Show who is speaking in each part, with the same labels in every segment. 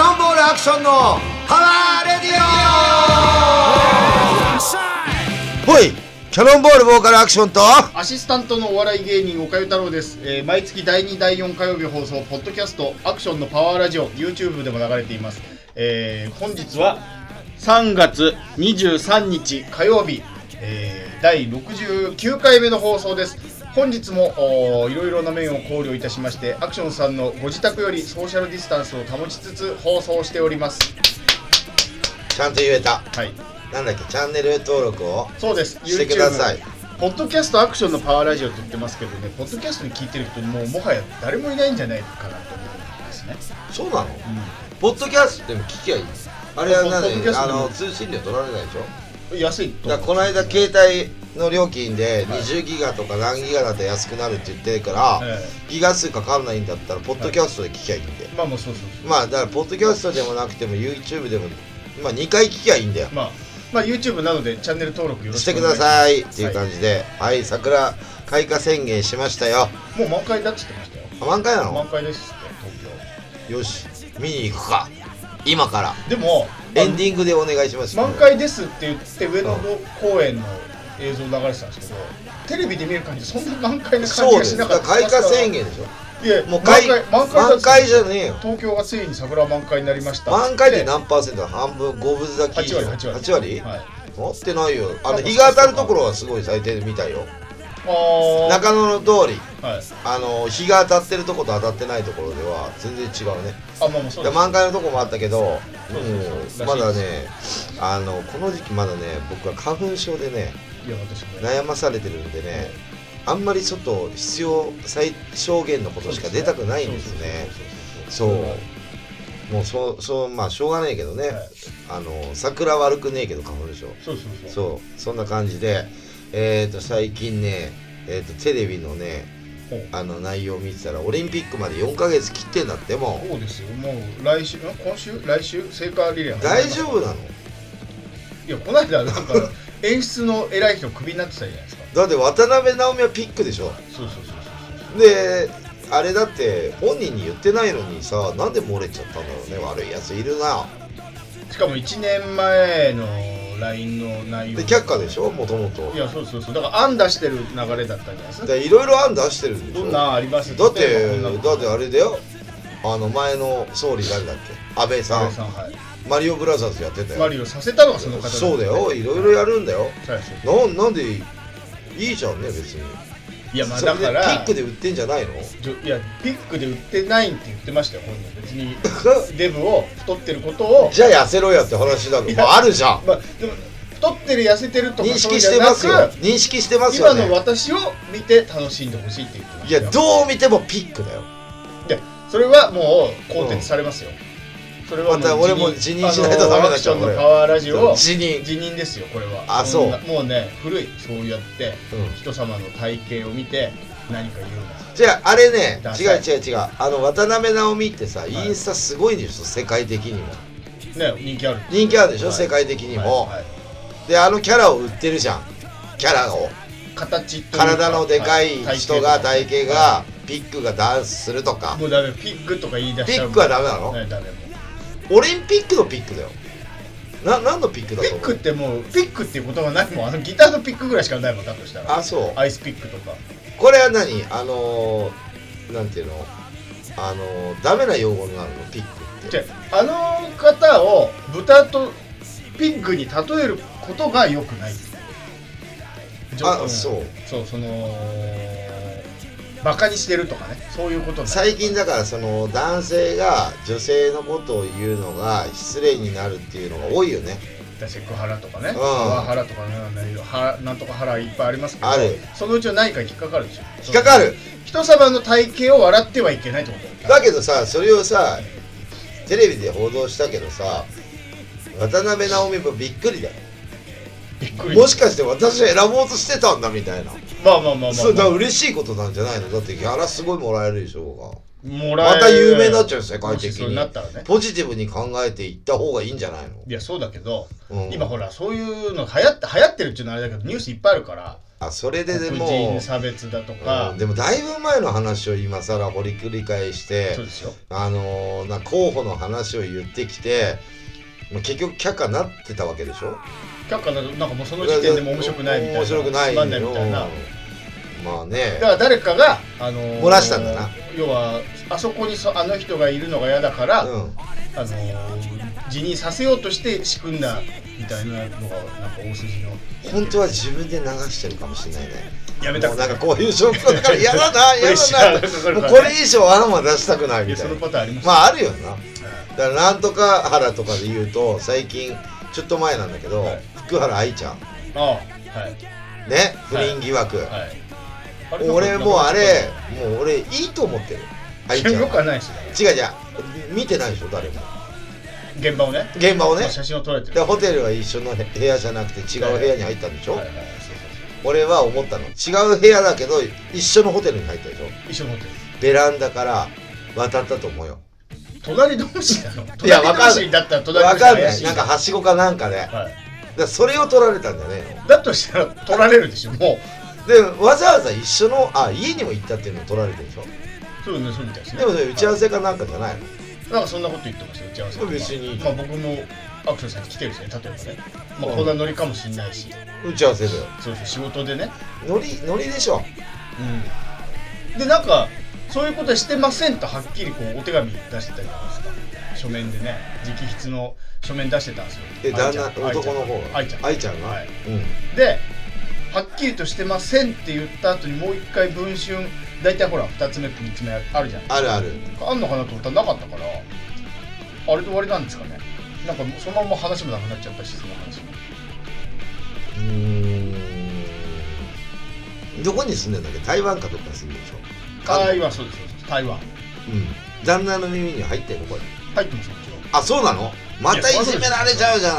Speaker 1: ションのパワーレディオほいキャノンボールボーカルアクションと
Speaker 2: アシスタントのお笑い芸人岡ゆ太郎です、えー毎月第2第4火曜日放送ポッドキャストアクションのパワーラジオ YouTube でも流れています、えー本日は3月23日火曜日、えー第69回目の放送です本日もおーいろいろな面を考慮いたしましてアクションさんのご自宅よりソーシャルディスタンスを保ちつつ放送しております
Speaker 1: ちゃんと言えた
Speaker 2: はい
Speaker 1: なんだっけチャンネル登録を
Speaker 2: そうです
Speaker 1: してください
Speaker 2: ポッドキャストアクションのパワーラジオって言ってますけどね、ポッドキャストに聞いてる人、もうもはや誰もいないんじゃないかなと思うんですね。
Speaker 1: そうなのポッドキャストでも聞きゃいいあれはなん
Speaker 2: ポッドキャス
Speaker 1: あ
Speaker 2: トでも
Speaker 1: の通信料取られないでしょ
Speaker 2: うん、安いと
Speaker 1: だからこの間携帯の料金で20ギガとか何ギガだと安くなるって言ってるから、
Speaker 2: え
Speaker 1: ギガ数かかんないんだったらポッドキャストで聞きゃいいんで、
Speaker 2: えまあもうそうそうそう。
Speaker 1: まあだからポッドキャストでもなくても YouTube でもまあ2回聞きゃいいんだよ
Speaker 2: まあ、まあ、YouTube などでチャンネル登録よろ
Speaker 1: し
Speaker 2: してく
Speaker 1: く
Speaker 2: お願
Speaker 1: だ
Speaker 2: いします。
Speaker 1: さいっていう感じではい、桜開花宣言しましたよ
Speaker 2: もう満開だっつってましたよ。
Speaker 1: あ満開な
Speaker 2: 満
Speaker 1: の
Speaker 2: 開ですって、東
Speaker 1: よし見に行くか今から
Speaker 2: 京。でも、
Speaker 1: エンディングでお願いします
Speaker 2: 満開ですって言って、上野公園の映像流れてたんですけど、テレビで見る感じ、そんな満開な
Speaker 1: そ
Speaker 2: 感
Speaker 1: う
Speaker 2: じが
Speaker 1: で
Speaker 2: し
Speaker 1: す
Speaker 2: な
Speaker 1: だ
Speaker 2: か
Speaker 1: か
Speaker 2: っ
Speaker 1: ら
Speaker 2: た。
Speaker 1: 開花宣言でしょ
Speaker 2: いや、
Speaker 1: もう
Speaker 2: 満
Speaker 1: 開
Speaker 2: 開、満開だっつって
Speaker 1: 満開じゃねえよ
Speaker 2: 東京がついに桜満開になりました
Speaker 1: 満開って
Speaker 2: な
Speaker 1: 何パーセント半分5分咲き以上
Speaker 2: 8割
Speaker 1: 8割
Speaker 2: はい、
Speaker 1: 持ってないよあの日が当たるところはすごい最低で見たよ
Speaker 2: あ
Speaker 1: 中野の通り
Speaker 2: あ、はい、
Speaker 1: あの日が当たってるとこと当たってないところでは全然違うね
Speaker 2: あまあまあそう
Speaker 1: で
Speaker 2: です、
Speaker 1: 満開のとこもあったけど、も
Speaker 2: そう
Speaker 1: う
Speaker 2: そう
Speaker 1: まだね、あのこの時期まだね、僕は花粉症でね、
Speaker 2: いや私もね
Speaker 1: 悩まされてるんでね、あんまり外、必要最小限のことしか出たくないんですね。
Speaker 2: そ
Speaker 1: そうう
Speaker 2: ですね
Speaker 1: もうそう、そう、まあ、しょうがないけどね、
Speaker 2: はい
Speaker 1: あの桜悪くねえけど、花粉症。
Speaker 2: そうそうそうそう
Speaker 1: そう、そんな感じで、えっ、と、最近ね、えっ、と、テレビのね、
Speaker 2: ほう
Speaker 1: あの内容を見てたら、オリンピックまで4ヶ月切ってんだって、もう。
Speaker 2: そうですよもう来週ん今週来週聖火リレー
Speaker 1: 大丈夫なの
Speaker 2: いやこの間 なんか演出の偉い人クビになってたじゃないですか
Speaker 1: だって渡辺直美はピックでしょ
Speaker 2: そうそうそうそう
Speaker 1: であれだって本人に言ってないのにさなんで漏れちゃったんだろうね悪いやついるな
Speaker 2: そうしかも1年前の LINE の内容
Speaker 1: で却下でしょもともと
Speaker 2: いやそうそうそうだから案出してる流れだったじゃないですか
Speaker 1: でいろいろ案出してるんでし
Speaker 2: ど
Speaker 1: ょ
Speaker 2: ん
Speaker 1: だ
Speaker 2: なあります
Speaker 1: って
Speaker 2: どんな
Speaker 1: だってあれだよあの前の総理誰だっけ安倍
Speaker 2: 安
Speaker 1: さん
Speaker 2: 倍さんはい
Speaker 1: マリオブラザーズやってたよ
Speaker 2: マリオさせたのがその方なんですね
Speaker 1: そうだよいろいろやるんだよ
Speaker 2: そうです
Speaker 1: なんなんでいいじゃんね別に
Speaker 2: いやまあ
Speaker 1: それ
Speaker 2: だ
Speaker 1: で
Speaker 2: から
Speaker 1: ピックで売ってんじゃないの
Speaker 2: じょいやピックで売ってないって言ってましたよ本人別に デブを太ってることを
Speaker 1: じゃあ痩せろやって話だけど
Speaker 2: いや
Speaker 1: まああるじゃん
Speaker 2: まあでも太ってる痩せてるとか
Speaker 1: 認
Speaker 2: そういう
Speaker 1: 識
Speaker 2: んじ
Speaker 1: し
Speaker 2: ゃ
Speaker 1: て
Speaker 2: な
Speaker 1: ま
Speaker 2: く
Speaker 1: すよ認識してますよ
Speaker 2: 今の
Speaker 1: ね
Speaker 2: 私を見て楽しんでほしいって言ってま
Speaker 1: い
Speaker 2: した
Speaker 1: や
Speaker 2: よ
Speaker 1: どう見てもピックだよ
Speaker 2: いやそれはもう肯定されますよ、それはう
Speaker 1: また俺も辞任しないとダメだじゃん
Speaker 2: あのアクションの
Speaker 1: 俺
Speaker 2: パワーラジオを
Speaker 1: 辞任
Speaker 2: 辞任ですよこれは
Speaker 1: あ
Speaker 2: んな
Speaker 1: そ
Speaker 2: もうね古いそうやって、
Speaker 1: うん
Speaker 2: 人様の体型を見て何か言うな
Speaker 1: じゃああれね
Speaker 2: ダ
Speaker 1: 違
Speaker 2: サ
Speaker 1: う
Speaker 2: い
Speaker 1: 違う違うあの渡辺直美ってさインスタすごいんでしょ世界的にも
Speaker 2: ね人気ある
Speaker 1: 人気あるでしょ
Speaker 2: はい
Speaker 1: 世界的にも
Speaker 2: はいはい
Speaker 1: であのキャラを売ってるじゃんキャラを
Speaker 2: 形というか
Speaker 1: 体のでかい
Speaker 2: は
Speaker 1: 人が体型がピックがダンスするとか
Speaker 2: もうダメピックとか言い出し
Speaker 1: ピ
Speaker 2: ちゃう
Speaker 1: ックはダメなの
Speaker 2: ねダメも
Speaker 1: オリンピックのピックだよな何のピック
Speaker 2: う
Speaker 1: だ
Speaker 2: ピ
Speaker 1: と
Speaker 2: ッ
Speaker 1: 思
Speaker 2: クっ
Speaker 1: う
Speaker 2: てもうピックっていう言葉ないもんあのギターのピックぐらいしかないもんだとしたら
Speaker 1: あそう
Speaker 2: アイスピックとか
Speaker 1: これは何あのーなんていうのあのーダメな用語になるのピックっ
Speaker 2: じゃ
Speaker 1: て
Speaker 2: あの方を豚とピッグに例えることが良くない
Speaker 1: あ
Speaker 2: ん
Speaker 1: そう
Speaker 2: そうそのバカにしてるとかねそういうことになる
Speaker 1: 最近だからその男性が女性のことを言うのが失礼になるっていうのが多いよね
Speaker 2: セクハラとかね
Speaker 1: ん
Speaker 2: パワハラとかなんだけどはなんとかハラいっぱいありますけど
Speaker 1: ある
Speaker 2: そのうちの何かに引っかかるでしょ
Speaker 1: 引っかかる
Speaker 2: 人様の体型を笑ってはいけないってこと
Speaker 1: だけどさそれをさテレビで報道したけどさ渡辺直美もびっくりだよ
Speaker 2: びっくり
Speaker 1: もしかして私を選ぼうとしてたんだみたいな
Speaker 2: まあまあまあまあ、ま
Speaker 1: そうだ
Speaker 2: あ
Speaker 1: から嬉しいことなんじゃないのだってギャラすごいもらえるでしょうが
Speaker 2: も
Speaker 1: また有名になっちゃう世界
Speaker 2: もし
Speaker 1: 的
Speaker 2: そう
Speaker 1: に
Speaker 2: なったらね
Speaker 1: ポジティブに考えていった方がいいんじゃないの
Speaker 2: いやそうだけど、
Speaker 1: うん
Speaker 2: 今ほらそういうの流行って流行ってるっていうのはあれだけどニュースいっぱいあるから
Speaker 1: あそれでで
Speaker 2: 黒
Speaker 1: も
Speaker 2: 人差別だとか、
Speaker 1: うんでもだいぶ前の話を今更掘り繰り返して
Speaker 2: そうですよ
Speaker 1: あのーな候補の話を言ってきてまあ結局却下なってたわけでしょ
Speaker 2: 却下などなんかもうその時点でも面白くないみたいな
Speaker 1: 面白くない
Speaker 2: つまんないみたいな
Speaker 1: うんまあ
Speaker 2: だ
Speaker 1: ね
Speaker 2: から誰かが、あのー
Speaker 1: 漏らしたんだな
Speaker 2: 要はあそこにそあの人がいるのが嫌だから、
Speaker 1: うん
Speaker 2: あのー辞任させようとして仕組んだみたいなのがなんか大筋の
Speaker 1: 本当は自分で流してるかもしれないね
Speaker 2: やめた
Speaker 1: もう
Speaker 2: く
Speaker 1: な
Speaker 2: なんい
Speaker 1: かこういう状況だから嫌だな
Speaker 2: プレ
Speaker 1: 嫌
Speaker 2: ッシャー
Speaker 1: だな
Speaker 2: がかか
Speaker 1: もう
Speaker 2: るから
Speaker 1: これ以上あらま出したくない
Speaker 2: い
Speaker 1: み
Speaker 2: や
Speaker 1: たい
Speaker 2: その
Speaker 1: な
Speaker 2: パターンあります
Speaker 1: まああるよな
Speaker 2: あ
Speaker 1: だからなんとか原とかで言うと最近ちょっと前なんだけど、
Speaker 2: はい
Speaker 1: 福原愛ちゃん
Speaker 2: あはい
Speaker 1: ね不
Speaker 2: はい
Speaker 1: 倫疑惑、
Speaker 2: はい
Speaker 1: 俺もうあれもう俺いいと思ってる愛ちゃん
Speaker 2: よくは
Speaker 1: は
Speaker 2: ないしね
Speaker 1: 違う違う見てないでしょ誰も
Speaker 2: 現場をね
Speaker 1: 現場をね
Speaker 2: まあ写真を撮られてる
Speaker 1: でホテルは一緒の部部屋じゃなくて違う部屋に入ったんでしょ、
Speaker 2: はいはいはいそうそうそ
Speaker 1: 俺は思ったの違う部屋だけど一緒のホテルに入ったでしょ
Speaker 2: う一緒に持ってる
Speaker 1: ベランダから渡ったと思うよ
Speaker 2: 隣同士なの
Speaker 1: いやわ
Speaker 2: 隣
Speaker 1: か
Speaker 2: 同
Speaker 1: ん
Speaker 2: 士だったら隣同
Speaker 1: わ
Speaker 2: 士
Speaker 1: かん
Speaker 2: 怪
Speaker 1: な
Speaker 2: し
Speaker 1: い
Speaker 2: い
Speaker 1: なんかはしごかなんかで、だか
Speaker 2: はい
Speaker 1: らそれを取られたんじゃねえの
Speaker 2: だとしたら取られるでしょもう
Speaker 1: でわざわざ一緒のあ家にも行ったっていうのを取られてるでしょ
Speaker 2: そうねそうみたいですね
Speaker 1: でもそれ打ち合わ
Speaker 2: せ
Speaker 1: せかなんかじゃないの
Speaker 2: なんかそんなこと言ってましたよ打ち合わせとか
Speaker 1: 別に
Speaker 2: まあ僕もアクションさんに来てるしね例えばねま
Speaker 1: う
Speaker 2: あ
Speaker 1: ん
Speaker 2: こんなノリかもしれないし
Speaker 1: 打ち合わせだよ
Speaker 2: そうそう仕事でね
Speaker 1: ノリノリでしょ
Speaker 2: でなんかそういうことはしてませんとはっきりこうお手紙出してたじゃないですか書面でね直筆の書面出してたんですよ
Speaker 1: で旦
Speaker 2: 愛ち
Speaker 1: 那
Speaker 2: ゃん愛ちゃ
Speaker 1: 男
Speaker 2: ん
Speaker 1: の方が
Speaker 2: 愛ちゃん
Speaker 1: 愛ちゃんが、
Speaker 2: はい
Speaker 1: うん
Speaker 2: ではっきりとしてませんって言った後にもう一回文春大体ほら2つ目3つ目あるじゃん
Speaker 1: あるある
Speaker 2: あんのかなと思ったらなかったからあれで終わりなんですかねなんかもうそのまま話もなくなっちゃったしその話も
Speaker 1: うーんどこに住んでんだっけ台湾かどっかに住んでるでしょ
Speaker 2: 台湾そうですそうです台湾
Speaker 1: うん旦那の耳に入ってるのこれ
Speaker 2: 入ってますよもちろん
Speaker 1: あそうなのまたいじめられちゃうじゃな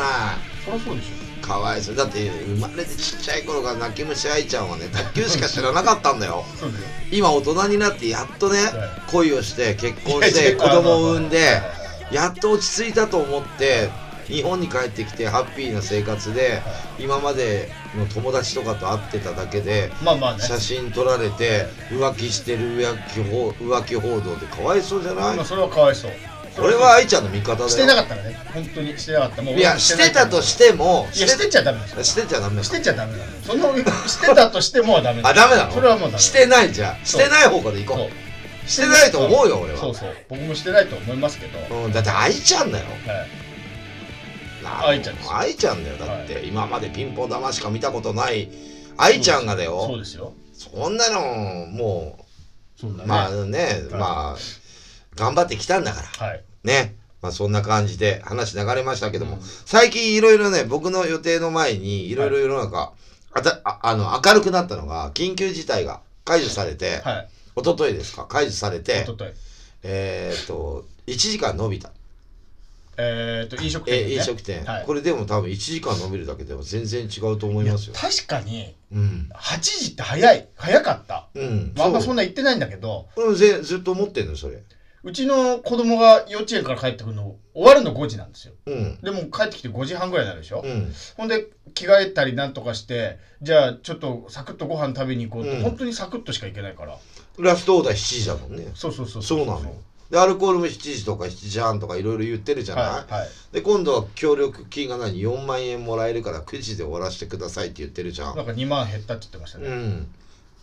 Speaker 2: そりゃそうでし
Speaker 1: いかわいそうだって生まれてちっちゃい頃から泣き虫愛ちゃんはね卓球しか知らなかったんだよ
Speaker 2: ょそうですよ
Speaker 1: 今大人になってやっとね
Speaker 2: は
Speaker 1: 恋をして結婚
Speaker 2: い
Speaker 1: し
Speaker 2: や違
Speaker 1: て
Speaker 2: う
Speaker 1: 子供を産ん
Speaker 2: はい
Speaker 1: で
Speaker 2: はいはい
Speaker 1: やっと落ち着いたと思って日本に帰ってきてハッピーな生活で今までの友達とかと会ってただけで
Speaker 2: まあまあね
Speaker 1: 写真撮られて浮気してる浮気報浮気報道ってかわいそうじゃない
Speaker 2: まあそれはかわいそう
Speaker 1: 俺は愛ちゃんの味方だよ
Speaker 2: してなかったらね本当にしてなかったもう
Speaker 1: いやしてたとしてても
Speaker 2: いやしてちゃダメですよ
Speaker 1: してちゃダメなの
Speaker 2: してちゃダメなのそのしてたとしてもはダメ
Speaker 1: あダメなの
Speaker 2: それはもうダメ
Speaker 1: してないじゃんしてない方向で行
Speaker 2: そ
Speaker 1: こ
Speaker 2: う
Speaker 1: うしてないと思うよ俺
Speaker 2: そう
Speaker 1: は
Speaker 2: そう僕もしてないと思いますけどはい
Speaker 1: うんだって愛ちゃんだよ
Speaker 2: 愛ちゃんですよ
Speaker 1: 愛ちゃんだよだって今までピンポン玉しか見たことない愛ちゃんがだ
Speaker 2: そ
Speaker 1: よ
Speaker 2: うですよ
Speaker 1: そんなのも
Speaker 2: そう
Speaker 1: う
Speaker 2: だね
Speaker 1: まあねまあ頑張ってきたんだから
Speaker 2: はい
Speaker 1: ね。まあそんな感じで話流れましたけども、最近いろいろね、僕の予定の前にいろいろ世の中、あたああの、明るくなったのが、緊急事態が解除されて、
Speaker 2: はい
Speaker 1: 一昨日ですか、解除されて
Speaker 2: おと、とい
Speaker 1: えーっと、1時間伸びた。
Speaker 2: えっと飲食店
Speaker 1: え
Speaker 2: ね
Speaker 1: 飲食店、
Speaker 2: はい
Speaker 1: これでも多分1時間伸びるだけでは全然違うと思
Speaker 2: い
Speaker 1: い
Speaker 2: や
Speaker 1: ますよ。
Speaker 2: 確かに
Speaker 1: うん。
Speaker 2: 8時って早い早かった
Speaker 1: うん。
Speaker 2: まああんま
Speaker 1: そ
Speaker 2: そん
Speaker 1: う。
Speaker 2: な言ってないんだけど
Speaker 1: これもぜずっと思ってんの、それ。
Speaker 2: うちの子供が幼稚園から帰ってくるの終わるの5時なんですよ
Speaker 1: うん。
Speaker 2: でも帰ってきて5時半ぐらいになるでしょ、
Speaker 1: うん。
Speaker 2: ほんで着替えたりなんとかしてじゃあちょっとサクッとご飯食べに行こうって、
Speaker 1: うん
Speaker 2: 本当にサクッとしか行けないから
Speaker 1: ラストオーダー7時だもんね。
Speaker 2: そうそうそう
Speaker 1: そうなの。で、アルコールも7時とか7時半とかいろいろ言ってるじゃない、
Speaker 2: はいはい
Speaker 1: で今度は協力金が何4万円もらえるから9時で終わらせてくださいって言ってるじゃ
Speaker 2: なんんか2万減ったって言ってましたね、
Speaker 1: うん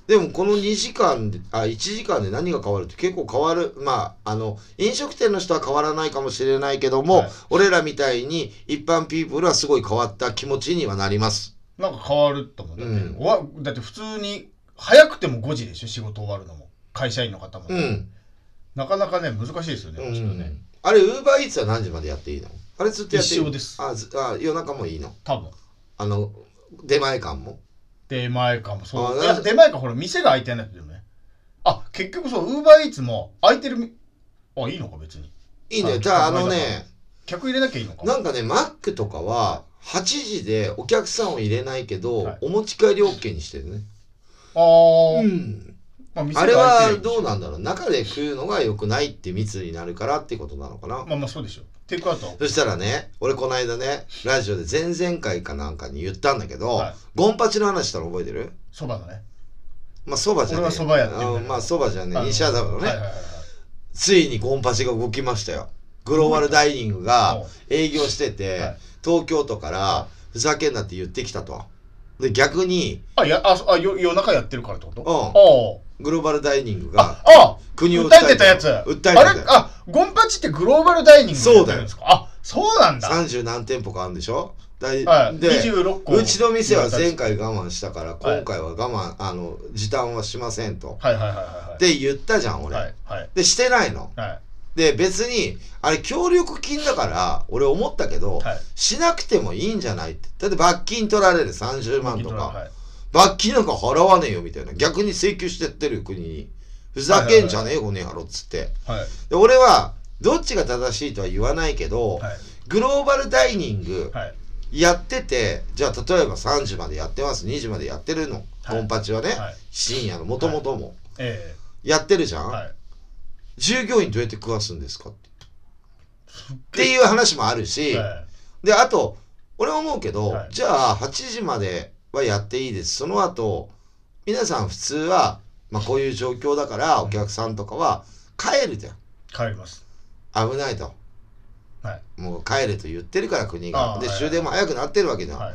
Speaker 1: でもこの2時間であ1時間で何が変わるって結構変わるまああの飲食店の人は変わらないかもしれないけども、
Speaker 2: はい
Speaker 1: 俺らみたいに一般ピープルはすごい変わった気持ちにはなります
Speaker 2: なんか変わると思うだって,
Speaker 1: うん
Speaker 2: おわ、だって普通に早くても5時でしょ仕事終わるのも会社員の方も、
Speaker 1: うん、
Speaker 2: なかなかね難しいですよ
Speaker 1: う
Speaker 2: ね、ちょっとね
Speaker 1: ん、あれウーバーイーツは何時までやっていいのあれずっとやっていいの
Speaker 2: 一緒です
Speaker 1: あずあ夜中もいいの
Speaker 2: 多分
Speaker 1: あの出前館も
Speaker 2: 出前かもそう
Speaker 1: あ
Speaker 2: いや出前かほら店が開いてないとだよねあ結局そうウーバーイーツも開いてるみあいいのか別に
Speaker 1: いいんだよ
Speaker 2: あ
Speaker 1: じゃああの
Speaker 2: 考え
Speaker 1: ね
Speaker 2: 客入れなきゃいいのか
Speaker 1: なんかね、マックとかは、8時でお客さんを入れないけど、
Speaker 2: はい
Speaker 1: お持ち帰り OK にしてるね。
Speaker 2: あ
Speaker 1: う
Speaker 2: ー、
Speaker 1: ん。
Speaker 2: まあ、店
Speaker 1: あれ
Speaker 2: が開
Speaker 1: は
Speaker 2: いてる
Speaker 1: どうなんだろう中で食うのが良くないって密になるからってことなのかな
Speaker 2: まあまあそうでしょうテイクアウト
Speaker 1: そしたらね、俺この間ね、ラジオで前々回かなんかに言ったんだけど、
Speaker 2: はい
Speaker 1: ゴンパチの話したら覚えてる
Speaker 2: そばのね
Speaker 1: まあ、そばじゃねえ
Speaker 2: 俺は蕎麦屋って言うんだけど
Speaker 1: あまあ、そばじゃね
Speaker 2: あ
Speaker 1: え、
Speaker 2: の
Speaker 1: 西麻布のね、
Speaker 2: はいはいはいはい
Speaker 1: ついにゴンパチが動きましたよ。グローバルダイニングが
Speaker 2: おう
Speaker 1: 営業してて、
Speaker 2: はい
Speaker 1: 東京都からふざけんなって言ってきたと。で、逆に、
Speaker 2: あやあそあよ夜中やってるからってこと
Speaker 1: グローバルダイニング
Speaker 2: ああ
Speaker 1: が
Speaker 2: あ
Speaker 1: 国を
Speaker 2: 訴えてたやつ
Speaker 1: 訴えてた
Speaker 2: あれ
Speaker 1: よ。
Speaker 2: あゴンパチってグローバルダイニングやってるんですかあそうなんだ
Speaker 1: 30何店舗かあるんでしょだい
Speaker 2: はい
Speaker 1: で
Speaker 2: 26個
Speaker 1: うちの店は前
Speaker 2: 全
Speaker 1: 回我慢したから
Speaker 2: はい
Speaker 1: 今回は我慢、あの時短はしませんと、
Speaker 2: はいはいはいはい
Speaker 1: って言ったじゃん俺、
Speaker 2: はいはい
Speaker 1: でしてないの
Speaker 2: はい
Speaker 1: で別にあれ協力金だから俺思ったけど、
Speaker 2: はい
Speaker 1: しなくてもいいんじゃないってだって罰金取られる30万とか、
Speaker 2: はい
Speaker 1: 罰金なんか払わねえよみたいな逆に請求してってるよ国にふざけんじゃねえよこの野郎っつって
Speaker 2: はい
Speaker 1: で俺はどっちが正しいとは言わないけど、
Speaker 2: はい
Speaker 1: グローバルダイニング
Speaker 2: はい
Speaker 1: やっててじゃあ例えば3時までやってます2時までやってるの
Speaker 2: はい
Speaker 1: コンパチはね、
Speaker 2: はい
Speaker 1: 深夜のもともとも
Speaker 2: え
Speaker 1: やってるじゃ
Speaker 2: え
Speaker 1: ん、
Speaker 2: はい
Speaker 1: 従業員どうやって食わすんですかってっていう話もあるし、
Speaker 2: はい
Speaker 1: であと俺は思うけど、
Speaker 2: はい
Speaker 1: じゃあ8時まではやっていいですその後皆さん普通は、まあ、こういう状況だからお客さんとかは帰るじ
Speaker 2: 帰ります
Speaker 1: ゃん危ないと
Speaker 2: はい
Speaker 1: もう帰れと言ってるから国が
Speaker 2: あー
Speaker 1: で
Speaker 2: はい
Speaker 1: 終電も早くなってるわけじゃん、
Speaker 2: はい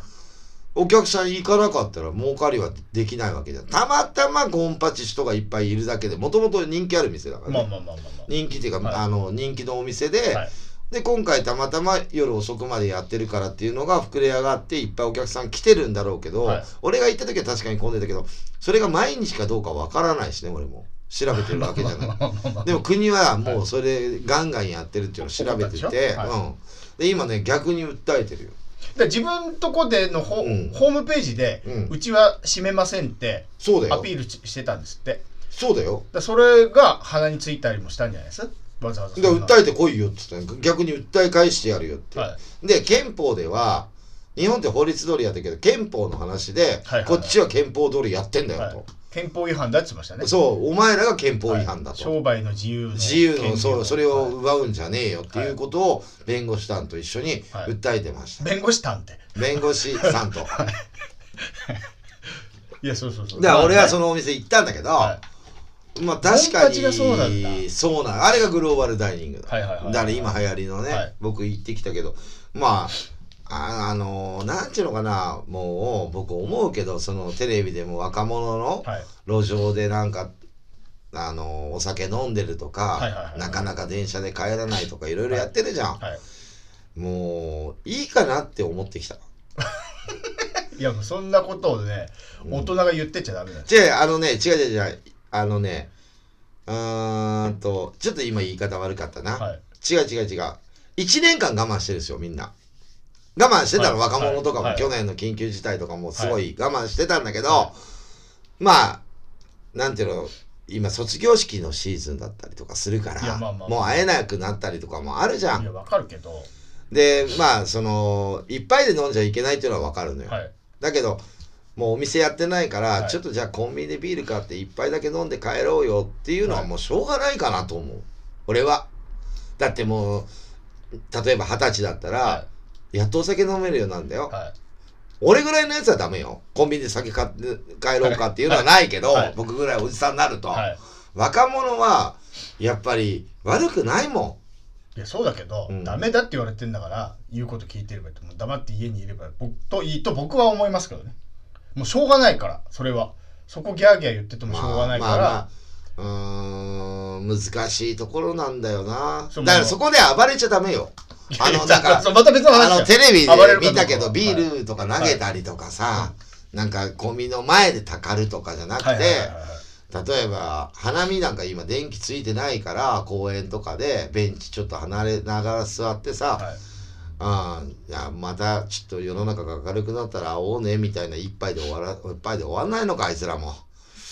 Speaker 1: お客さん行かなかったら儲かりはできないわけじゃんたまたまゴンパチ人がいっぱいいるだけでもともと人気ある店だから、ね
Speaker 2: まあまあまあまあま
Speaker 1: 人気っていうか、
Speaker 2: はい
Speaker 1: あの人気のお店で、
Speaker 2: はい
Speaker 1: で今回たまたま夜遅くまでやってるからっていうのが膨れ上がっていっぱいお客さん来てるんだろうけど、
Speaker 2: はい
Speaker 1: 俺が行った時は確かに混んでたけどそれが毎日かどうかわからないしね俺も調べてるわけじゃない
Speaker 2: あまあまあ まあ
Speaker 1: でも国はもうそれガンガンやってるっていうのを調べて
Speaker 2: 怒った
Speaker 1: て、
Speaker 2: でしょはい
Speaker 1: うん、で今ね逆に訴えてるよ
Speaker 2: で自分とこでのホ,、
Speaker 1: うん
Speaker 2: ホームページで、
Speaker 1: う
Speaker 2: うんちは閉めませんって
Speaker 1: そうだ
Speaker 2: ア
Speaker 1: よ
Speaker 2: ピールししてたんですって
Speaker 1: そうだよ
Speaker 2: だそれが鼻についたりもしたんじゃないですわざわざ
Speaker 1: で訴えてこいよって言ったの逆に訴え返してやるよって、
Speaker 2: は
Speaker 1: で憲法では日本って法律通りやったけど憲法の話で、
Speaker 2: はいはい
Speaker 1: こっちは憲法通りやってんだ
Speaker 2: い、
Speaker 1: よ
Speaker 2: はい
Speaker 1: と、
Speaker 2: 憲法違反だって言ってましたね
Speaker 1: そうお前らが憲法違反だ
Speaker 2: はい
Speaker 1: と、
Speaker 2: 商売の自由の
Speaker 1: 自由
Speaker 2: 権利
Speaker 1: のそうそれを
Speaker 2: はい
Speaker 1: 奪うんじゃねえよっていうことを弁護士さんと一緒に
Speaker 2: はい
Speaker 1: 訴えてました、
Speaker 2: 弁護士探偵
Speaker 1: 弁護士さ んとだか
Speaker 2: いやそうそうそう
Speaker 1: ら俺はそ
Speaker 2: の、
Speaker 1: のお店行ったんだけど、
Speaker 2: は
Speaker 1: まあ確か
Speaker 2: 本
Speaker 1: に
Speaker 2: 八がそうなんだ
Speaker 1: そうなんあれがグローバルダイニングだ、
Speaker 2: はいはいはいはい
Speaker 1: だから今流行りのね、
Speaker 2: はい
Speaker 1: 僕行ってきたけどまあああのーなんていうのかなもう僕思うけどそのテレビでも若者の
Speaker 2: いはい、
Speaker 1: 路上でなんかあのーお酒飲んでるとか、
Speaker 2: はいはいはい
Speaker 1: なかなか電車で帰らないとかいろいろやってるじゃん、
Speaker 2: はい
Speaker 1: もういいかなって思ってきた
Speaker 2: いやもうそんなことをね大人が言ってちゃダメなんです、
Speaker 1: じゃああのね違う違う違うあのねうーんとちょっと今言い方悪かったな、
Speaker 2: はい
Speaker 1: 違う違う違う1年間我慢してるんですよみんな我慢してたの、
Speaker 2: はい
Speaker 1: 若者とかも、
Speaker 2: はい
Speaker 1: 去年の緊急事態とかもすご
Speaker 2: はい
Speaker 1: 我慢してたんだけど、
Speaker 2: は
Speaker 1: まあなんていうの今卒業式のシーズンだったりとかするから
Speaker 2: いやまあまあ
Speaker 1: もう会えなくなったりとかもあるじゃ
Speaker 2: いや
Speaker 1: ん
Speaker 2: わかるけど、は
Speaker 1: でまあそのいっぱいで飲んじゃいけないっていうのは分かるのよ、
Speaker 2: い、
Speaker 1: だけどもうお店やってないから、
Speaker 2: はい
Speaker 1: ちょっとじゃあコンビニでビール買って一杯だけ飲んで帰ろうよっていうのは
Speaker 2: はい
Speaker 1: もうしょうがないかなと思う俺はだってもう例えば二十歳だったら、
Speaker 2: は
Speaker 1: やっとお酒飲めるようなんだよ、
Speaker 2: は
Speaker 1: 俺ぐらいのやつはダメよコンビニで酒買って帰ろうかっていうのはないけど、
Speaker 2: はいはい
Speaker 1: 僕ぐらいおじさんになる
Speaker 2: い
Speaker 1: と、
Speaker 2: はい
Speaker 1: 若者はやっぱり悪くないも
Speaker 2: いやそうだけど、
Speaker 1: うん
Speaker 2: ダメだって言われてんだから言うこと聞いてればいいと思う黙って家にいればいい僕といいと僕は思いますけどねもうしょうがないからそれはそこギャーギャー言ってて
Speaker 1: ん
Speaker 2: もしょうがないから、
Speaker 1: まあまあうーん難しいところなんだよな
Speaker 2: そう
Speaker 1: だからそこで暴れちゃダメよあ のだから
Speaker 2: そうまた別の話だ
Speaker 1: あ
Speaker 2: よ
Speaker 1: のテレビで
Speaker 2: 暴れるかどうか
Speaker 1: 見たけど
Speaker 2: はい
Speaker 1: ビールとか投げたりとかさ、なんかゴミの前でたかるとかじゃなくて、
Speaker 2: はいはいはいはい
Speaker 1: 例えば花見なんか今電気ついてないから公園とかでベンチちょっと離れながら座ってさ、
Speaker 2: はい
Speaker 1: ああいやまたちょっと世の中が明るくなったら会おうねみたいな一杯で終わら一杯で終わんないのかあいつらも。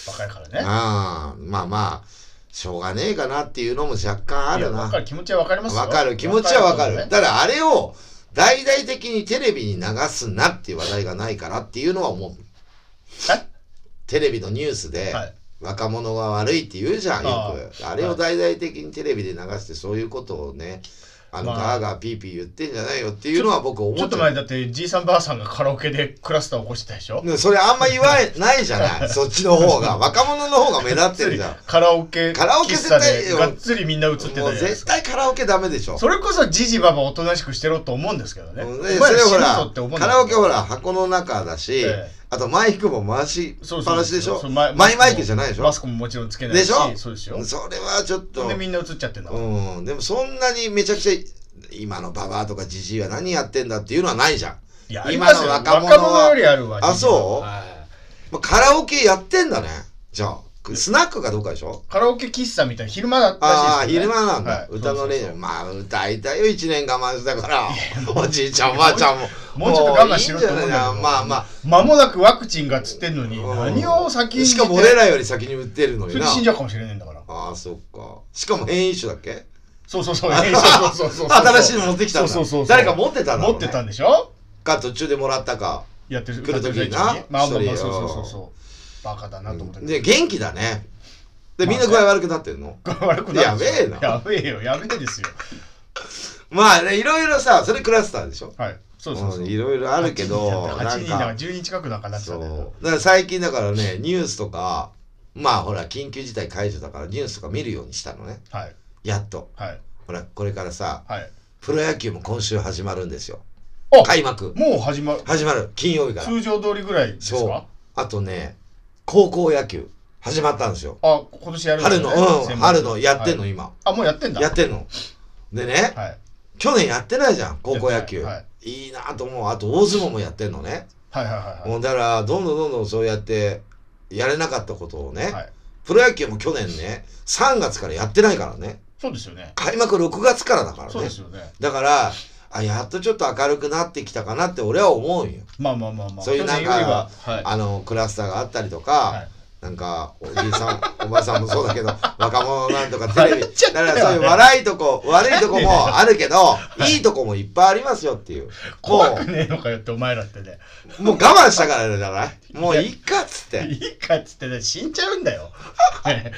Speaker 2: 若いからね
Speaker 1: ああまあまあしょうがねえかなっていうのも若干ある
Speaker 2: いや
Speaker 1: な
Speaker 2: わかる気持ちはわかりますよ
Speaker 1: わかる気持ちはわかる
Speaker 2: 若い
Speaker 1: だ
Speaker 2: 頃ね
Speaker 1: からあれを大々的にテレビに流すなっていう話題がないからっていうのは思うテレビのニュースで
Speaker 2: はい
Speaker 1: 若者が悪いって言うじゃんよくあ
Speaker 2: ああ
Speaker 1: れを大々的にテレビで流してそういうことをねあの、
Speaker 2: まあ
Speaker 1: ガーガーピーピー言ってんじゃないよっていうのは僕思
Speaker 2: ちょっ
Speaker 1: っ
Speaker 2: と
Speaker 1: て
Speaker 2: 前だってじいさんばあさんがカラオケでクラスター起こしてたでしょ
Speaker 1: それあんま言わないじゃないそっちの方が若者の方が目立ってるじゃん
Speaker 2: カラオケ
Speaker 1: カラオケ
Speaker 2: 喫茶
Speaker 1: 絶
Speaker 2: で
Speaker 1: 対
Speaker 2: がっつりみんな映ってたじゃ
Speaker 1: も
Speaker 2: な
Speaker 1: う
Speaker 2: いで
Speaker 1: 絶
Speaker 2: すか
Speaker 1: 対カラオケダメでしょ
Speaker 2: それこそじじばばおとなしくしてろと思うんですけどね
Speaker 1: うん
Speaker 2: お
Speaker 1: ね
Speaker 2: 前
Speaker 1: それ
Speaker 2: ら死
Speaker 1: ほ
Speaker 2: ぬぞ
Speaker 1: ら
Speaker 2: って思うんだ
Speaker 1: カラ
Speaker 2: けど
Speaker 1: オケほら箱の中だし、
Speaker 2: ええ
Speaker 1: あとマイクも回し
Speaker 2: そ
Speaker 1: っ
Speaker 2: う
Speaker 1: ぱ
Speaker 2: そう
Speaker 1: なしでしょ
Speaker 2: そう
Speaker 1: マ
Speaker 2: ま
Speaker 1: イ
Speaker 2: マスクも
Speaker 1: マイクじゃないでしょ
Speaker 2: マスクももちろんつけない
Speaker 1: でしょ
Speaker 2: そうですよ
Speaker 1: それはちょっ
Speaker 2: ほ
Speaker 1: と
Speaker 2: んでみんな映っちゃってんだから
Speaker 1: うんでもそんなにめちゃくちゃ今のババアとかジジイは何やってんだっていうのはないじゃん、
Speaker 2: いや
Speaker 1: 今の
Speaker 2: ありますよ
Speaker 1: 若
Speaker 2: 若
Speaker 1: 者は
Speaker 2: 者よりあるわ
Speaker 1: あそう
Speaker 2: はい
Speaker 1: まあ、カラオケやってんだねじゃあスナックかどうかでしょ
Speaker 2: カラオケ喫茶みたいな昼間だった
Speaker 1: ああ
Speaker 2: らしいです
Speaker 1: 昼
Speaker 2: よね
Speaker 1: 間なんだ、
Speaker 2: はい
Speaker 1: 歌の練習
Speaker 2: そうそうそう
Speaker 1: まあ歌いたいよ1年我慢したからおじいちゃんおばあちゃんも
Speaker 2: もうちょっと我慢しろって思
Speaker 1: も
Speaker 2: う
Speaker 1: いい
Speaker 2: ん
Speaker 1: ん
Speaker 2: だ
Speaker 1: じゃ
Speaker 2: けど
Speaker 1: ないまあまあ
Speaker 2: 間もなくワクチンがつってんのに
Speaker 1: うん
Speaker 2: 何を先に
Speaker 1: しかも俺
Speaker 2: ら
Speaker 1: らより先に売ってるのにな
Speaker 2: 死んじゃうかもしれないんだから
Speaker 1: ああそっかしかも変異種だっけ
Speaker 2: そうそうそうそうそうそうそう
Speaker 1: 新しいの持ってきたんだ
Speaker 2: そうそうそうそう
Speaker 1: 誰か持ってたんだろう
Speaker 2: 持
Speaker 1: ね
Speaker 2: ってたんでしょ
Speaker 1: か途中でもらったか
Speaker 2: やってる
Speaker 1: 来る時にな
Speaker 2: やってる最中まあまあま
Speaker 1: 一
Speaker 2: あ
Speaker 1: 人
Speaker 2: そう
Speaker 1: よ
Speaker 2: そうそうそうバカだなと思って
Speaker 1: で元気だねでみんな具
Speaker 2: まあ
Speaker 1: 合悪くなってんの、
Speaker 2: 悪くなるでしょ
Speaker 1: やべえな
Speaker 2: やべえよやべえですよ
Speaker 1: まあねいろいろさそれクラスターでしょ
Speaker 2: はいそうそうそう
Speaker 1: うんいろいろあるけどな
Speaker 2: 8
Speaker 1: ん
Speaker 2: 人だから
Speaker 1: か
Speaker 2: 10人近くなんかなってた
Speaker 1: そ
Speaker 2: んだけど
Speaker 1: うだから最近だからねニュースとかまあほら緊急事態解除だからニュースとか見るようにしたのね
Speaker 2: はい
Speaker 1: やっと
Speaker 2: はい
Speaker 1: ほらこれからさ
Speaker 2: はい
Speaker 1: プロ野球も今週始まるんですよ
Speaker 2: あ
Speaker 1: 開幕
Speaker 2: もう始まる
Speaker 1: 始まる金曜日から
Speaker 2: 通常通りぐらいです
Speaker 1: そう
Speaker 2: か
Speaker 1: あとね高校野球始まったんですよ
Speaker 2: あ今年やるんだ
Speaker 1: 春
Speaker 2: ね
Speaker 1: の、うん、
Speaker 2: 専門
Speaker 1: 春のやってんの
Speaker 2: はい
Speaker 1: 今、
Speaker 2: あもうやってんだ
Speaker 1: やってんのでね
Speaker 2: はい
Speaker 1: 去年やってないじゃん高校野球、、
Speaker 2: はい
Speaker 1: いなと思うあと大相撲もやってんのね、
Speaker 2: はいはいはい
Speaker 1: もうだからどんどんどんどんそうやってやれなかったことをね、
Speaker 2: はい
Speaker 1: プロ野球も去年ね3月からやってないからね
Speaker 2: そうですよね
Speaker 1: 開幕6月からだから
Speaker 2: そう
Speaker 1: ね
Speaker 2: ですよね
Speaker 1: だからあやっとちょっと明るくなってきたかなって俺は思うんよ
Speaker 2: まあまあまあまあ
Speaker 1: そういうなんか
Speaker 2: 去年よりははい
Speaker 1: あのクラスターがあったりとか、
Speaker 2: はい
Speaker 1: なんかおじいさん おばさんもそうだけど若者なんとかテレビだからそういう
Speaker 2: ね
Speaker 1: 笑いとこ悪いとこもある けど、いいとこもいっぱいありますよっていうも
Speaker 2: 怖くねえのかよってお前らってね
Speaker 1: うもう我慢したからじゃないもういいかっつって
Speaker 2: いいかっつってね死んじゃうん だよね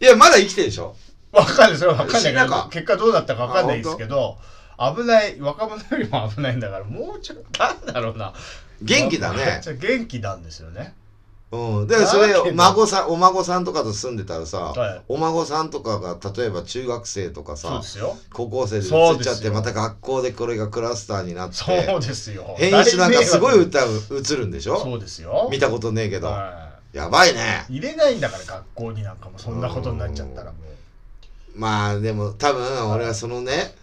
Speaker 1: いやまだ生きてるでしょ
Speaker 2: わかんないそれはわかんない
Speaker 1: 死ん
Speaker 2: け
Speaker 1: だ
Speaker 2: ど
Speaker 1: か
Speaker 2: 結果どうなったかわかんないですけど危ない若者よりも危ないんだからもうちょっとなんだろうな
Speaker 1: 元気だね
Speaker 2: ちょっと元気なんですよね
Speaker 1: うんでそれ
Speaker 2: だけど
Speaker 1: 孫さんお孫さんとかと住んでたらさ、
Speaker 2: はい
Speaker 1: お孫さんとかが例えば中学生とか
Speaker 2: そう
Speaker 1: さ
Speaker 2: ですよ
Speaker 1: 高校生で移
Speaker 2: そう
Speaker 1: っ
Speaker 2: で
Speaker 1: ちゃっ
Speaker 2: す
Speaker 1: て
Speaker 2: よ
Speaker 1: また学校でこれがクラスターになって
Speaker 2: そうですよ
Speaker 1: 変異種なんかすごい
Speaker 2: 大迷
Speaker 1: 歌
Speaker 2: 惑
Speaker 1: う映るんでしょ
Speaker 2: そうですよ
Speaker 1: 見たことねえけど、
Speaker 2: は
Speaker 1: やばいね
Speaker 2: い入れないんだから学校になんかもそんなことになっちゃったらもう
Speaker 1: まあでも多分俺はそのね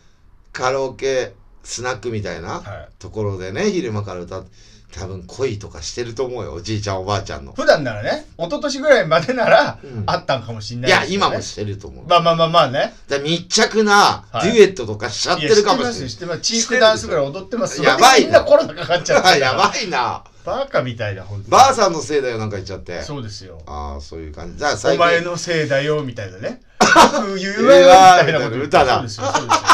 Speaker 1: カラオケスナックみたいな
Speaker 2: はい
Speaker 1: ところでね昼間から歌って多分恋とかしてると思うよおじいちゃんおばあちゃんの
Speaker 2: 普段ならね一昨年ぐらいまでなら
Speaker 1: うん
Speaker 2: あったんかもしんない
Speaker 1: い
Speaker 2: です
Speaker 1: や
Speaker 2: けどね
Speaker 1: 今もしてると思う
Speaker 2: まあまあまあまあね
Speaker 1: だから密着な
Speaker 2: はい
Speaker 1: デュエットとかしちゃってるかもし
Speaker 2: いや
Speaker 1: れ
Speaker 2: 知ってますよ知ってますチークダンスぐらい踊ってます
Speaker 1: やばいな
Speaker 2: みんなコロナかかっちゃっ
Speaker 1: な
Speaker 2: て
Speaker 1: い や
Speaker 2: い
Speaker 1: ばいな
Speaker 2: バカみたいな本当に
Speaker 1: ばあさんのせいだよなんか言っちゃって
Speaker 2: そうですよ
Speaker 1: ああそういう感じだから
Speaker 2: お
Speaker 1: 最
Speaker 2: 前
Speaker 1: 近
Speaker 2: のせいだよみたいなね僕言うわよみたいなこと言って
Speaker 1: 歌だ
Speaker 2: そうですよそうですよ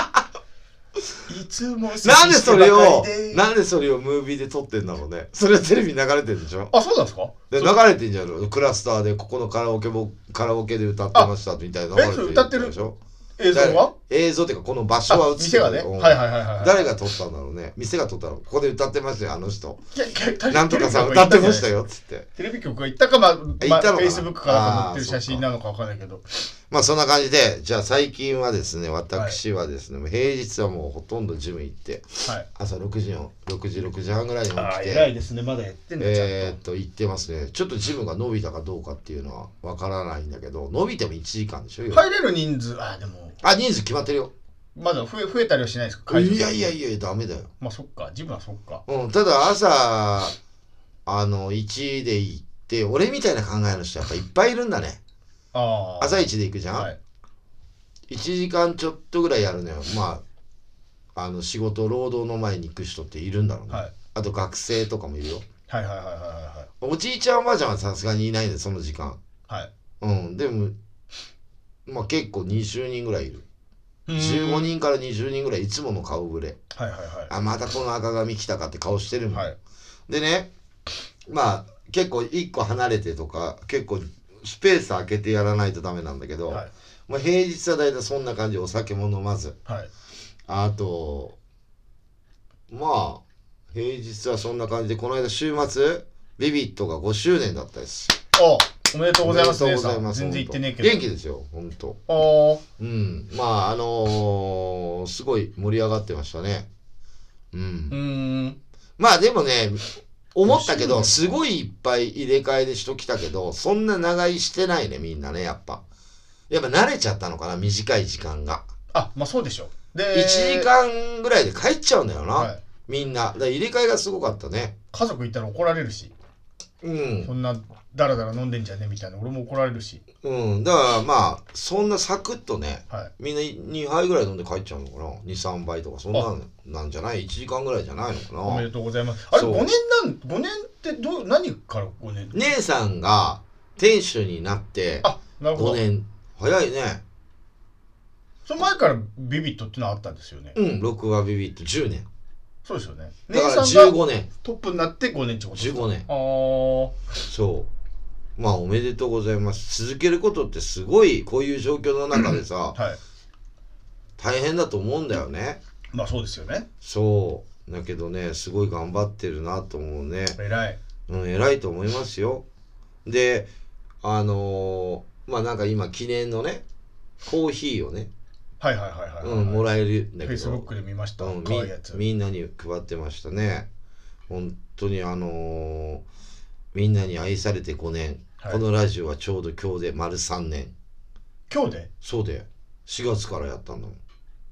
Speaker 2: いつも接
Speaker 1: なんで
Speaker 2: して
Speaker 1: そ
Speaker 2: ばかり
Speaker 1: れを
Speaker 2: で
Speaker 1: なんでそれをムービーで撮ってんだろうねそれはテレビに流れてるでしょ
Speaker 2: あそうなんですか
Speaker 1: で
Speaker 2: そ
Speaker 1: 流れてんじゃろクラスターでここのカラオケボカラオケで歌ってましたみたいな
Speaker 2: あえそれ歌ってる
Speaker 1: でしょ
Speaker 2: 映像は
Speaker 1: 映像っていうかこの場所は
Speaker 2: あ
Speaker 1: 映って
Speaker 2: 店
Speaker 1: る
Speaker 2: がね
Speaker 1: うん
Speaker 2: はいはいはいはい
Speaker 1: 誰が撮ったんだろうね店が撮ったのここで歌ってましたよあの人
Speaker 2: いやいやテレビ
Speaker 1: なんとか さん
Speaker 2: 局
Speaker 1: 歌
Speaker 2: が
Speaker 1: ってました
Speaker 2: 行っんじゃないですか
Speaker 1: よっつって
Speaker 2: テレビ局が行ったかまあ
Speaker 1: た
Speaker 2: ま
Speaker 1: のか
Speaker 2: あ
Speaker 1: な
Speaker 2: フェイスブックかなんか載ってる写真なのかわかんないけど
Speaker 1: まあそんな感じでじゃあ最近はですね私はですね、平日はもうほとんどジム行って
Speaker 2: はい
Speaker 1: 朝6時の6時6時半ぐらいに起き
Speaker 2: ああ偉い
Speaker 1: て
Speaker 2: ですねまだやってんだちゃんと
Speaker 1: えーっと行ってますねちょっとジムが伸びたかどうかっていうのはわからないんだけど伸びても1時間でしょ、夜
Speaker 2: 入れる人数あでも
Speaker 1: あ人数決まってるよ
Speaker 2: まだ増え増えたりはしないですか会場
Speaker 1: いやいやいやダメだよ、
Speaker 2: まあそっか自分はそっか
Speaker 1: うん、ただ朝あの1で行って俺みたいな考えの人やっぱいっぱいいるんだね
Speaker 2: ああ
Speaker 1: 朝1で行くじゃん、
Speaker 2: はい
Speaker 1: 1時間ちょっとぐらいやるのよまああの仕事労働の前に行く人っているんだろうね、
Speaker 2: はい
Speaker 1: あと学生とかもいるよ
Speaker 2: はいはいはいはいは
Speaker 1: おじいちゃんおばあちゃんはさすがにいないんでその時間
Speaker 2: いはい
Speaker 1: うんでもまあ結構20人ぐらいいる
Speaker 2: うーん
Speaker 1: 15人から20人ぐらいいつもの顔ぶれ
Speaker 2: はいはいは
Speaker 1: あまたこの赤髪来たかって顔してる
Speaker 2: い
Speaker 1: もん、
Speaker 2: はい
Speaker 1: でねまあ結構1個離れてとか結構スペース空けてやらないとダメなんだけど、
Speaker 2: はい
Speaker 1: まあ、平日は大体そんな感じお酒も飲まず
Speaker 2: はい
Speaker 1: あとまあ平日はそんな感じでこの間週末ビビットが5周年だったです
Speaker 2: あおめでとうございます
Speaker 1: おめ
Speaker 2: 姉
Speaker 1: でとうご
Speaker 2: さ
Speaker 1: ざい
Speaker 2: ん
Speaker 1: ます
Speaker 2: 全然言ってねえけど
Speaker 1: 元気ですよ本当
Speaker 2: あー
Speaker 1: うんまああのーすごい盛り上がってましたねう
Speaker 2: うんーん
Speaker 1: まあでもね思ったけど
Speaker 2: 5周
Speaker 1: す
Speaker 2: 年
Speaker 1: ごいいっぱい入れ替えでしときたけどそんな長居してないねみんなねやっぱやっぱ慣れちゃったのかな短い時間が、
Speaker 2: あまあそうでしょ
Speaker 1: 1
Speaker 2: で
Speaker 1: 時間ぐらいで帰っちゃうんだよな、
Speaker 2: はい
Speaker 1: みんなだから入れ替えがすごかったね
Speaker 2: 家族いたら怒られるし
Speaker 1: うん
Speaker 2: そんなダラダラ飲んでんじゃねみたいな俺も怒られるし
Speaker 1: うん、だからまあそんなサクッとね
Speaker 2: はい
Speaker 1: みんな2杯ぐらい飲んで帰っちゃうのかな23杯とかそんなんなんじゃない1時間ぐらいじゃないの
Speaker 2: お
Speaker 1: か
Speaker 2: め
Speaker 1: な
Speaker 2: でとうございますあれ
Speaker 1: そう
Speaker 2: 5年なん5年ってどう何から5年
Speaker 1: 姉さんが店主になって
Speaker 2: あなるほ
Speaker 1: 5
Speaker 2: ど
Speaker 1: 年早いね
Speaker 2: その前からビビットってのはあったんですよね
Speaker 1: うん6話ビビット10年
Speaker 2: そうですよね姉
Speaker 1: だから
Speaker 2: さんが
Speaker 1: 15年
Speaker 2: トップになって5年ってこと
Speaker 1: 15年
Speaker 2: あー
Speaker 1: そうまあおめでとうございます続けることってすごいこういう状況の中でさ
Speaker 2: はい
Speaker 1: 大変だと思うんだよね
Speaker 2: まあそうですよね
Speaker 1: そうだけどねすごい頑張ってるなと思うね
Speaker 2: 偉い
Speaker 1: うん、偉いと思いますよ。で、あのーまあなんか今記念のね、コーヒーをね、
Speaker 2: はいはいはいはい、
Speaker 1: うん、も
Speaker 2: ら
Speaker 1: らえるんだ
Speaker 2: フェ
Speaker 1: け
Speaker 2: イスブッ
Speaker 1: ど、
Speaker 2: クで見ました、
Speaker 1: う
Speaker 2: 可愛
Speaker 1: ん、
Speaker 2: かわいいやつ
Speaker 1: みみんなに配ってましたね。本当にあのーみんなに愛されて5年、
Speaker 2: はい
Speaker 1: このラジオはちょうど今日で丸3年。
Speaker 2: 今日で
Speaker 1: そうだよ。4月からやったんだもん。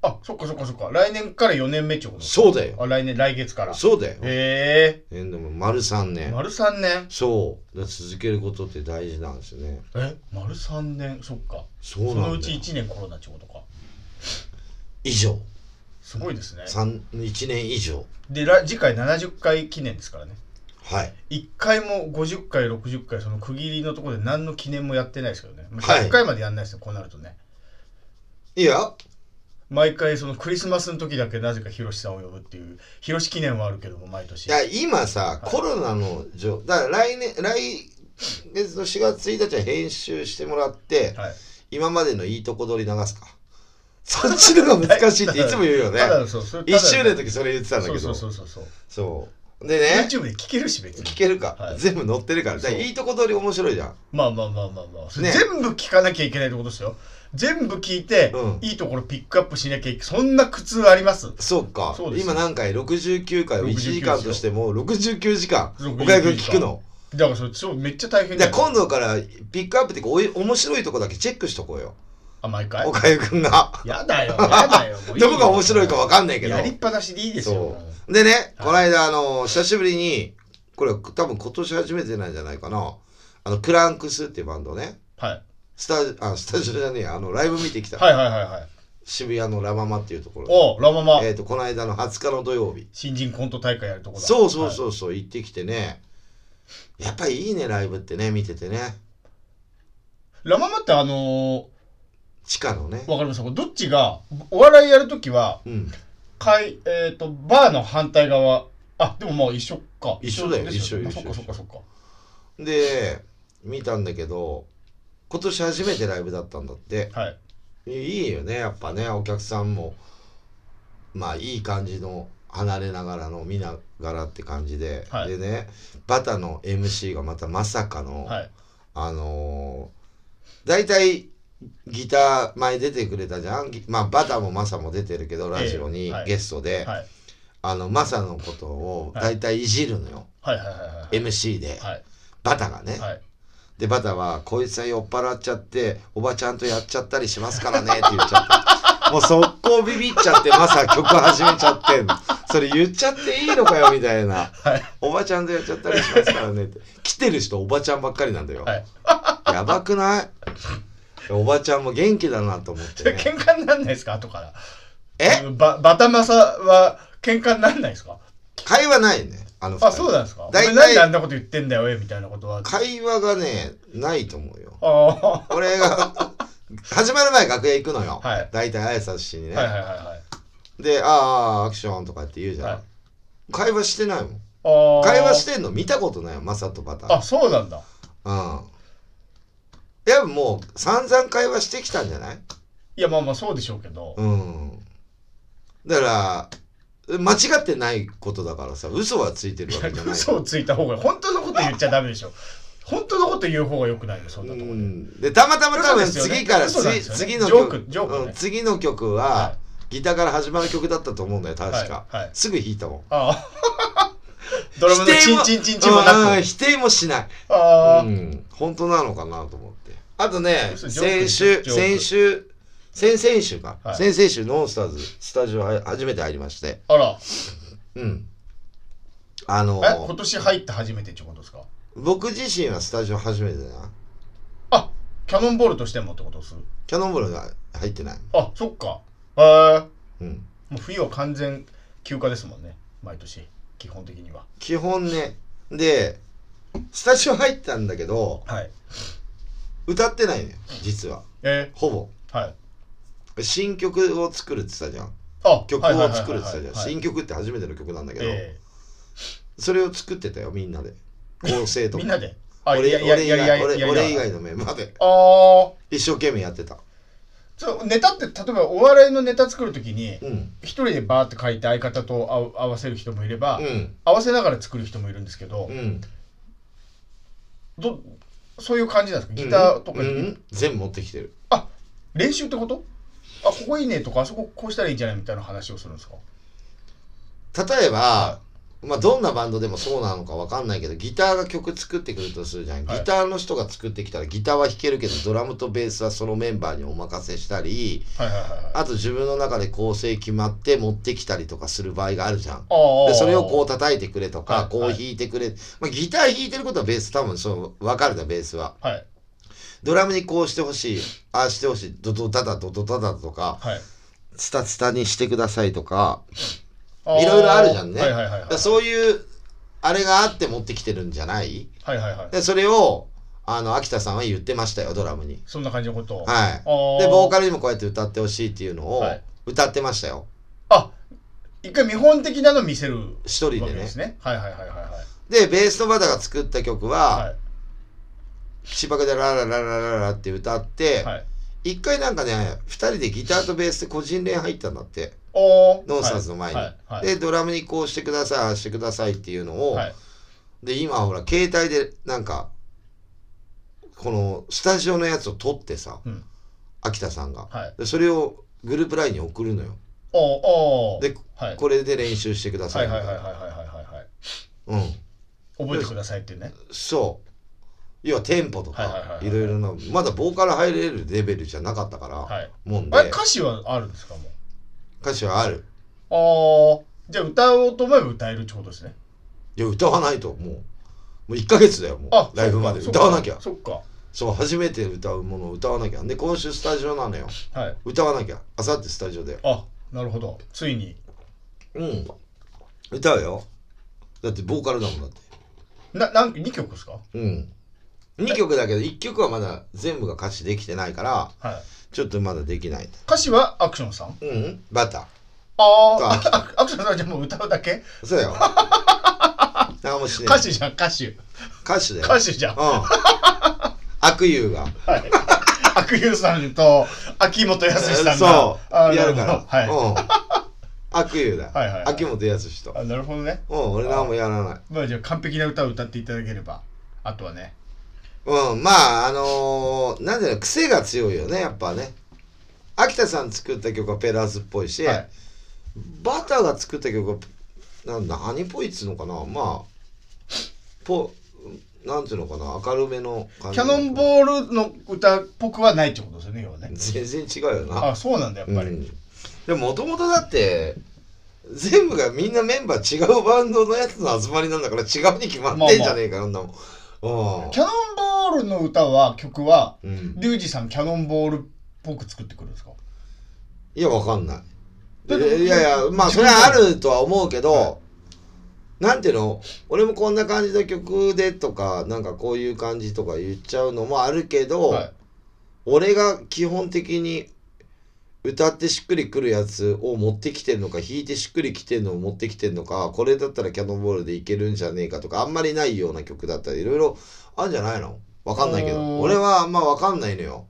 Speaker 2: あそっかそっかそっか来年から4年目ってこと
Speaker 1: そうだよ。
Speaker 2: あ来年来月から
Speaker 1: そうだよ。
Speaker 2: へ
Speaker 1: えでも丸3
Speaker 2: え
Speaker 1: 年。
Speaker 2: 丸3年
Speaker 1: そう。だから続けることって大事なんですよね。
Speaker 2: え丸3年そっか
Speaker 1: そうな
Speaker 2: そ
Speaker 1: んだよ。
Speaker 2: のうち1年コロナってことか
Speaker 1: 以上。
Speaker 2: すごいですね
Speaker 1: 三1年以上
Speaker 2: でら次回70回記念ですからね
Speaker 1: はい
Speaker 2: 1回も50回60回その区切りのところで何の記念もやってないですけどねまあ
Speaker 1: はい
Speaker 2: 100回までやんないですよこうなるとね
Speaker 1: いや
Speaker 2: 毎回そのクリスマスの時だけなぜかヒロシさんを呼ぶっていうヒロシ記念はあるけども毎年
Speaker 1: いや今さコロナの状だから来年来月の4月1日は編集してもらって
Speaker 2: はい、
Speaker 1: 今までのいいとこ取り流すかそっちの方が難しいっていつも言うよね
Speaker 2: ただそうそれ
Speaker 1: 1周年の
Speaker 2: 時
Speaker 1: 時それ言ってたんだけど
Speaker 2: そうそうそうそうそう
Speaker 1: そうでね
Speaker 2: YouTube で聞けるし別に
Speaker 1: 聞けるか、
Speaker 2: はい
Speaker 1: 全部載ってるからだから
Speaker 2: そう
Speaker 1: いいとこ取り面白いじゃん
Speaker 2: まあまあまあまあまあ、それ
Speaker 1: ね
Speaker 2: 全部聞かなきゃいけないってことですよ全部聞いて、
Speaker 1: うん
Speaker 2: いいところピックアップしなきゃいけないそんな苦痛あります
Speaker 1: そうか
Speaker 2: そうですよ
Speaker 1: 今何回69回を1時間としても69時間
Speaker 2: 69
Speaker 1: 岡井君聞くの
Speaker 2: だからそれそうめっちゃ大変
Speaker 1: じ
Speaker 2: だ
Speaker 1: ゃ
Speaker 2: よ
Speaker 1: 今度からピックアップっていうかおい面白いとこだけチェックしとこうよ
Speaker 2: あ毎回
Speaker 1: おかゆくんが。
Speaker 2: やだよやだよもういいよ
Speaker 1: どこが面白いかわかんないけど
Speaker 2: や。りっぱなしでいいですよ
Speaker 1: そ
Speaker 2: もう
Speaker 1: う。でね、この間、あの、久しぶりに、これ多分今年初めてなんじゃないかな。あの、クランクスっていうバンドね。
Speaker 2: はい、
Speaker 1: スタジあ、スタジオじゃねえやあの、ライブ見てきた。
Speaker 2: はいはいはいはい
Speaker 1: 渋谷のラママっていうところ。
Speaker 2: おラママ、
Speaker 1: えっ、と、この間の20日の土曜日。
Speaker 2: 新人コント大会やるとこだ
Speaker 1: そうそう
Speaker 2: は
Speaker 1: そうそう、行ってきてね。やっぱりいいね、ライブってね、見ててね。
Speaker 2: いラママってあの
Speaker 1: 地下のね
Speaker 2: ー、。わかりましたどっちがお笑いやるときは
Speaker 1: うん。
Speaker 2: かいえっ、とバーの反対側あでもまあ一緒か
Speaker 1: 一緒だよ
Speaker 2: ですね
Speaker 1: 一緒一緒
Speaker 2: まあそっかそっかそっか
Speaker 1: で、見たんだけど、今年初めてライブだったんだって。
Speaker 2: はい
Speaker 1: いいよねやっぱねお客さんもまあいい感じの離れながらの見ながらって感じで、
Speaker 2: はい
Speaker 1: でねバタの MC がまたまさかの、
Speaker 2: はい
Speaker 1: あのー、大体ギター前出てくれたじゃんぎまあバタもマサも出てるけどラジオ
Speaker 2: ええ
Speaker 1: に
Speaker 2: はい
Speaker 1: ゲストで、
Speaker 2: はい
Speaker 1: あのマサのことを
Speaker 2: はい
Speaker 1: 大体いじるのよ、
Speaker 2: はいはいはいはい
Speaker 1: MC で、
Speaker 2: はい
Speaker 1: バタがね、
Speaker 2: はい
Speaker 1: でバタは「こいつは酔っ払っちゃっておばちゃんとやっちゃったりしますからね」って言っちゃったもう速攻ビビっちゃってマサ曲始めちゃってんのそれ言っちゃっていいのかよみたいな
Speaker 2: はい
Speaker 1: 「おばちゃんとやっちゃったりしますからね」って来てる人おばちゃんばっかりなんだよ、
Speaker 2: はい
Speaker 1: やばくないおばちゃんも元気だなと思って、ね、
Speaker 2: 喧嘩になんないですか後から
Speaker 1: え
Speaker 2: ババタマサは喧嘩になんないですか
Speaker 1: 会話ないねあの二人
Speaker 2: あそうなんですか
Speaker 1: 大体
Speaker 2: 俺なんであんなこと言ってんだよえみたいなことは
Speaker 1: 会話がねないと思うよ
Speaker 2: ああ
Speaker 1: 俺が始まる前楽屋行くのよ、
Speaker 2: はい
Speaker 1: 大体挨拶しにね、
Speaker 2: はいはいはいはい
Speaker 1: で「あーあーアクション」とかって言うじゃん、
Speaker 2: はい
Speaker 1: 会話してないもん
Speaker 2: ああ
Speaker 1: 会話してんの見たことないよマサとバタ
Speaker 2: あそうなんだ
Speaker 1: うんいやもう散々会話してきたんじゃない
Speaker 2: いやまあまあそうでしょうけど
Speaker 1: うんだから間違ってないことだからさ嘘はついてるわけじゃない
Speaker 2: 嘘をついた方が本当のこと言っちゃダメでしょ本当のこと言う方がよくないよそんなとこ
Speaker 1: う
Speaker 2: ろで、
Speaker 1: んでたまたま多分
Speaker 2: 嘘ですよね
Speaker 1: 次から、
Speaker 2: 嘘なんです
Speaker 1: 次
Speaker 2: よ
Speaker 1: 次
Speaker 2: ね
Speaker 1: の
Speaker 2: ジョーク
Speaker 1: 曲
Speaker 2: ジョークね
Speaker 1: うん次の曲は、
Speaker 2: は
Speaker 1: ギターから始まる曲だったと思うんだよ確か、
Speaker 2: はいはい
Speaker 1: すぐ弾いたもん
Speaker 2: ああ ドラムのチンチンチンチンもなく
Speaker 1: うんうん
Speaker 2: あ
Speaker 1: 否定もしない、
Speaker 2: あ、
Speaker 1: うん、本当なのかなと思ってあとね
Speaker 2: 嘘ジョーク
Speaker 1: 先週
Speaker 2: ジョーク
Speaker 1: 先週先々週か、
Speaker 2: はい
Speaker 1: 先々週ノンスターズスタジオは初めて入りまして
Speaker 2: あら
Speaker 1: うんあの
Speaker 2: え今年入って初めてってことですか
Speaker 1: 僕自身はスタジオ初めてだな
Speaker 2: あキャノンボールとしてもってことです
Speaker 1: キャノンボールが入ってない
Speaker 2: あそっかへ
Speaker 1: う
Speaker 2: え
Speaker 1: ん
Speaker 2: もう冬は完全休暇ですもんね毎年基本的には
Speaker 1: 基本ねでスタジオ入ったんだけど
Speaker 2: はい
Speaker 1: 歌ってないのよ実は
Speaker 2: え
Speaker 1: ほぼ
Speaker 2: ー、はい
Speaker 1: 新曲を作るって言ってたじゃん
Speaker 2: あ
Speaker 1: 曲を作るって言ってたじゃん
Speaker 2: はいはいはいはい
Speaker 1: 新曲って初めての曲なんだけど、
Speaker 2: え
Speaker 1: それを作ってたよみんなで構成
Speaker 2: ー
Speaker 1: と
Speaker 2: み
Speaker 1: か
Speaker 2: んなであ
Speaker 1: 俺
Speaker 2: いやいや
Speaker 1: 俺
Speaker 2: い
Speaker 1: 以
Speaker 2: やいやい
Speaker 1: 外
Speaker 2: やい
Speaker 1: 俺
Speaker 2: や
Speaker 1: 俺以外のメンバーで
Speaker 2: ああ
Speaker 1: 一生懸命やってた
Speaker 2: そうネタって例えばお笑いのネタ作るときに
Speaker 1: うん
Speaker 2: 一人でバーって書いて相方と合う合わせる人もいれば、
Speaker 1: うん
Speaker 2: 合わせながら作る人もいるんですけど、
Speaker 1: うん
Speaker 2: どそういう感じなんですかギターとか、
Speaker 1: うんうん全部持ってきてる
Speaker 2: あ練習ってことあここいいねとかあそここうしたらいいんじゃないみたいな話をするんですか
Speaker 1: 例えば、まあ、どんなバンドでもそうなのかわかんないけどギターが曲作ってくるとするじゃん、
Speaker 2: はい
Speaker 1: ギターの人が作ってきたらギターは弾けるけどドラムとベースはそのメンバーにお任せしたり
Speaker 2: はいはいはいはいあ
Speaker 1: あと自分の中で構成決まって持ってきたりとかする場合があるじゃん。
Speaker 2: あ
Speaker 1: でそれをこう叩いてくれとか、
Speaker 2: はい
Speaker 1: こう
Speaker 2: はい
Speaker 1: 弾いてくれ、まあ、ギター弾いてることはベース多分そう分かるだベースは
Speaker 2: はい
Speaker 1: ドラムにこうしてほしいああしてほしいドドタダドドタダとか
Speaker 2: はい
Speaker 1: スタスタにしてくださいとか
Speaker 2: あー
Speaker 1: いろいろあるじゃんね
Speaker 2: はいはいはい
Speaker 1: だ
Speaker 2: は
Speaker 1: か
Speaker 2: い
Speaker 1: らそういうあれがあって持ってきてるんじゃない
Speaker 2: はいはいはい
Speaker 1: でそれをあの秋田さんは言ってましたよドラムに
Speaker 2: そんな感じのことを
Speaker 1: はい
Speaker 2: あ
Speaker 1: でボーカ
Speaker 2: ル
Speaker 1: ルにもこうやって歌ってほしいっていうのを
Speaker 2: はい
Speaker 1: 歌ってましたよ
Speaker 2: あ一回見本的なの見せるわ
Speaker 1: 一
Speaker 2: け
Speaker 1: 人で
Speaker 2: で
Speaker 1: ね
Speaker 2: すねはいはいはいはいはい
Speaker 1: でベースのバタが作った曲
Speaker 2: は
Speaker 1: はい「芝生でラララララララ」って歌って
Speaker 2: はい
Speaker 1: 一回なんかね二人でギターとベースで個人練入ったんだって
Speaker 2: おー
Speaker 1: ノンサーズの前に
Speaker 2: はいはい
Speaker 1: でドラムにこうしてくださいああしてくださいっていうのを
Speaker 2: はい
Speaker 1: で今ほら携帯でなんかこのスタジオのやつを撮ってさ
Speaker 2: うん
Speaker 1: 秋田さんが
Speaker 2: はい
Speaker 1: でそれをグループラインに送るのよ
Speaker 2: おーおー
Speaker 1: で
Speaker 2: はい
Speaker 1: これで練習してくださ
Speaker 2: はい
Speaker 1: い
Speaker 2: はいはいはいはいはいはい
Speaker 1: うん
Speaker 2: 覚えてくださいっていうね
Speaker 1: そう要はテンポと
Speaker 2: はいはいはい
Speaker 1: か
Speaker 2: はい
Speaker 1: いろいろなまだボーカル入れるレベルじゃなかったから、
Speaker 2: はい
Speaker 1: もんで
Speaker 2: あれ歌詞はあるんですかも
Speaker 1: 歌詞はある
Speaker 2: うああじゃあ歌おうと思えば歌えるってことですね
Speaker 1: いや歌わないともうもう1ヶ月だよも
Speaker 2: あ
Speaker 1: うライブまで
Speaker 2: そっか
Speaker 1: 歌わなきゃ
Speaker 2: そっか
Speaker 1: そう初めて歌うものを歌わなきゃで今週スタジオなのよ
Speaker 2: はい
Speaker 1: 歌わなきゃあさってスタジオで
Speaker 2: あなるほどついに
Speaker 1: うん歌うよだってボーカルだもんだって
Speaker 2: ななん2曲ですか
Speaker 1: うん2曲だけど1曲はまだ全部が歌詞できてないから
Speaker 2: はい
Speaker 1: ちょっとまだできない
Speaker 2: 歌詞はアクションさん
Speaker 1: うんバタ
Speaker 2: あ
Speaker 1: あ
Speaker 2: ーあ アクションさんじゃもう歌うだけ
Speaker 1: ーそうだよ何もしてない
Speaker 2: 歌詞じゃん歌手
Speaker 1: 歌手だよ
Speaker 2: 歌手じゃん
Speaker 1: うん悪友が
Speaker 2: はい悪友さんと秋元康さんが
Speaker 1: そう
Speaker 2: あ
Speaker 1: やる
Speaker 2: な
Speaker 1: か
Speaker 2: るほど
Speaker 1: ら、
Speaker 2: はい
Speaker 1: うん悪友だ、
Speaker 2: はいはいはい
Speaker 1: 秋元康と
Speaker 2: あなるほどね
Speaker 1: うん俺何もやらない
Speaker 2: まあじゃあ完璧な歌を歌っていただければあとはね
Speaker 1: うんまああのー、なんだろう癖が強いよねやっぱね秋田さん作った曲はペラーズっぽいし、
Speaker 2: はい
Speaker 1: バターが作った曲はな何っぽいっつうのかなまあぽなんていうのかな明るめの感
Speaker 2: キ
Speaker 1: じ
Speaker 2: ャノンボールの歌っぽくはないってことですよね要はね
Speaker 1: 全然違うよな
Speaker 2: あそうなんだやっぱり、
Speaker 1: うんでももともとだって全部がみんなメンバー違うバンドのやつの集まりなんだから違うに決まってんじゃねえか、そんなもん
Speaker 2: キャノンボールの歌は曲は
Speaker 1: うん、うん、
Speaker 2: リュウジさんキャノンボールっぽく作ってくるんですか
Speaker 1: いやわかんない
Speaker 2: だって
Speaker 1: えいやいやまあそれはあるとは思うけど、なんていうの俺もこんな感じの曲でとかなんかこういう感じとか言っちゃうのもあるけど、
Speaker 2: はい
Speaker 1: 俺が基本的に歌ってしっくりくるやつを持ってきてるのか弾いてしっくりきてるのを持ってきてるのかこれだったらキャノンボールでいけるんじゃねえかとかあんまりないような曲だったりいろいろあるんじゃないのわかんないけ
Speaker 2: うー
Speaker 1: ど
Speaker 2: ん
Speaker 1: 俺はあんまわかんないのよ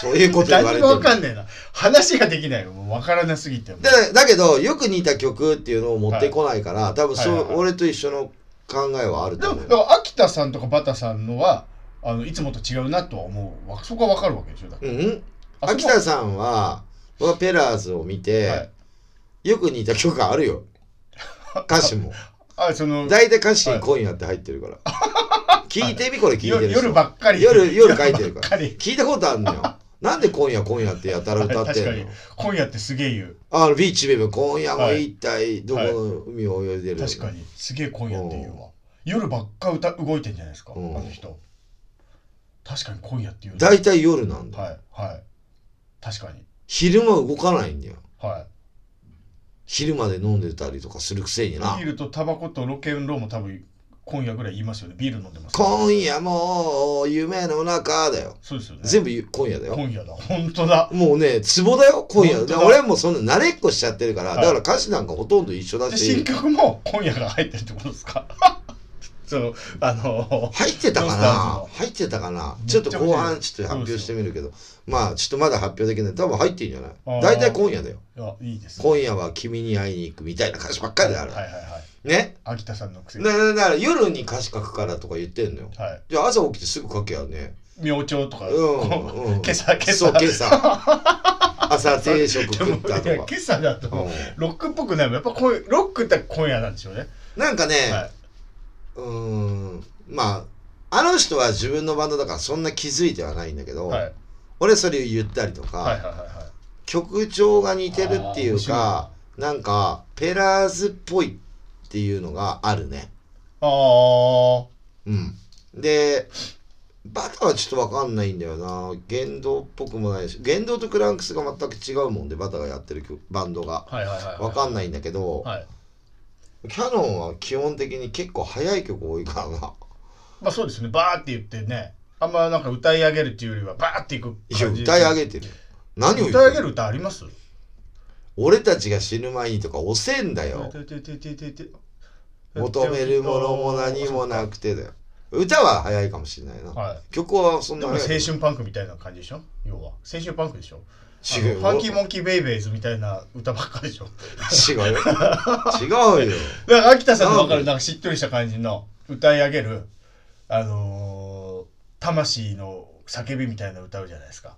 Speaker 1: そういうこと言わ
Speaker 2: 何
Speaker 1: れ
Speaker 2: も
Speaker 1: て
Speaker 2: わ
Speaker 1: も
Speaker 2: かんねえな話ができないよもうわからなすぎてもう
Speaker 1: だだけどよく似た曲っていうのを持ってこないから、多分そう、
Speaker 2: はいはいはい
Speaker 1: 俺と一緒の考えはある
Speaker 2: で
Speaker 1: と
Speaker 2: も
Speaker 1: 思
Speaker 2: だ
Speaker 1: う
Speaker 2: から秋田さんとかバタさんのはあのいつもと違うなとは思うわそこはわかるわけでしょだって
Speaker 1: うん
Speaker 2: あそこ
Speaker 1: 秋田さんは僕はペラーズを見て、
Speaker 2: はい
Speaker 1: よく似た曲あるよ歌詞も
Speaker 2: あその
Speaker 1: 大体歌詞に「恋になって入ってる から、聞いてみこれ聞いて
Speaker 2: 夜
Speaker 1: る
Speaker 2: 夜ばっかり
Speaker 1: 夜夜書いてるから
Speaker 2: ばっかり
Speaker 1: 聞いたことあるのよなんで今夜今夜ってやたら歌ってんの、
Speaker 2: はい確かに今夜ってすげえ言う
Speaker 1: あのビーチベイブ今夜も一体どこの海を泳いでる、
Speaker 2: 確かにすげえ今夜って言うわ夜ばっか歌動いてんじゃないですかあ
Speaker 1: うん
Speaker 2: の人確かに今夜って言うな
Speaker 1: 大体夜なんだよ、
Speaker 2: はいはい確かに
Speaker 1: 昼間動かないんだよ
Speaker 2: はい
Speaker 1: 昼まで飲んでたりとかするくせにな
Speaker 2: ビールとタバコとロケンローも多分今夜ぐらい言いますよねビール飲んでますから
Speaker 1: 今夜も夢の中だよ
Speaker 2: そうですよね
Speaker 1: 全部今夜だよ
Speaker 2: 今夜だ本当だ
Speaker 1: もうねツボだよ今夜
Speaker 2: 本当だ
Speaker 1: だ俺もそんな慣れっこしちゃってるから、
Speaker 2: はい
Speaker 1: だから歌詞なんかほとんど一緒だ
Speaker 2: で新
Speaker 1: し
Speaker 2: 曲も今夜が入ってるってことですか そのあの
Speaker 1: 入ってたか
Speaker 2: ロスターズ
Speaker 1: な
Speaker 2: の
Speaker 1: 入ってたかな
Speaker 2: めっち
Speaker 1: ち
Speaker 2: ゃ
Speaker 1: ょっと後半ちょっと発表してみるけどまあちょっとまだ発表できない多分入ってんじゃな
Speaker 2: あー
Speaker 1: い大体今夜だよ
Speaker 2: いやいいですね
Speaker 1: 今夜は君に会いに行くみたいな歌詞ばっかりである、
Speaker 2: はいはいはい
Speaker 1: ね
Speaker 2: 秋田さんのくせ
Speaker 1: だ
Speaker 2: に、
Speaker 1: だだから夜に歌詞書くからとか言ってんのよ
Speaker 2: はい
Speaker 1: じゃあ朝起きてすぐ書けやね
Speaker 2: 明朝とか、
Speaker 1: うん、うん、
Speaker 2: 今朝今朝
Speaker 1: そう今朝 朝定食食った
Speaker 2: でもいや
Speaker 1: とか
Speaker 2: 今朝だと、
Speaker 1: う
Speaker 2: ロックっぽくないもんやっぱこういうロックって今夜なんでしょうね、
Speaker 1: んなんかね、
Speaker 2: はいう
Speaker 1: ーんまああの人は自分のバンドだからそんな気づいてはないんだけど、
Speaker 2: はいはい
Speaker 1: 俺それを言ったりとか、
Speaker 2: はいはいは
Speaker 1: 曲調が似てるってい
Speaker 2: あー面
Speaker 1: う
Speaker 2: 白
Speaker 1: かなんかペラーズっぽいっていうのがあるね
Speaker 2: いあ
Speaker 1: うんでバターはちょっとわかんないんだよな言動っぽくもないし言動とクランクスが全く違うもんでバターがやってる曲バンドが
Speaker 2: あはいはいはいはい
Speaker 1: わかんないんだけど、
Speaker 2: はい
Speaker 1: キャノンは基本的に結構早い曲多いからな。
Speaker 2: まあそうですねバーって言ってねあんまなんか歌い上げるっていうよりはバーっていく
Speaker 1: いや、
Speaker 2: 感じ
Speaker 1: 歌い上げてる。何を言って
Speaker 2: 歌い上げ
Speaker 1: る
Speaker 2: る歌あります
Speaker 1: 俺たちが死ぬ前にとか押せんだよ。求めるものも何もなくてだよ。歌は早いかもしれないな。
Speaker 2: は
Speaker 1: 曲はそ
Speaker 2: い
Speaker 1: ん
Speaker 2: で
Speaker 1: な
Speaker 2: も青
Speaker 1: 早い
Speaker 2: 春パンクみたいな感じでしょ要は青春パンクでしょ
Speaker 1: 違うよ。
Speaker 2: あのファンキーモンキーベイベーズみたいな歌ばっかでしょ
Speaker 1: 違う よ。違うよ。
Speaker 2: だから秋田さんの分かるなんかしっとりした感じの歌い上げるあのー魂の叫びみたいな歌うじゃないですか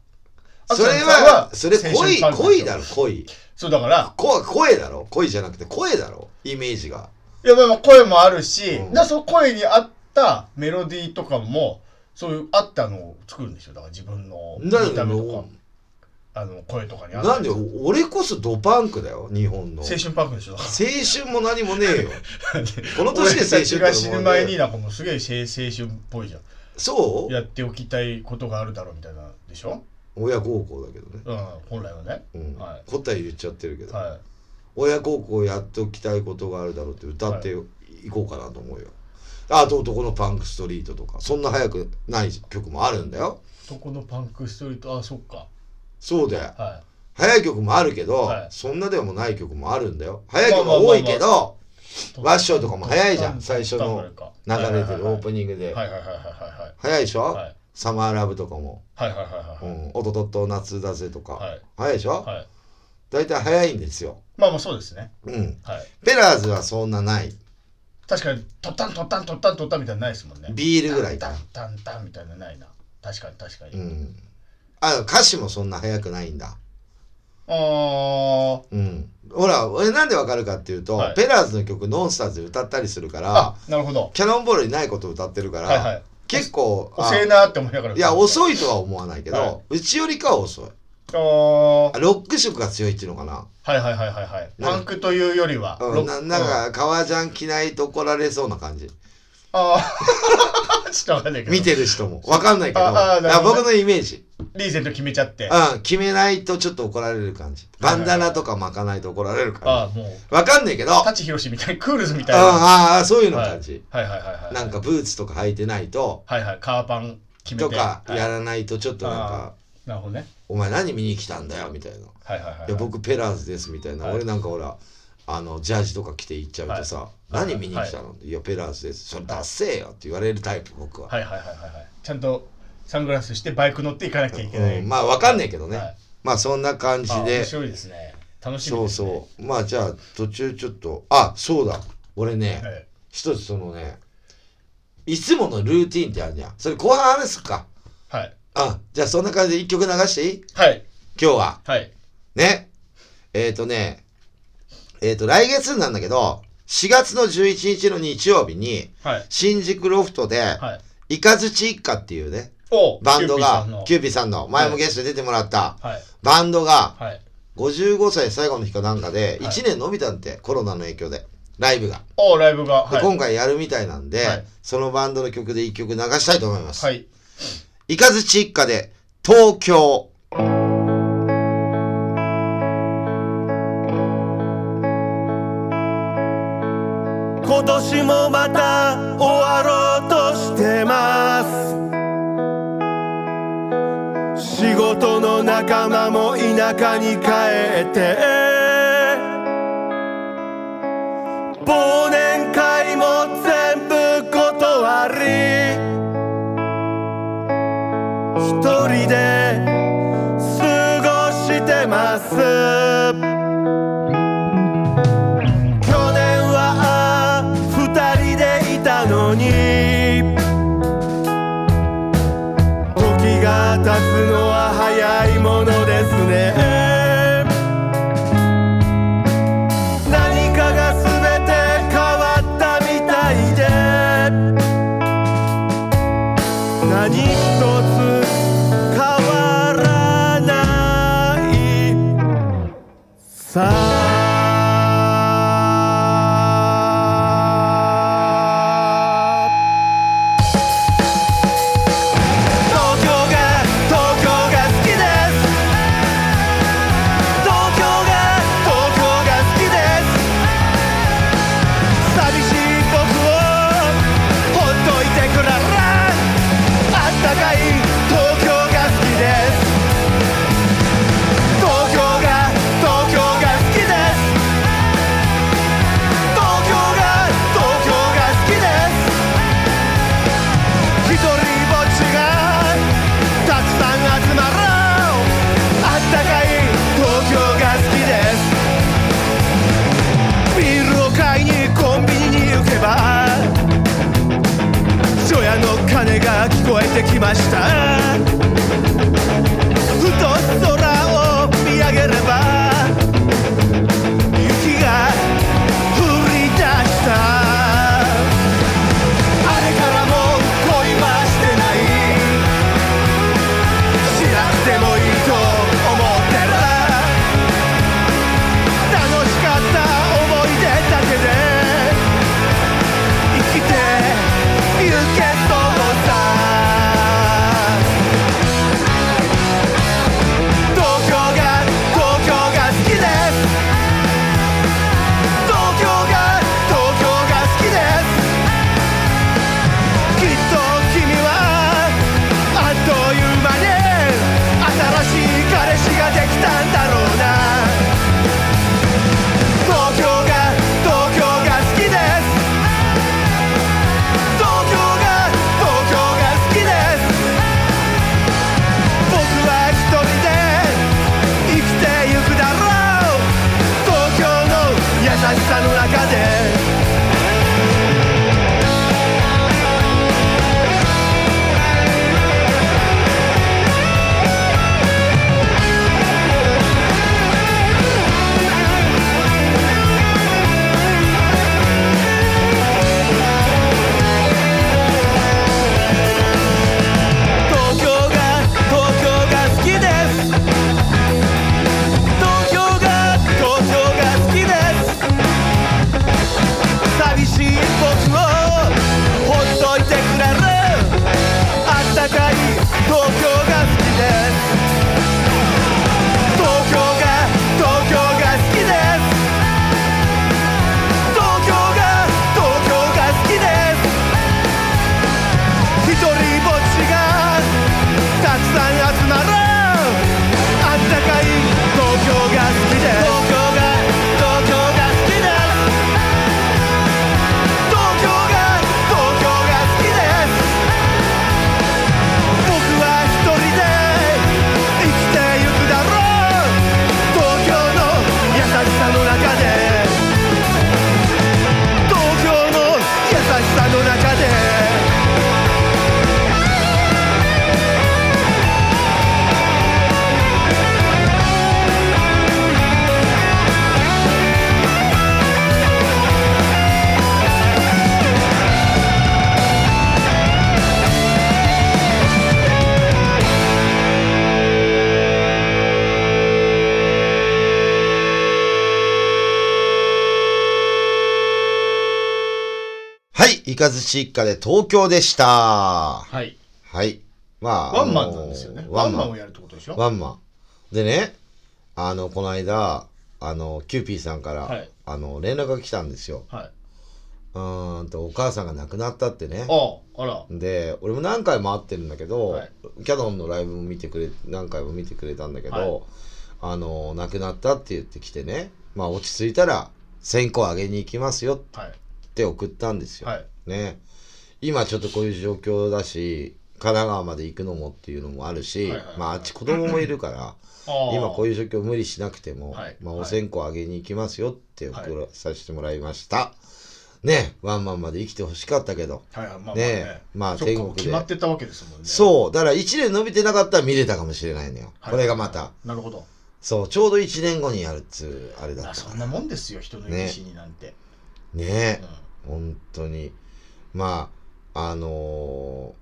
Speaker 1: それ
Speaker 2: 秋田さん
Speaker 1: は、それ恋、
Speaker 2: 青春パンクでし
Speaker 1: 恋
Speaker 2: ょ
Speaker 1: だろ、恋。
Speaker 2: そうだから
Speaker 1: こ声だろ、恋じゃなくて声だろ、イメージが。
Speaker 2: いやまあまあ声もあるし、
Speaker 1: うん
Speaker 2: だからその声に合ったメロディーとかもそういう合ったのを作るんでしょだから自分の見
Speaker 1: なんで
Speaker 2: た目とかあの声とかに合った
Speaker 1: なんで俺こそドパンクだよ、日本の。
Speaker 2: 青春パンクでしょ
Speaker 1: 青春も何もねえ よ。この年で青春
Speaker 2: 俺たちが
Speaker 1: って
Speaker 2: 死
Speaker 1: 思う
Speaker 2: ぬ
Speaker 1: ね
Speaker 2: 前になんかもうすげえ青青春っぽいじゃん
Speaker 1: そう
Speaker 2: やっておきたいことがあるだろうみたいなでしょ
Speaker 1: 親孝行だけどね、
Speaker 2: うん本来はね
Speaker 1: うん
Speaker 2: はい
Speaker 1: 答え言っちゃってるけど、
Speaker 2: は
Speaker 1: 親孝行やっておきたいことがあるだろうって歌っていこうかなと思うよ、あと男のパンクストリートとかそんな早くない曲もあるんだよ
Speaker 2: いそこのパンクストリートあそっか
Speaker 1: そうだよ
Speaker 2: は
Speaker 1: 早い曲もあるけど、
Speaker 2: はい
Speaker 1: そんなでもない曲もあるんだよ早い曲が多いけど、
Speaker 2: い
Speaker 1: ワッショイとかも早いじゃん最初の
Speaker 2: 流
Speaker 1: 流れてるオープニングで、
Speaker 2: はいはいはいは
Speaker 1: 早いでしょ、
Speaker 2: いはい
Speaker 1: サマーラブとかも
Speaker 2: はいはいはい
Speaker 1: 「
Speaker 2: は
Speaker 1: う
Speaker 2: い
Speaker 1: ん、おととっと夏だぜ」とか、
Speaker 2: はい
Speaker 1: 早いでしょ、
Speaker 2: はいはい
Speaker 1: 大体早いんですよ、
Speaker 2: まあまあそうですね
Speaker 1: うん、
Speaker 2: はい
Speaker 1: ペラーズはそんなない
Speaker 2: 確かにトッタントッタントッタントッタンみたいなのないですもんね
Speaker 1: ビールぐらい
Speaker 2: タ
Speaker 1: か
Speaker 2: ン。タンタンタンみたいなのないな確かに確かに、
Speaker 1: う
Speaker 2: あ
Speaker 1: ん。あ、歌詞もそんな早くないんだ。
Speaker 2: あ
Speaker 1: うん。ほら、俺なんでわかるかっていうと、
Speaker 2: はい
Speaker 1: ペラーズの曲ノンスターズで歌ったりするから
Speaker 2: あ、なるほど
Speaker 1: キャノンボールにないことを歌ってるから、
Speaker 2: はいはい
Speaker 1: 結構、
Speaker 2: 遅えなーって思いながら
Speaker 1: いや、
Speaker 2: い
Speaker 1: 遅いとは思わないけど、
Speaker 2: は
Speaker 1: うちよりかは遅い。
Speaker 2: あー
Speaker 1: あロック色が強いっていうのかな。
Speaker 2: はいはいはいはいはい
Speaker 1: なんか
Speaker 2: パンクというよりは
Speaker 1: う
Speaker 2: ロッ
Speaker 1: ん、
Speaker 2: ク
Speaker 1: ななんか、革ジャン着ないと怒られそうな感じ。
Speaker 2: ああ ちょっとわかんないけど
Speaker 1: 見てる人も。わかんないけど、
Speaker 2: ああなる
Speaker 1: あ
Speaker 2: ほどね
Speaker 1: 僕のイメージ。
Speaker 2: リーゼント決めちゃってあ
Speaker 1: うん、決めないとちょっと怒られる感じ。バンダナとか巻かないと怒られる感じ。
Speaker 2: あもう
Speaker 1: わかんないけど、
Speaker 2: 舘ひろしみたいなクールズみたいなは
Speaker 1: ああーそういう
Speaker 2: い
Speaker 1: の
Speaker 2: はい
Speaker 1: 感じ、
Speaker 2: はいはいはい
Speaker 1: なんかブーツとか履いてないと
Speaker 2: はいはいカーパン決め
Speaker 1: と
Speaker 2: て
Speaker 1: か
Speaker 2: はい
Speaker 1: やらないとちょっとなんか
Speaker 2: なるほどね
Speaker 1: 「お前何見に来たんだよ」みたいな「い
Speaker 2: はいはいはい
Speaker 1: や僕ペラーズです」みたいな
Speaker 2: はい
Speaker 1: 俺なんかほらあのジャージとか着て行っちゃうとさ「
Speaker 2: はい
Speaker 1: 何見に来たの?」いやペラーズです」「それ出せえよ」って言われるタイプ僕は
Speaker 2: はいはいはいはいはいちゃんとサングラスしてバイク乗っていかなきゃいけない、
Speaker 1: うんまあわかんないけどね、
Speaker 2: はい
Speaker 1: まあそんな感じ
Speaker 2: あ
Speaker 1: で
Speaker 2: 面白いですね楽しみ
Speaker 1: そう
Speaker 2: です、ね、
Speaker 1: そうまあじゃあ途中ちょっとあそうだ俺ね、
Speaker 2: はい
Speaker 1: 一つそのねいつものルーティンってあるじゃんそれ後半話すか
Speaker 2: はい
Speaker 1: あじゃあそんな感じで一曲流していい
Speaker 2: はい
Speaker 1: 今日は
Speaker 2: はい
Speaker 1: ねえっ、とねえっ、と来月なんだけど4月の11日の日曜日に
Speaker 2: はい
Speaker 1: 新宿ロフトで、
Speaker 2: はい
Speaker 1: イカズチ一家っていうね
Speaker 2: お
Speaker 1: バンド
Speaker 2: キューピーさんの
Speaker 1: がキューピーさんの前もゲストで出てもらった
Speaker 2: はい
Speaker 1: バンドが
Speaker 2: はい
Speaker 1: 55歳最後の日かなんかで
Speaker 2: はい
Speaker 1: 1年延びたんってコロナの影響でライブが、
Speaker 2: おライブが
Speaker 1: で
Speaker 2: はい
Speaker 1: 今回やるみたいなんで、
Speaker 2: はい
Speaker 1: そのバンドの曲で1曲流したいと思います、
Speaker 2: はい
Speaker 1: イカズチ一家で東京
Speaker 3: 今年もまた終わろうとしてます仕事の仲間も田舎に帰って忘年会も全部断り一人で過ごしてます去年は二人でいたのに時が経つのは早いものですね何かが全て変わったみたいで何一つ変わらないさあ東京が東京が好
Speaker 1: いかずし一家で東京でした。は
Speaker 2: はい。
Speaker 1: い。まあ。
Speaker 2: ワンマ
Speaker 1: あ
Speaker 2: ン
Speaker 1: の
Speaker 2: なんですよね。
Speaker 1: ワ
Speaker 2: ワ
Speaker 1: ン
Speaker 2: ン
Speaker 1: マ
Speaker 2: マ
Speaker 1: ン
Speaker 2: ンを。やるってことでしょ
Speaker 1: ワンマン。でね、あの、この間、あの、キューピーさんから、
Speaker 2: はい
Speaker 1: あの、連絡が来たんですよ。
Speaker 2: はい。
Speaker 1: うーんと、お母さんが亡くなったってね。
Speaker 2: ああ、あら。
Speaker 1: で、俺も何回も会ってるんだけど、
Speaker 2: はい
Speaker 1: キャノンのライブも見てくれ、何回も見てくれたんだけど、
Speaker 2: はい
Speaker 1: あの、亡くなったって言ってきてね、まあ落ち着いたら、線香あげに行きますよ
Speaker 2: はい。
Speaker 1: って送ったんですよ。
Speaker 2: はい。
Speaker 1: ね。今ちょっとこういう状況だし、神奈川まで行くのもっていうのもあるし、
Speaker 2: はいはいはい
Speaker 1: まああっち子供もいるから、
Speaker 2: ああ。
Speaker 1: 今こう
Speaker 2: い
Speaker 1: い
Speaker 2: う。
Speaker 1: う状況無理しなくても、
Speaker 2: はい
Speaker 1: まあ、
Speaker 2: はい
Speaker 1: お線香あげに行きますよって送らさせてもらいました。ねワンマンまで生きてほしかったけど。
Speaker 2: はいはい。まあまあ
Speaker 1: ね
Speaker 2: ね。
Speaker 1: まあ
Speaker 2: そっか
Speaker 1: 天国で
Speaker 2: 決まってたわけですもんね。う。
Speaker 1: そう。だから1年伸びてなかったら見れたかもしれないのよ。これがまた。。
Speaker 2: なるほど。
Speaker 1: そう。ちょうど1年後にやるっつう、あれだ
Speaker 2: あ
Speaker 1: った
Speaker 2: そ
Speaker 1: か
Speaker 2: ん
Speaker 1: ら。
Speaker 2: なもんですよ、人の生き死になんて。
Speaker 1: ね
Speaker 2: うん
Speaker 1: 本当に。まあ、あの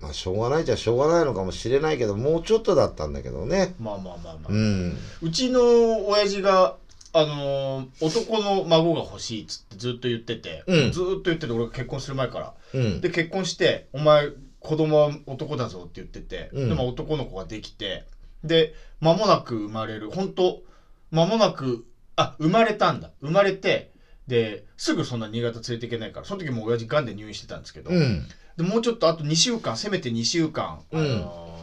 Speaker 1: ーまあ、しょうがないじゃしょうがないのかもしれないけど、もうちょっとだったんだけどね。
Speaker 2: まあまあまあま
Speaker 1: う
Speaker 2: あ。
Speaker 1: ん。
Speaker 2: うちの親父が、あのー男の孫が欲しいっつってずっと言ってて、
Speaker 1: うん
Speaker 2: ずっと言ってて俺が結婚する前から
Speaker 1: うん。
Speaker 2: で結婚して「お前子供は男だぞ」って言ってて、
Speaker 1: うん
Speaker 2: でも男の子ができてで間もなく生まれる本当間もなくあ生まれたんだ生まれてですぐそんな新潟連れていけないからその時もう親父がんで入院してたんですけど、
Speaker 1: うん。
Speaker 2: でもうちょっとあと2週間せめて2週間、
Speaker 1: うん
Speaker 2: あのー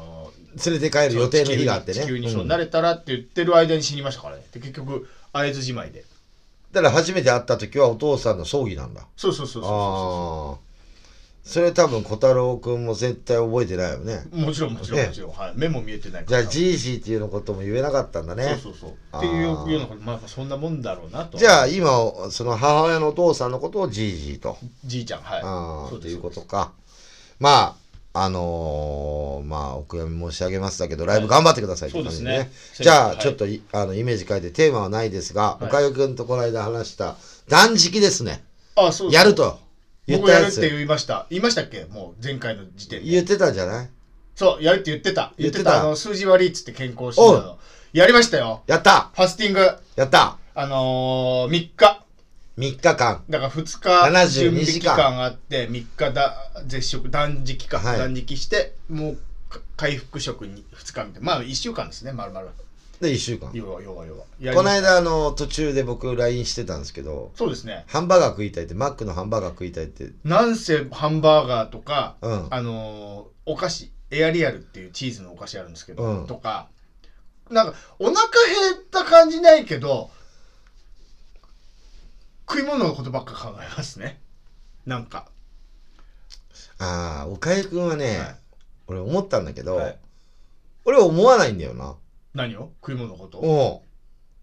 Speaker 1: 連れて帰る予定の日があってね。
Speaker 2: 地球に地球にそう
Speaker 1: うん
Speaker 2: 慣れたらって言ってる間に死にましたからねで結局会津じまいで
Speaker 1: だから初めて会った時はお父さんの葬儀なんだ。
Speaker 2: そうそうそうそうそ
Speaker 1: ああ。それ多分小太郎くんも絶対覚えてないよね。
Speaker 2: うもちろんもちろんもちろん、はい、目も見えてない
Speaker 1: じゃあ
Speaker 2: 多分
Speaker 1: ジージーっていうのことも言えなかったんだね。
Speaker 2: そうそうそ
Speaker 1: あ
Speaker 2: う。
Speaker 1: ー
Speaker 2: っていうようなこと、まあそんなもんだろうなと。
Speaker 1: じゃあ今、その母親のお父さんのことをジージーと。
Speaker 2: じいちゃん、はい。
Speaker 1: ああ、
Speaker 2: そう
Speaker 1: と
Speaker 2: です
Speaker 1: いうことか。まあ、あのーまあ、お悔やみ申し上げますだけど、ライブ頑張ってくださいって
Speaker 2: そうで
Speaker 1: 感
Speaker 2: す
Speaker 1: じ
Speaker 2: ね。
Speaker 1: じゃあ、ちょっ
Speaker 2: と。
Speaker 1: とい、あの、イメージ変えて、テーマはないですが、
Speaker 2: はい
Speaker 1: おかゆくんとこの間話した、断食ですね。
Speaker 2: あ、そう
Speaker 1: やる。と。言っ
Speaker 2: 僕
Speaker 1: た
Speaker 2: や
Speaker 1: や
Speaker 2: るっ
Speaker 1: つ。
Speaker 2: て言いました。言いましたっけもう前回の時点
Speaker 1: 言っ
Speaker 2: で。
Speaker 1: てたんじゃない
Speaker 2: そう、やるって言ってた。
Speaker 1: 言っ
Speaker 2: 言ってて
Speaker 1: た
Speaker 2: た。あの、数字悪いっつって健康診断の。やりましたよ。
Speaker 1: やった
Speaker 2: ファスティング、
Speaker 1: やった
Speaker 2: あのー、3日。
Speaker 1: !3 日間。
Speaker 2: だから2日
Speaker 1: 72
Speaker 2: 準備期間あって3日だ絶食断食か、
Speaker 1: はい
Speaker 2: 断食してもうか回復食に2日みたいなまあ1週間ですねまるまる
Speaker 1: で、1週間。
Speaker 2: 要は要は要はやり
Speaker 1: こ
Speaker 2: ま
Speaker 1: の
Speaker 2: した
Speaker 1: 間、あの、途中で僕、LINE してたんですけど、
Speaker 2: そうですね。
Speaker 1: ハンバーガー食いたいって、マックのハンバーガー食いたいって、
Speaker 2: なんせハンバーガーとか、
Speaker 1: うん
Speaker 2: あのーお菓子、エアリアルっていうチーズのお菓子あるんですけど、
Speaker 1: うん
Speaker 2: とか、なんかお腹減った感じないけど、食い物のことばっか考えますね。なんか。
Speaker 1: ああ、おかゆくんはね、
Speaker 2: はい
Speaker 1: 俺思ったんだけど、
Speaker 2: はい
Speaker 1: 俺思わないんだよな。
Speaker 2: 何を食い物のこと、
Speaker 1: うん。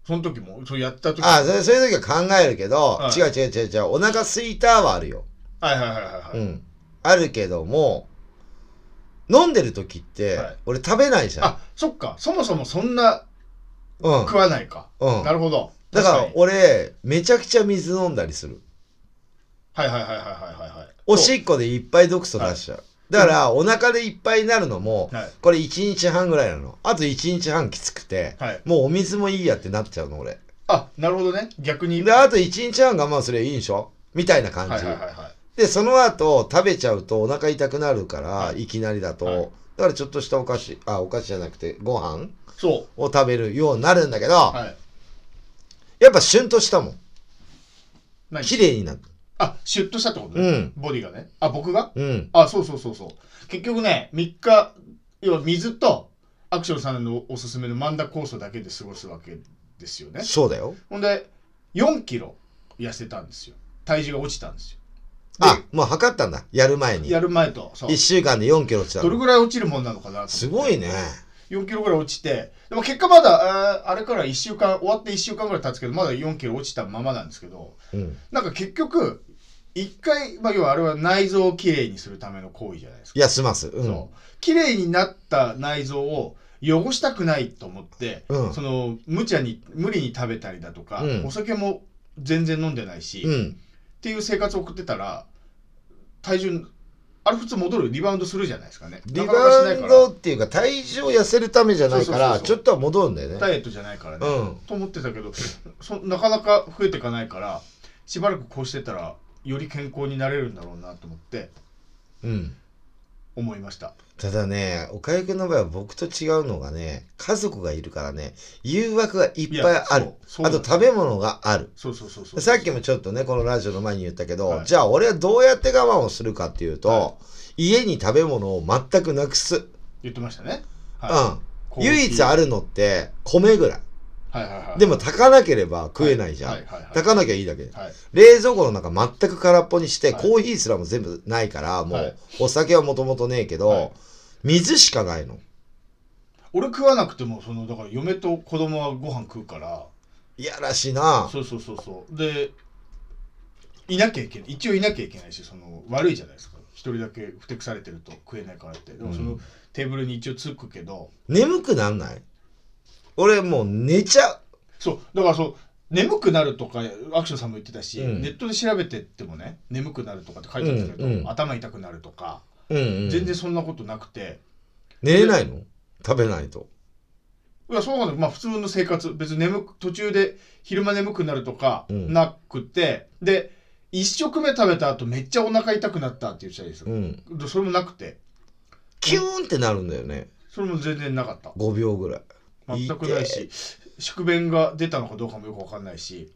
Speaker 2: その時も、そうやった時も
Speaker 1: ああ、そそういう時は考えるけど、
Speaker 2: はい
Speaker 1: 違う違う違う違う、お腹すいたはあるよ。
Speaker 2: はいはいはいは
Speaker 1: う
Speaker 2: い。はい
Speaker 1: ん。あるけども、飲んでる時って、
Speaker 2: はい
Speaker 1: 俺食べないじゃん。
Speaker 2: あ、そっか。そもそもそんな
Speaker 1: うん。
Speaker 2: 食わないか。
Speaker 1: うん。
Speaker 2: なるほど。
Speaker 1: だ
Speaker 2: 確
Speaker 1: から
Speaker 2: に
Speaker 1: 俺、めちゃくちゃ水飲んだりする。
Speaker 2: はいはいはいはいはいはい。
Speaker 1: おしっこでいっぱい毒素出しちゃう。だから、お腹でいっぱいになるのも、
Speaker 2: はい
Speaker 1: これ1日半ぐらいなの。あと1日半きつくて、
Speaker 2: はい
Speaker 1: もうお水もいいやってなっちゃうの、俺。
Speaker 2: あ、なるほどね。逆に。
Speaker 1: で、あと1日半我慢すればいいんでしょみたいな感じ。
Speaker 2: はいはいはいはい。
Speaker 1: で、その後、食べちゃうとお腹痛くなるから、、
Speaker 2: はい
Speaker 1: きなりだと、
Speaker 2: はい
Speaker 1: だからちょっとしたお菓子、あ、お菓子じゃなくて、ご飯
Speaker 2: そう。
Speaker 1: を食べるようになるんだけど、
Speaker 2: はい。
Speaker 1: やっぱシュンとしたもん。
Speaker 2: 何
Speaker 1: 綺麗になる。
Speaker 2: あ、シュッとしたってことね。
Speaker 1: うん
Speaker 2: ボディがね。あ、僕が
Speaker 1: うん。
Speaker 2: あ、そうそうそうそう。結局ね、3日、要は水と、アクションさんのおすすめのマンダ酵素だけで過ごすわけですよね。
Speaker 1: そうだよ。
Speaker 2: ほんで、4キロ痩せたんですよ。体重が落ちたんですよ。
Speaker 1: あ、もう測ったんだ。やる前に。
Speaker 2: やる前と、そう
Speaker 1: 1。週間で4キロ落ちた
Speaker 2: どれ
Speaker 1: の。
Speaker 2: ぐらい落ちるもんなのかなと思って
Speaker 1: すごいね。
Speaker 2: 4キロぐらい落ちて、でも結果まだ、あーあれから1週間、終わって1週間ぐらい経つけど、まだ4キロ落ちたままなんですけど、
Speaker 1: うん。
Speaker 2: なんか結局、一回、まあ、要はあれは内臓をきれいにするための行為じゃないですか。
Speaker 1: 休ます。うん
Speaker 2: そ。うきれいになった内臓を汚したくないと思って、
Speaker 1: うん
Speaker 2: その無茶に無理に食べたりだとか、
Speaker 1: うん
Speaker 2: お酒も全然飲んでないし、
Speaker 1: う
Speaker 2: っ
Speaker 1: ん。
Speaker 2: ていう生活を送ってたら体重あれ普通戻るリバウンドするじゃないですかね
Speaker 1: リ
Speaker 2: なかなか
Speaker 1: バウ
Speaker 2: しない
Speaker 1: ン
Speaker 2: か
Speaker 1: ド
Speaker 2: ら
Speaker 1: っていうか、体重を痩せるためじゃないから、
Speaker 2: そうそうそうそう
Speaker 1: ちょっとは戻るんだよね。
Speaker 2: ダイエットじゃないからね、
Speaker 1: うん
Speaker 2: と思ってたけどそなかなか増えていかないからしばらくこうしてたらより健康になれるんだろうなと思って
Speaker 1: うん。
Speaker 2: 思いました
Speaker 1: ただね、おかゆくんの場合は僕と違うのがね、家族がいるからね、誘惑がいっぱいある。
Speaker 2: そう
Speaker 1: あと食べ物がある。
Speaker 2: そうそうそうそう
Speaker 1: さっきもちょっとね、このラジオの前に言ったけど、
Speaker 2: はい
Speaker 1: じゃあ俺はどうやって我慢をするかっていうと、
Speaker 2: は
Speaker 1: 家に食べ物を全くなくす。
Speaker 2: 言ってましたね
Speaker 1: うん。
Speaker 2: い
Speaker 1: 唯一あ
Speaker 2: る
Speaker 1: るのって米ぐらい。
Speaker 2: はいはいはい
Speaker 1: でも炊かなければ食えないじゃん。
Speaker 2: はいはいはい
Speaker 1: 炊かなきゃいいだけで。
Speaker 2: はい
Speaker 1: 冷蔵庫の中全く空っぽにして、
Speaker 2: はい
Speaker 1: コーヒーすらも全部ないから、も
Speaker 2: は
Speaker 1: う
Speaker 2: い
Speaker 1: お酒はもともとねえけど、
Speaker 2: はい
Speaker 1: 水しかないの。
Speaker 2: 俺食わなくてもそのだから嫁と子供はご飯食うから
Speaker 1: いやらしいな。
Speaker 2: そうそうそうそうでいなきゃいけない一応いなきゃいけないしその悪いじゃないですか一人だけふてくされてると食えないからってでもその、
Speaker 1: うん
Speaker 2: テーブルに一応つくけど
Speaker 1: 眠くなんない俺もう寝ちゃう。
Speaker 2: そうだからそう眠くなるとかアクションさんも言ってたし、
Speaker 1: うん
Speaker 2: ネットで調べてってもね眠くなるとかって書いてあったけど、
Speaker 1: うんうん
Speaker 2: 頭痛くなるとか、
Speaker 1: うん、うん。
Speaker 2: 全然そんなことなくて
Speaker 1: 寝れないの食べないと。
Speaker 2: いやそうなんだまあ普通の生活別に眠く途中で昼間眠くなるとか
Speaker 1: うん
Speaker 2: なくて、で1食目食べた後めっちゃお腹痛くなったって言ってたりす
Speaker 1: う
Speaker 2: る、
Speaker 1: ん。
Speaker 2: でそれもなくて
Speaker 1: キューンってなるんだよね。
Speaker 2: それも全然なかった
Speaker 1: 5秒ぐらい。
Speaker 2: 全くないし宿便が出たのかどうかもよくわかんないし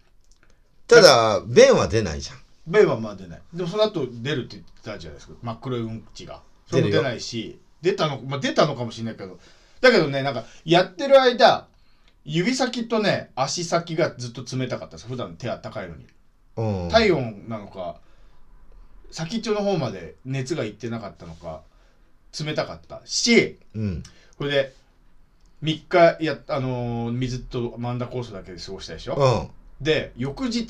Speaker 2: た
Speaker 1: だ、便は出ないじゃん。
Speaker 2: 便はまあ出ないでもその後出るって言ってたじゃないですか真っ黒いうんちがそれも
Speaker 1: 出るよ
Speaker 2: 出ないし出たの、まあ、出たのかもしれないけどだけどねなんかやってる間指先とね足先がずっと冷たかったです普段手あったかいのに
Speaker 1: うん。
Speaker 2: 体温なのか先っちょの方まで熱がいってなかったのか冷たかったし
Speaker 1: うん。
Speaker 2: これで3日やっあのー水とマンダコースだけで過ごしたでしょ、
Speaker 1: うん。
Speaker 2: で翌日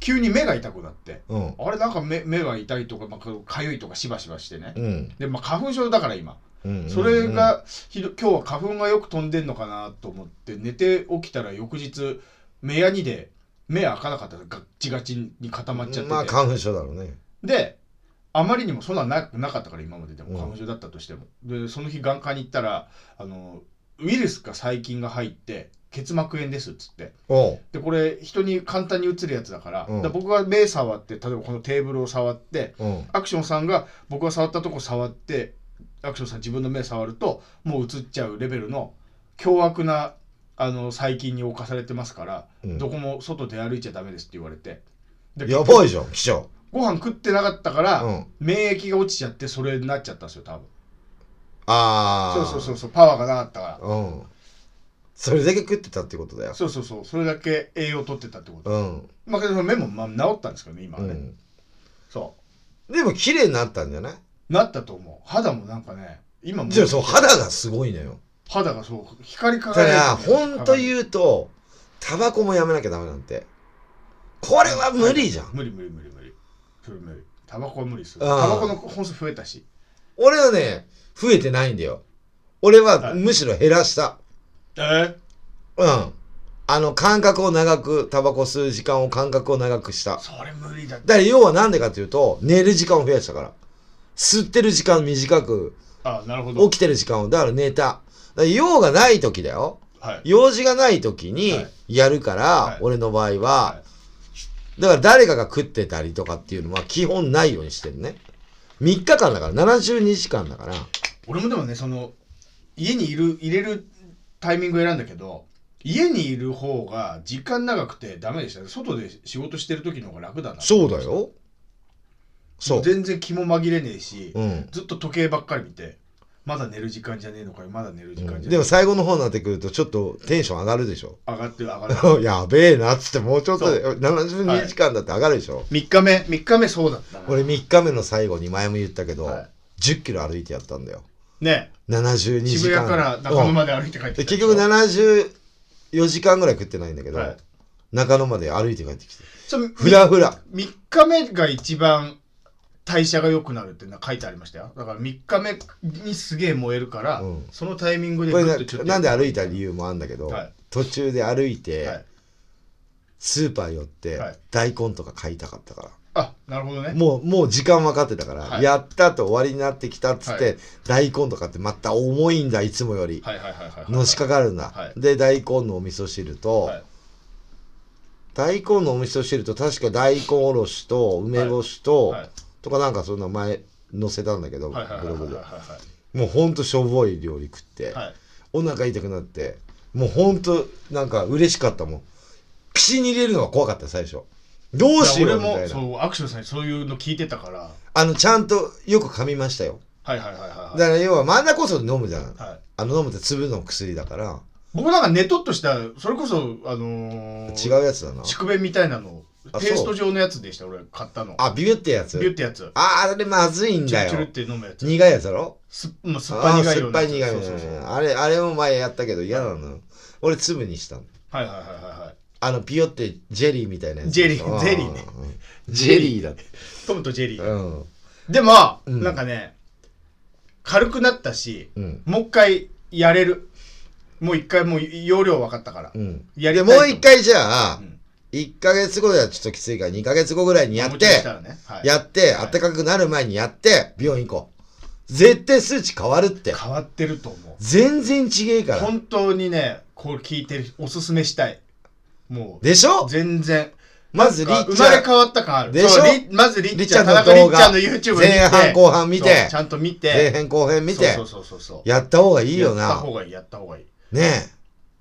Speaker 2: 急に目が痛くなって
Speaker 1: うん。
Speaker 2: あれなんか目目が痛いとか、まあ、かゆいとかしばしばしてね、
Speaker 1: うん。
Speaker 2: で、まあ、花粉症だから今
Speaker 1: うん
Speaker 2: それ、がひど今日は花粉がよく飛んでんのかなと思って寝て起きたら翌日目やにで目開かなかったガッチガチに固まっちゃってて、
Speaker 1: まあ、花粉症だろうね。
Speaker 2: であまりにもそんなんななかったから今までで
Speaker 1: うん
Speaker 2: も花粉症だったとしても、でその日眼科に行ったらあのウイルスか細菌が入って結膜炎ですっつって
Speaker 1: おう。
Speaker 2: でこれ人に簡単にうつるやつだから,、
Speaker 1: うん
Speaker 2: だから僕が目触って例えばこのテーブルを触って
Speaker 1: うん。
Speaker 2: アクションさんが僕が触ったとこ触ってアクションさん自分の目触るともううつっちゃうレベルの凶悪なあの細菌に侵されてますから、
Speaker 1: うん
Speaker 2: どこも外出歩いちゃダメですって言われてで
Speaker 1: やばいじゃん、記者。
Speaker 2: ご飯食ってなかったから、
Speaker 1: うん
Speaker 2: 免疫が落ちちゃってそれになっちゃったんですよ多分
Speaker 1: あ
Speaker 2: そ
Speaker 1: あ。
Speaker 2: うそうそうそうパワーがなかったか
Speaker 1: うん。それだけ食ってたってことだよ
Speaker 2: ら。そうそうそうそれだけ栄養取ってたってこと、
Speaker 1: うん。
Speaker 2: まあけどその目もまあ治ったんですけどね今
Speaker 1: う
Speaker 2: はね、
Speaker 1: ん。
Speaker 2: そ
Speaker 1: でも、綺麗になったんじゃないう
Speaker 2: なったと思う肌もなんかね今も
Speaker 1: じゃあ、そう、肌がすごいのよ。
Speaker 2: 肌がそう光り
Speaker 1: ただか
Speaker 2: 輝
Speaker 1: ら、
Speaker 2: いてる
Speaker 1: ほんと言うと、タバコもやめなきゃダメなんて。これは無理じゃん。
Speaker 2: 無理無理無理無理それ無理タバコは無理っす
Speaker 1: あ
Speaker 2: る
Speaker 1: ー
Speaker 2: タバコの本数増えたし
Speaker 1: 俺はね、増えてないんだよ。俺は
Speaker 2: はい
Speaker 1: むしろ減らした。
Speaker 2: えー、
Speaker 1: うん。あの、間隔を長く、タバコ吸う時間を間隔を長くした。
Speaker 2: それ無理だって
Speaker 1: だから要はなんでかっていうと、寝る時間を増やしたから。吸ってる時間短く、
Speaker 2: あなるほど
Speaker 1: 起きてる時間を、だから寝た。だから用がない時だよ。
Speaker 2: はい
Speaker 1: 用事がない時に
Speaker 2: はい
Speaker 1: やるから、
Speaker 2: はい
Speaker 1: 俺の場合は、
Speaker 2: は
Speaker 1: だから誰かが食ってたりとかっていうのは基本ないようにしてるね。3日間だから、72時間だから。
Speaker 2: 俺もでもねその家にいる入れるタイミング選んだけど家にいる方が時間長くてダメでしたね外で仕事してる時の方が楽だな
Speaker 1: そうだよ。そう。
Speaker 2: 全然気も紛れねえし、
Speaker 1: うん。
Speaker 2: ずっと時計ばっかり見てまだ寝る時間じゃねえのかよまだ寝る時間じゃねえ
Speaker 1: でも最後の方になってくるとちょっとテンション上がるでしょ。
Speaker 2: 上がってる上がる
Speaker 1: やべえなっつってもうちょっとで
Speaker 2: そ
Speaker 1: 72時間だって上がるでしょ。
Speaker 2: 3日目3日目そうだったな
Speaker 1: 俺3日目の最後に前も言ったけど、
Speaker 2: はい
Speaker 1: 10キロ歩いてやったんだよ。
Speaker 2: ね
Speaker 1: 72時間。
Speaker 2: 渋谷から中野
Speaker 1: うん
Speaker 2: まで歩いて帰っ
Speaker 1: で
Speaker 2: てきた
Speaker 1: 結局74時間ぐらい食ってないんだけど、
Speaker 2: はい
Speaker 1: 中野まで歩いて帰ってきて。
Speaker 2: そう
Speaker 1: ふらふら。
Speaker 2: 3日目が一番代謝が良くなるってな書いてありましたよだから3日目にすげえ燃えるから、
Speaker 1: うん
Speaker 2: そのタイミングで
Speaker 1: これ
Speaker 2: グ
Speaker 1: な
Speaker 2: ッとちょっと
Speaker 1: なんで歩いた理由もあるんだけど、
Speaker 2: はい
Speaker 1: 途中で歩いて、
Speaker 2: はい
Speaker 1: スーパー寄って、
Speaker 2: はい
Speaker 1: 大根とか買いたかったから。
Speaker 2: あなるほどね
Speaker 1: もう、もう時間分かってたから、
Speaker 2: はい
Speaker 1: やったと終わりになってきたっつって、
Speaker 2: は
Speaker 1: 大根とかってまた重いんだ、いつもより。
Speaker 2: はいはいはいはいはい
Speaker 1: のしかかるんだ。
Speaker 2: はい
Speaker 1: で、大根のお味噌汁と、
Speaker 2: はい
Speaker 1: 大根のお味噌汁と確か大根おろしと梅干しと、
Speaker 2: はい
Speaker 1: とかなんかそんな前載せたんだけど、
Speaker 2: はいはいはい
Speaker 1: ブ
Speaker 2: はい
Speaker 1: ロ
Speaker 2: は
Speaker 1: グで
Speaker 2: い
Speaker 1: もうほんとしょぼい料理食って、
Speaker 2: はいはい
Speaker 1: お腹痛くなってもうほんとなんか嬉しかったもん口に入れるのが怖かった最初どうしよう
Speaker 2: 俺
Speaker 1: みた
Speaker 2: も
Speaker 1: い
Speaker 2: そ
Speaker 1: な
Speaker 2: うアクションさんにそういうの聞いてたから
Speaker 1: あのちゃんとよく噛みましたよ
Speaker 2: はいはいはいはい
Speaker 1: だから要は真ん中こそ飲むじゃん
Speaker 2: はい
Speaker 1: あの飲むって粒の薬だから
Speaker 2: 僕なんかネトっとしたそれこそあの
Speaker 1: 違
Speaker 2: う
Speaker 1: うやつだな
Speaker 2: 筑弁みたいなのペ
Speaker 1: あ
Speaker 2: ー
Speaker 1: そう
Speaker 2: スト状のやつでした俺買ったの
Speaker 1: あビュってやつ
Speaker 2: ビュってやつ
Speaker 1: あーあれまずいん
Speaker 2: チュ
Speaker 1: だ
Speaker 2: ルチュルっ
Speaker 1: よ
Speaker 2: て飲むやつ
Speaker 1: 苦いやつだろ
Speaker 2: すもう酸っぱ
Speaker 1: あー
Speaker 2: い苦い
Speaker 1: 酸
Speaker 2: よ
Speaker 1: っ
Speaker 2: う
Speaker 1: ぱ
Speaker 2: ない
Speaker 1: 苦いよね
Speaker 2: そうそうそうはい
Speaker 1: あれあれも前やったけど嫌なのよ俺粒にしたの
Speaker 2: はいはいはいはい
Speaker 1: あのピヨってジェリーみたいなやつ
Speaker 2: ジェリー
Speaker 1: うん
Speaker 2: ゼリーね
Speaker 1: うんジェリーだって
Speaker 2: トムとジェリー
Speaker 1: うん
Speaker 2: でも
Speaker 1: うん
Speaker 2: なんかね軽くなったし
Speaker 1: うん
Speaker 2: もう一回やれるもう一回もう容量分かったから
Speaker 1: うん
Speaker 2: やり
Speaker 1: で
Speaker 2: たい
Speaker 1: も
Speaker 2: と
Speaker 1: う一回じゃあ
Speaker 2: うん
Speaker 1: 1ヶ月後ではちょっときついから2ヶ月後ぐらいにやっ
Speaker 2: も
Speaker 1: て
Speaker 2: ちろんしたらねはい
Speaker 1: やって
Speaker 2: はい
Speaker 1: 暖かくなる前にやって病院行こう絶対数値変わるって
Speaker 2: 変わってると思
Speaker 1: 全然違え
Speaker 2: う
Speaker 1: から
Speaker 2: 本当にねこれ聞いてるおすすめしたいもう
Speaker 1: でしょ
Speaker 2: 全然
Speaker 1: まずり
Speaker 2: なん
Speaker 1: っ
Speaker 2: か
Speaker 1: ち
Speaker 2: 生ま
Speaker 1: ゃ
Speaker 2: れ
Speaker 1: ん
Speaker 2: 変わった感ある
Speaker 1: でしょ
Speaker 2: そうりまずりっ
Speaker 1: りっ
Speaker 2: ち
Speaker 1: ちゃ
Speaker 2: ゃん
Speaker 1: ん
Speaker 2: 田
Speaker 1: の
Speaker 2: 中り
Speaker 1: 動
Speaker 2: っちゃ
Speaker 1: 画
Speaker 2: んの YouTube 見て
Speaker 1: 前半後半見
Speaker 2: そう
Speaker 1: て
Speaker 2: ちゃんと見
Speaker 1: 前
Speaker 2: て
Speaker 1: 編後編見て
Speaker 2: そうそうそうそう
Speaker 1: やった方がいいよ
Speaker 2: やっ
Speaker 1: な
Speaker 2: た方がいいやった方がいい
Speaker 1: ね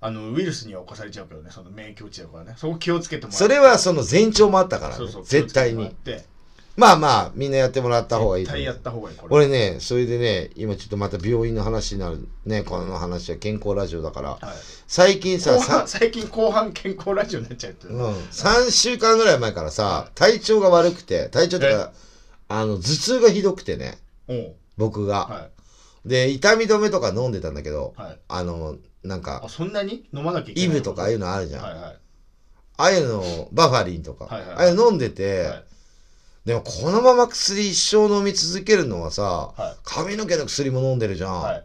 Speaker 2: あのウイルスには侵されちゃうけどねその免疫落ちちゃうからねそこ気をつけても
Speaker 1: え
Speaker 2: ら
Speaker 1: それはその前兆もあったから
Speaker 2: そ
Speaker 1: ね
Speaker 2: うそう
Speaker 1: 絶対
Speaker 2: 気を
Speaker 1: に
Speaker 2: つけてもらって
Speaker 1: まあまあみんなやってもらった方がいい
Speaker 2: 絶
Speaker 1: と思
Speaker 2: 対
Speaker 1: う
Speaker 2: やった方がいいこれ
Speaker 1: 俺ねそれでね今ちょっとまた病院の話になるねこの話は健康ラジオだから
Speaker 2: はい
Speaker 1: 最近さ
Speaker 2: 後
Speaker 1: さ
Speaker 2: 半最近後半健康ラジオになっちゃうって、
Speaker 1: うん、3週間ぐらい前からさ体調が悪くて体調とかあの頭痛がひどくてね
Speaker 2: おう
Speaker 1: 僕が、
Speaker 2: は
Speaker 1: で痛み止めとか飲んでたんだけど
Speaker 2: いはい
Speaker 1: あのなん
Speaker 2: あ
Speaker 1: か
Speaker 2: そんなに飲まなきゃいけない
Speaker 1: イブとかああいう
Speaker 2: の
Speaker 1: のあるじゃん、
Speaker 2: はいはい
Speaker 1: ああいうのバファリンとか、
Speaker 2: はいはいはい
Speaker 1: ああいうの飲んでて、
Speaker 2: はい
Speaker 1: でもこのまま薬一生飲み続けるのはさ、
Speaker 2: はい
Speaker 1: 髪の毛の薬も飲んでるじゃん、
Speaker 2: はい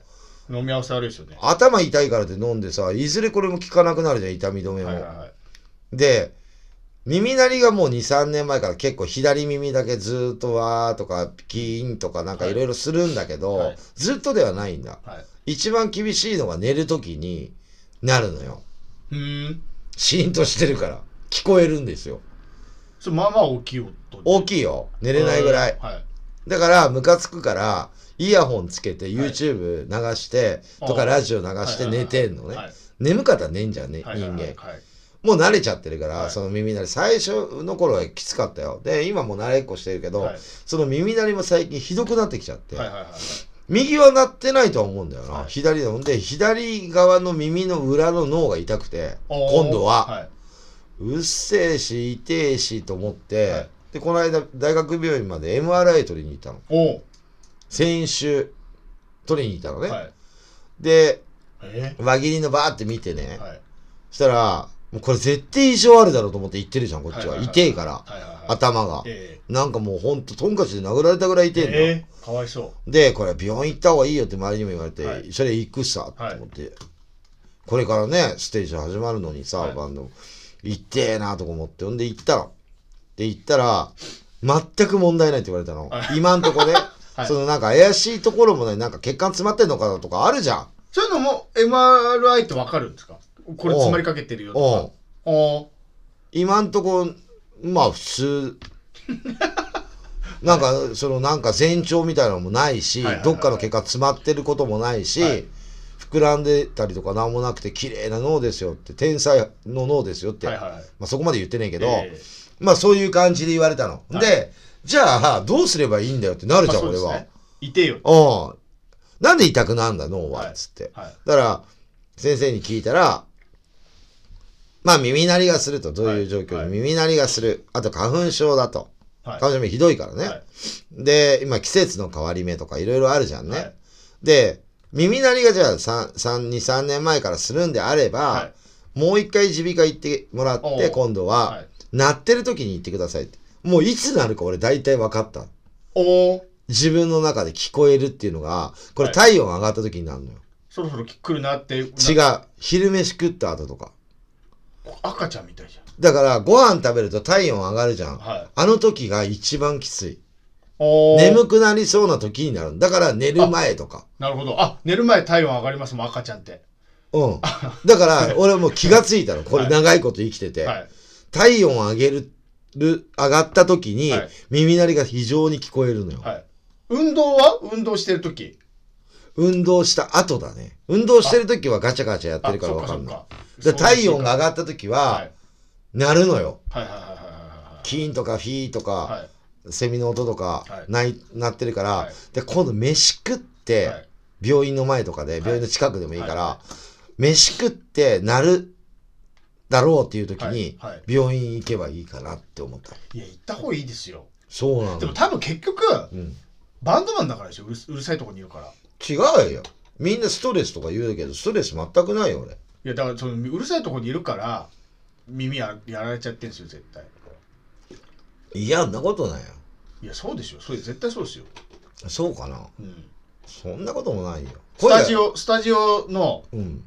Speaker 2: 飲み合わせ悪いですよね
Speaker 1: 頭痛いからって飲んでさいずれこれも効かなくなるじゃん痛み止めも、
Speaker 2: はいはいはい
Speaker 1: で耳鳴りがもう23年前から結構左耳だけずーっとわーとかキーンとかなんかいろいろするんだけど、
Speaker 2: はいはい
Speaker 1: ずっとではないんだ
Speaker 2: はい
Speaker 1: 一番厳しいのが寝る時になるのよ
Speaker 2: うーん
Speaker 1: シーンとしてるから聞こえるんですよ
Speaker 2: それまあまあ大きい音
Speaker 1: 大
Speaker 2: い
Speaker 1: きいよ寝れないぐらい
Speaker 2: はい
Speaker 1: だからムカつくからイヤホンつけて YouTube 流して、とか
Speaker 2: あー
Speaker 1: ラジオ流して寝てんのね、
Speaker 2: はい
Speaker 1: 眠かったら寝んじゃんね、
Speaker 2: はいはい
Speaker 1: 人間、
Speaker 2: はいはい
Speaker 1: もう慣れちゃってるから、
Speaker 2: はい
Speaker 1: その耳鳴り最初の頃はきつかったよで今もう慣れっこしてるけど、
Speaker 2: はい
Speaker 1: その耳鳴りも最近ひどくなってきちゃって、
Speaker 2: はいはいはいはい
Speaker 1: 右は鳴ってないとは思うんだよな、
Speaker 2: はい
Speaker 1: 左だもんで左側の耳の裏の脳が痛くて
Speaker 2: おー
Speaker 1: 今度は、
Speaker 2: は
Speaker 1: うっせえし痛えしと思って、
Speaker 2: はい
Speaker 1: でこの間大学病院まで MRI 取りに行ったの
Speaker 2: いおう
Speaker 1: 先週取りに行ったのね、
Speaker 2: はい
Speaker 1: で
Speaker 2: え
Speaker 1: 輪切りのバーって見てね、
Speaker 2: はい
Speaker 1: そしたらもうこれ絶対異常あるだろうと思って行ってるじゃんこっちは,、
Speaker 2: はいはいはい
Speaker 1: 痛えから、
Speaker 2: はいはいはい
Speaker 1: 頭が、
Speaker 2: え
Speaker 1: なんかもうほんとトンカチで殴られたぐらい
Speaker 2: え
Speaker 1: 痛えんだ、
Speaker 2: ええかわいそ
Speaker 1: でこれ病院行った方がいいよって周りにも言われて、
Speaker 2: はい
Speaker 1: それ行くさと思って、これからねステージ始まるのにさ、
Speaker 2: はい
Speaker 1: バンドも行ってえなとか思ってほんで行ったので行ったら全く問題ないって言われたの、
Speaker 2: は
Speaker 1: 今んとこね、
Speaker 2: はい
Speaker 1: そのなんか怪しいところもねなんか血管詰まってんのかなとかあるじゃん
Speaker 2: うそういうのも MRI ってわかるんですかこれ詰まりかけてるよと
Speaker 1: うん
Speaker 2: かおう
Speaker 1: 今んとこまあ普 通なんかそのなんか前兆みたいなのもないし、
Speaker 2: はいはいはい
Speaker 1: どっかの血管詰まってることもないし、
Speaker 2: はい
Speaker 1: 膨らんでたりとか何もなくて綺麗な脳ですよって天才の脳ですよって、
Speaker 2: はいはいはい
Speaker 1: まあ、そこまで言ってねえけど、
Speaker 2: ええ
Speaker 1: まあそういう感じで言われたの、
Speaker 2: はい
Speaker 1: でじゃあどうすればいいんだよってなるじゃん、
Speaker 2: まあ
Speaker 1: 俺
Speaker 2: そうです
Speaker 1: は、
Speaker 2: ねいてよ
Speaker 1: うんなんで痛くなんだ脳は、
Speaker 2: はい
Speaker 1: つって
Speaker 2: はい
Speaker 1: だから先生に聞いたらまあ耳鳴りがするとどういう状況で、
Speaker 2: はいはい
Speaker 1: 耳鳴りがするあと花粉症だと
Speaker 2: は
Speaker 1: 花
Speaker 2: い
Speaker 1: 粉症もひどいからね、
Speaker 2: はい
Speaker 1: で今季節の変わり目とかいろいろあるじゃんね、
Speaker 2: はい
Speaker 1: で耳鳴りがじゃあ323年前からするんであれば、
Speaker 2: はい
Speaker 1: もう一回耳鼻科行ってもらっ
Speaker 2: お
Speaker 1: て
Speaker 2: う
Speaker 1: 今度は、
Speaker 2: はい
Speaker 1: 鳴ってる時に行ってくださいってもういつ鳴るか俺大体分かった
Speaker 2: おお
Speaker 1: 自分の中で聞こえるっていうのがこれ
Speaker 2: はい
Speaker 1: 体温上がった時になるのよ、
Speaker 2: そろそろ来るなって違
Speaker 1: 違う昼飯食った後とか
Speaker 2: 赤ちゃんみたいじゃん
Speaker 1: だからご飯食べると体温上がるじゃん、
Speaker 2: はい
Speaker 1: あの時が一番きつい
Speaker 2: おー
Speaker 1: 眠くなりそうな時になるだから寝る前とか
Speaker 2: なるほどあ寝る前体温上がりますもん赤ちゃんって
Speaker 1: うんだから俺もう気がついたのこれ長いこと生きてて、
Speaker 2: はい
Speaker 1: 体温を上げる、る上がった時に、
Speaker 2: はい
Speaker 1: 耳鳴りが非常に聞こえるのよ。
Speaker 2: はい。運動は運動してるとき。
Speaker 1: 運動した後だね。運動してる時はガチャガチャやってるからわかんない。で体温が上
Speaker 2: っ
Speaker 1: がった時
Speaker 2: た
Speaker 1: は、鳴るのよ。
Speaker 2: はいはいはいはいは
Speaker 1: キーンとかフィーとか、
Speaker 2: いはい。はい
Speaker 1: セミの音とか
Speaker 2: はい
Speaker 1: ない、鳴ってるから、
Speaker 2: はい
Speaker 1: で、今度飯食って、
Speaker 2: はい
Speaker 1: 病院の前とかで、病院の近くでもいいから、
Speaker 2: は
Speaker 1: 飯食って鳴るだろうっていう時に、
Speaker 2: はいはい
Speaker 1: 病院行けばいいかなって思った。
Speaker 2: いや、行った方がいいですよ。
Speaker 1: そうなん
Speaker 2: で
Speaker 1: だ
Speaker 2: も。多分結局、
Speaker 1: うん、
Speaker 2: バンドマンだからでしょ。うるうるさいとこにいるから。
Speaker 1: 違うよ。みんなストレスとか言うけど、ストレス全くないよ、俺。
Speaker 2: いや、だからそのうるさいとこにいるから、耳ややられちゃってるんですよ、絶対。
Speaker 1: いや、んなことないよ。
Speaker 2: いや、そうでしょ。それ絶対そうですよ。
Speaker 1: そうかな。
Speaker 2: うん
Speaker 1: そんなこともないよ。
Speaker 2: スタジ
Speaker 1: オ
Speaker 2: オ、スタジオの
Speaker 1: うん。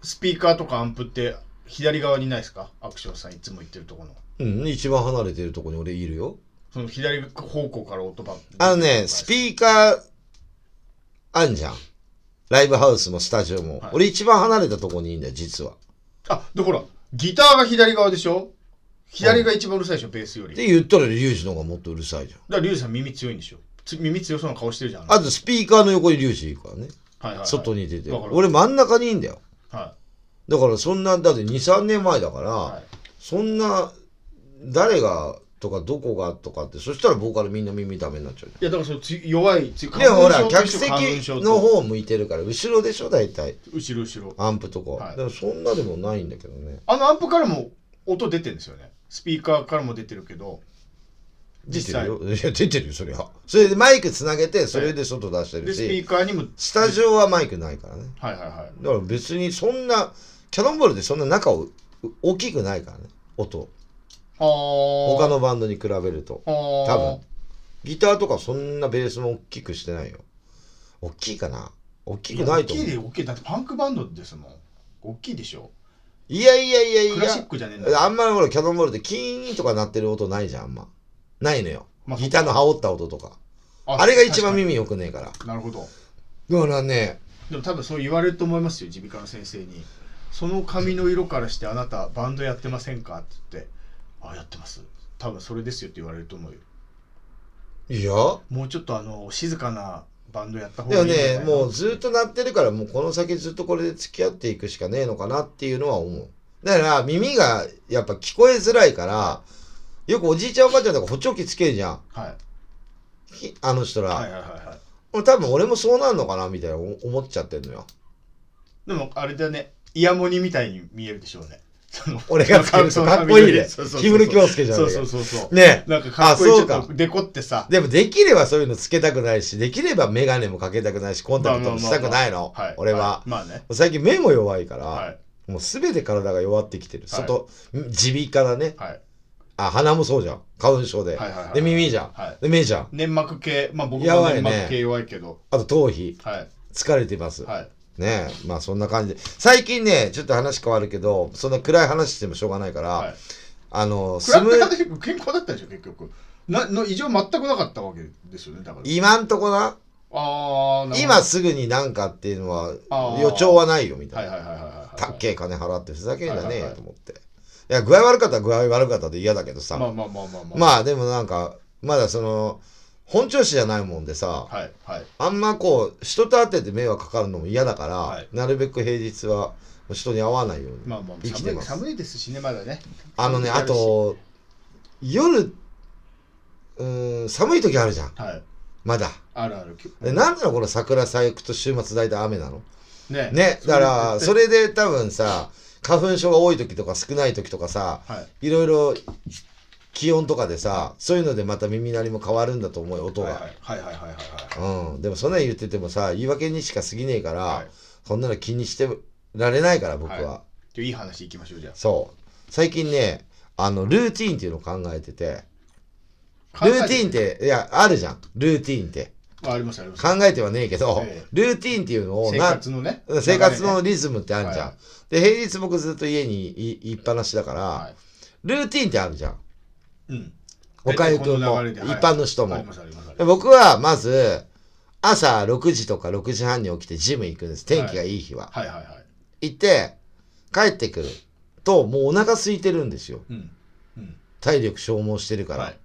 Speaker 2: スピーカーとかアンプって左側にないですかアクションさんいつも言ってるところの。
Speaker 1: うん、一番離れてるとこに俺いるよ。
Speaker 2: その左方向から音ばっ
Speaker 1: あのね、スピーカー、あんじゃん。ライブハウスもスタジオも。
Speaker 2: はい
Speaker 1: 俺一番離れたとこにいんだよ、実は。
Speaker 2: あ、で、ほら、ギターが左側でしょ左が一番うるさいでしょ、ベースより。だ
Speaker 1: で
Speaker 2: か
Speaker 1: 言ったら、リュウジの方がもっとうるさいじゃん。
Speaker 2: ら、リュウジさん耳強いんでしょつ耳強そうな顔してるじゃん。
Speaker 1: あと、スピーカーの横にリュウジいるからね。
Speaker 2: はいはいはい
Speaker 1: 外に出て。
Speaker 2: わかる
Speaker 1: 俺真ん中にいんだよ。
Speaker 2: は
Speaker 1: だからそんな、だって2、3年前だから、
Speaker 2: い。はい
Speaker 1: そんな、誰がとかどこがとかって、そしたらボーカルみんな耳ダメになっちゃうじ
Speaker 2: いや、だからそのつ弱い、つ
Speaker 1: ゃん。で、ほら、
Speaker 2: 花
Speaker 1: 客
Speaker 2: 粉症と一緒
Speaker 1: 席
Speaker 2: 花粉症と
Speaker 1: の方向いてるから、後ろでしょ、大体。
Speaker 2: 後ろ後ろ。
Speaker 1: アンプとか。
Speaker 2: はい
Speaker 1: でもそんなでもないんだけどね。
Speaker 2: あのアンプからも音出てるんですよね。スピーカーからも出てるけど、
Speaker 1: 出
Speaker 2: 実
Speaker 1: てる
Speaker 2: 際。
Speaker 1: よ。いや、出てるよ、そりゃ。それでマイクつなげて、それで外出して
Speaker 2: で、
Speaker 1: る
Speaker 2: スピー
Speaker 1: し、
Speaker 2: カーにも。
Speaker 1: スタジオはマイクないからね。
Speaker 2: はいはいはい。
Speaker 1: だから別にそんな、キャノンボールでそんな中をう大きくないからね、音。
Speaker 2: あー
Speaker 1: 他のバンドに比べると。多
Speaker 2: 多
Speaker 1: 分。ギターとかそんなベースも大きくしてないよ。大きいかな大きくないと思
Speaker 2: 大きいで
Speaker 1: う。
Speaker 2: 大きいだってパンクバンドですもん大きいでしょ
Speaker 1: いやいやいやい
Speaker 2: クラシックじゃねえんだ
Speaker 1: や。あんまりほら、キャノンボールってキーンとか鳴ってる音ないじゃん、あんま。ないのよ。
Speaker 2: まあ
Speaker 1: ギターの羽織った音とか。
Speaker 2: あ
Speaker 1: あれが一番耳良くねえから。
Speaker 2: なるほど
Speaker 1: だからね、
Speaker 2: でも多分そう言われると思いますよ耳鼻科の先生にその髪の色からしてあなたバンドやってませんかって言ってあやってます多分それですよって言われると思うよ
Speaker 1: いや、
Speaker 2: もうちょっとあの静かなバンドやった方
Speaker 1: で
Speaker 2: がい
Speaker 1: も
Speaker 2: いみたい
Speaker 1: ね
Speaker 2: な、
Speaker 1: もうずっと鳴ってるから、もうこの先ずっとこれで付き合っていくしかねえのかなっていうのは思う。だから耳がやっぱ聞こえづらいから、よくおじいちゃんおばあちゃんとか補聴器つけるじゃん。
Speaker 2: はい
Speaker 1: ひあの人ら。
Speaker 2: はいはいはいはい
Speaker 1: 多分俺もそうなんのかなみたいな思思っちゃってんのよ。
Speaker 2: でもあれだねイヤモニみたいに見えるでしょうねその
Speaker 1: 俺がつ けるとかっこいいね
Speaker 2: そうそうそう。
Speaker 1: 木村京介じゃん
Speaker 2: そうそうそうそう
Speaker 1: ねえ
Speaker 2: なんかかっこいい
Speaker 1: あ
Speaker 2: ち
Speaker 1: そ
Speaker 2: ょ
Speaker 1: う
Speaker 2: っ
Speaker 1: か
Speaker 2: とデコってさ
Speaker 1: でもできればそういうのつけたくないし、できればメガネもかけたくないし、コンタクトもしたくないの。
Speaker 2: まあまあまあい
Speaker 1: 俺は。
Speaker 2: いまあね
Speaker 1: 最近目も弱いから、
Speaker 2: はい
Speaker 1: もうすべて体が弱ってきてる。外、耳鼻科だね。
Speaker 2: はい
Speaker 1: あ、鼻もそうじゃん。花粉症で。
Speaker 2: はいはいはい
Speaker 1: で、耳じゃん。
Speaker 2: はい
Speaker 1: で、目じゃん。
Speaker 2: 粘膜系まあ僕も
Speaker 1: やばいね
Speaker 2: 粘膜系弱いけど
Speaker 1: あと頭皮。
Speaker 2: はい
Speaker 1: 疲れてます。
Speaker 2: はい
Speaker 1: ねえ。まあそんな感じで。最近ね、ちょっと話変わるけど、そんな暗い話してもしょうがないから、
Speaker 2: はい
Speaker 1: あの、
Speaker 2: クラ
Speaker 1: 住
Speaker 2: ブ
Speaker 1: む、
Speaker 2: が健康だったでしょ結局なの異常全くなかったわけですよねだから
Speaker 1: 今んとこな、
Speaker 2: ああなるほど
Speaker 1: 今すぐになんかっていうのは
Speaker 2: あー
Speaker 1: 予兆はないよみた
Speaker 2: はいい
Speaker 1: な。
Speaker 2: はいはいはいはい
Speaker 1: たっけえ金払ってふざけんじゃねえ
Speaker 2: はいはい
Speaker 1: よ
Speaker 2: はい
Speaker 1: と思って。いや、具合悪かったら具合悪かったで嫌だけど
Speaker 2: ま
Speaker 1: さ。
Speaker 2: あまあまあまあまあ
Speaker 1: まあでもなんか、まだその、本調子じゃないもんでさ、
Speaker 2: はいはい
Speaker 1: あんまこう、人と会ってて迷惑かかるのも嫌だから、
Speaker 2: はい
Speaker 1: なるべく平日は人に会わないように。
Speaker 2: まあまあ
Speaker 1: 生きて
Speaker 2: 寒
Speaker 1: ま
Speaker 2: い
Speaker 1: す
Speaker 2: 寒いですしねまだね
Speaker 1: あのね、
Speaker 2: や
Speaker 1: あ
Speaker 2: るし
Speaker 1: と、夜、うーん、寒い時あるじゃん。
Speaker 2: はい
Speaker 1: まだ。
Speaker 2: あるある
Speaker 1: でなんなのこの桜最悪と週末大体雨なの。
Speaker 2: ね
Speaker 1: ね、だから、
Speaker 2: そ
Speaker 1: そ
Speaker 2: れ
Speaker 1: れで多分さ、花粉症が多い時とか少ない時とかさ、
Speaker 2: はい
Speaker 1: いろいろ気温とかでさ、そういうのでまた耳鳴りも変わるんだと思うよ、音
Speaker 2: はい
Speaker 1: が。
Speaker 2: はいはいはいはいはいはい
Speaker 1: うん、でもそんなん言っててもさ、言い訳にしか過ぎねえから、
Speaker 2: はい
Speaker 1: こんなの気にしてられないから、僕は。
Speaker 2: はじゃあいい話いきましょうじゃ
Speaker 1: そう。最近ね、あの、ルーティーンっていうのを考えてて、
Speaker 2: あ
Speaker 1: ルーティーン
Speaker 2: ン
Speaker 1: って、いや、あるじゃん。ルーティーンって。
Speaker 2: ありますあります
Speaker 1: 考えてはねえけど、
Speaker 2: ええ
Speaker 1: ルーティーンっていうのを
Speaker 2: 生
Speaker 1: な、
Speaker 2: 活のね
Speaker 1: 生活の
Speaker 2: 流
Speaker 1: リズムってあるじゃん。
Speaker 2: は
Speaker 1: で、平日僕ずっと家にいいっぱなしだから、
Speaker 2: れねは
Speaker 1: ルーティーンってあるじゃん。
Speaker 2: いうん
Speaker 1: おかゆ
Speaker 2: 大
Speaker 1: く
Speaker 2: 体こ
Speaker 1: ん
Speaker 2: の
Speaker 1: も、
Speaker 2: 流れ
Speaker 1: 一
Speaker 2: ではい
Speaker 1: 般の人
Speaker 2: あ
Speaker 1: も
Speaker 2: り。ますありますあり
Speaker 1: で
Speaker 2: ます
Speaker 1: 僕はまず、朝6時とか6時半に起きてジム行くんです。天気がいい日は。
Speaker 2: はいはいはい
Speaker 1: 行って、帰ってくる。ともうお腹空いてるんですよ
Speaker 2: うんうん
Speaker 1: 体力消耗してるから、
Speaker 2: はい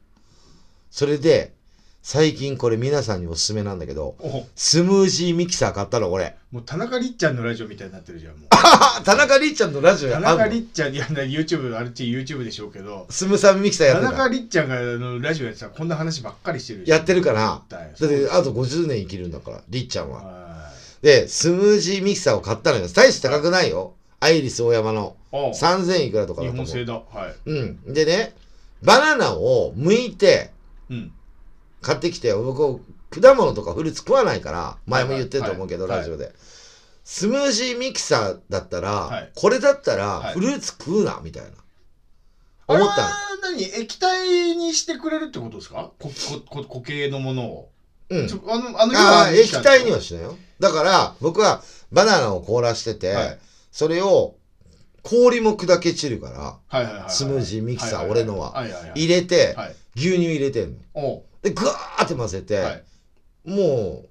Speaker 1: それで最近これ皆さんにおすすめなんだけど
Speaker 2: お
Speaker 1: スムージーミキサー買ったの俺
Speaker 2: もう田中りっちゃんのラジオみたいになってるじゃんもう
Speaker 1: あ田中りっちゃんのラジオや
Speaker 2: 田
Speaker 1: あ
Speaker 2: 中
Speaker 1: んの
Speaker 2: りっちゃんいや YouTube あれっち YouTube でしょうけど
Speaker 1: スムサビミキサーや
Speaker 2: 田
Speaker 1: ってるか
Speaker 2: 中
Speaker 1: ら
Speaker 2: りっちゃんがあのラジオやってたらこんな話ばっかりしてる
Speaker 1: やって
Speaker 2: る
Speaker 1: るかな
Speaker 2: だ
Speaker 1: だってあと50年生きるんだからりっちゃんは
Speaker 2: は
Speaker 1: でスムージーミキサーを買ったのよ大して高くないよアイリス大山の
Speaker 2: いおう
Speaker 1: 3000いくらとか
Speaker 2: 日
Speaker 1: だと思
Speaker 2: 本
Speaker 1: う
Speaker 2: 製だはい
Speaker 1: うんでねバナナを剥いて
Speaker 2: うん
Speaker 1: 買ってきて僕果物とかフルーツ食わないから前も言ってると思うけど、
Speaker 2: はいはい
Speaker 1: ラジオで、スムージーミキサーだったら、
Speaker 2: はい
Speaker 1: これだったら
Speaker 2: はい
Speaker 1: フルーツ食うなみたいな思ったの
Speaker 2: あれは何液体にしてくれるってことですかこここ固形のものを、
Speaker 1: うん
Speaker 2: ちょあのあの
Speaker 1: ああ液体に
Speaker 2: は
Speaker 1: はしないよだから僕はバナナを凍らしてて、
Speaker 2: はい
Speaker 1: それを氷も砕け散るから
Speaker 2: はいはいはいはい
Speaker 1: スムージーミキサー
Speaker 2: いいい
Speaker 1: 俺のはい
Speaker 2: はいはい
Speaker 1: 入れて、
Speaker 2: はい
Speaker 1: 牛乳入れてんの
Speaker 2: おう
Speaker 1: でグワーって混ぜて、
Speaker 2: はい
Speaker 1: もう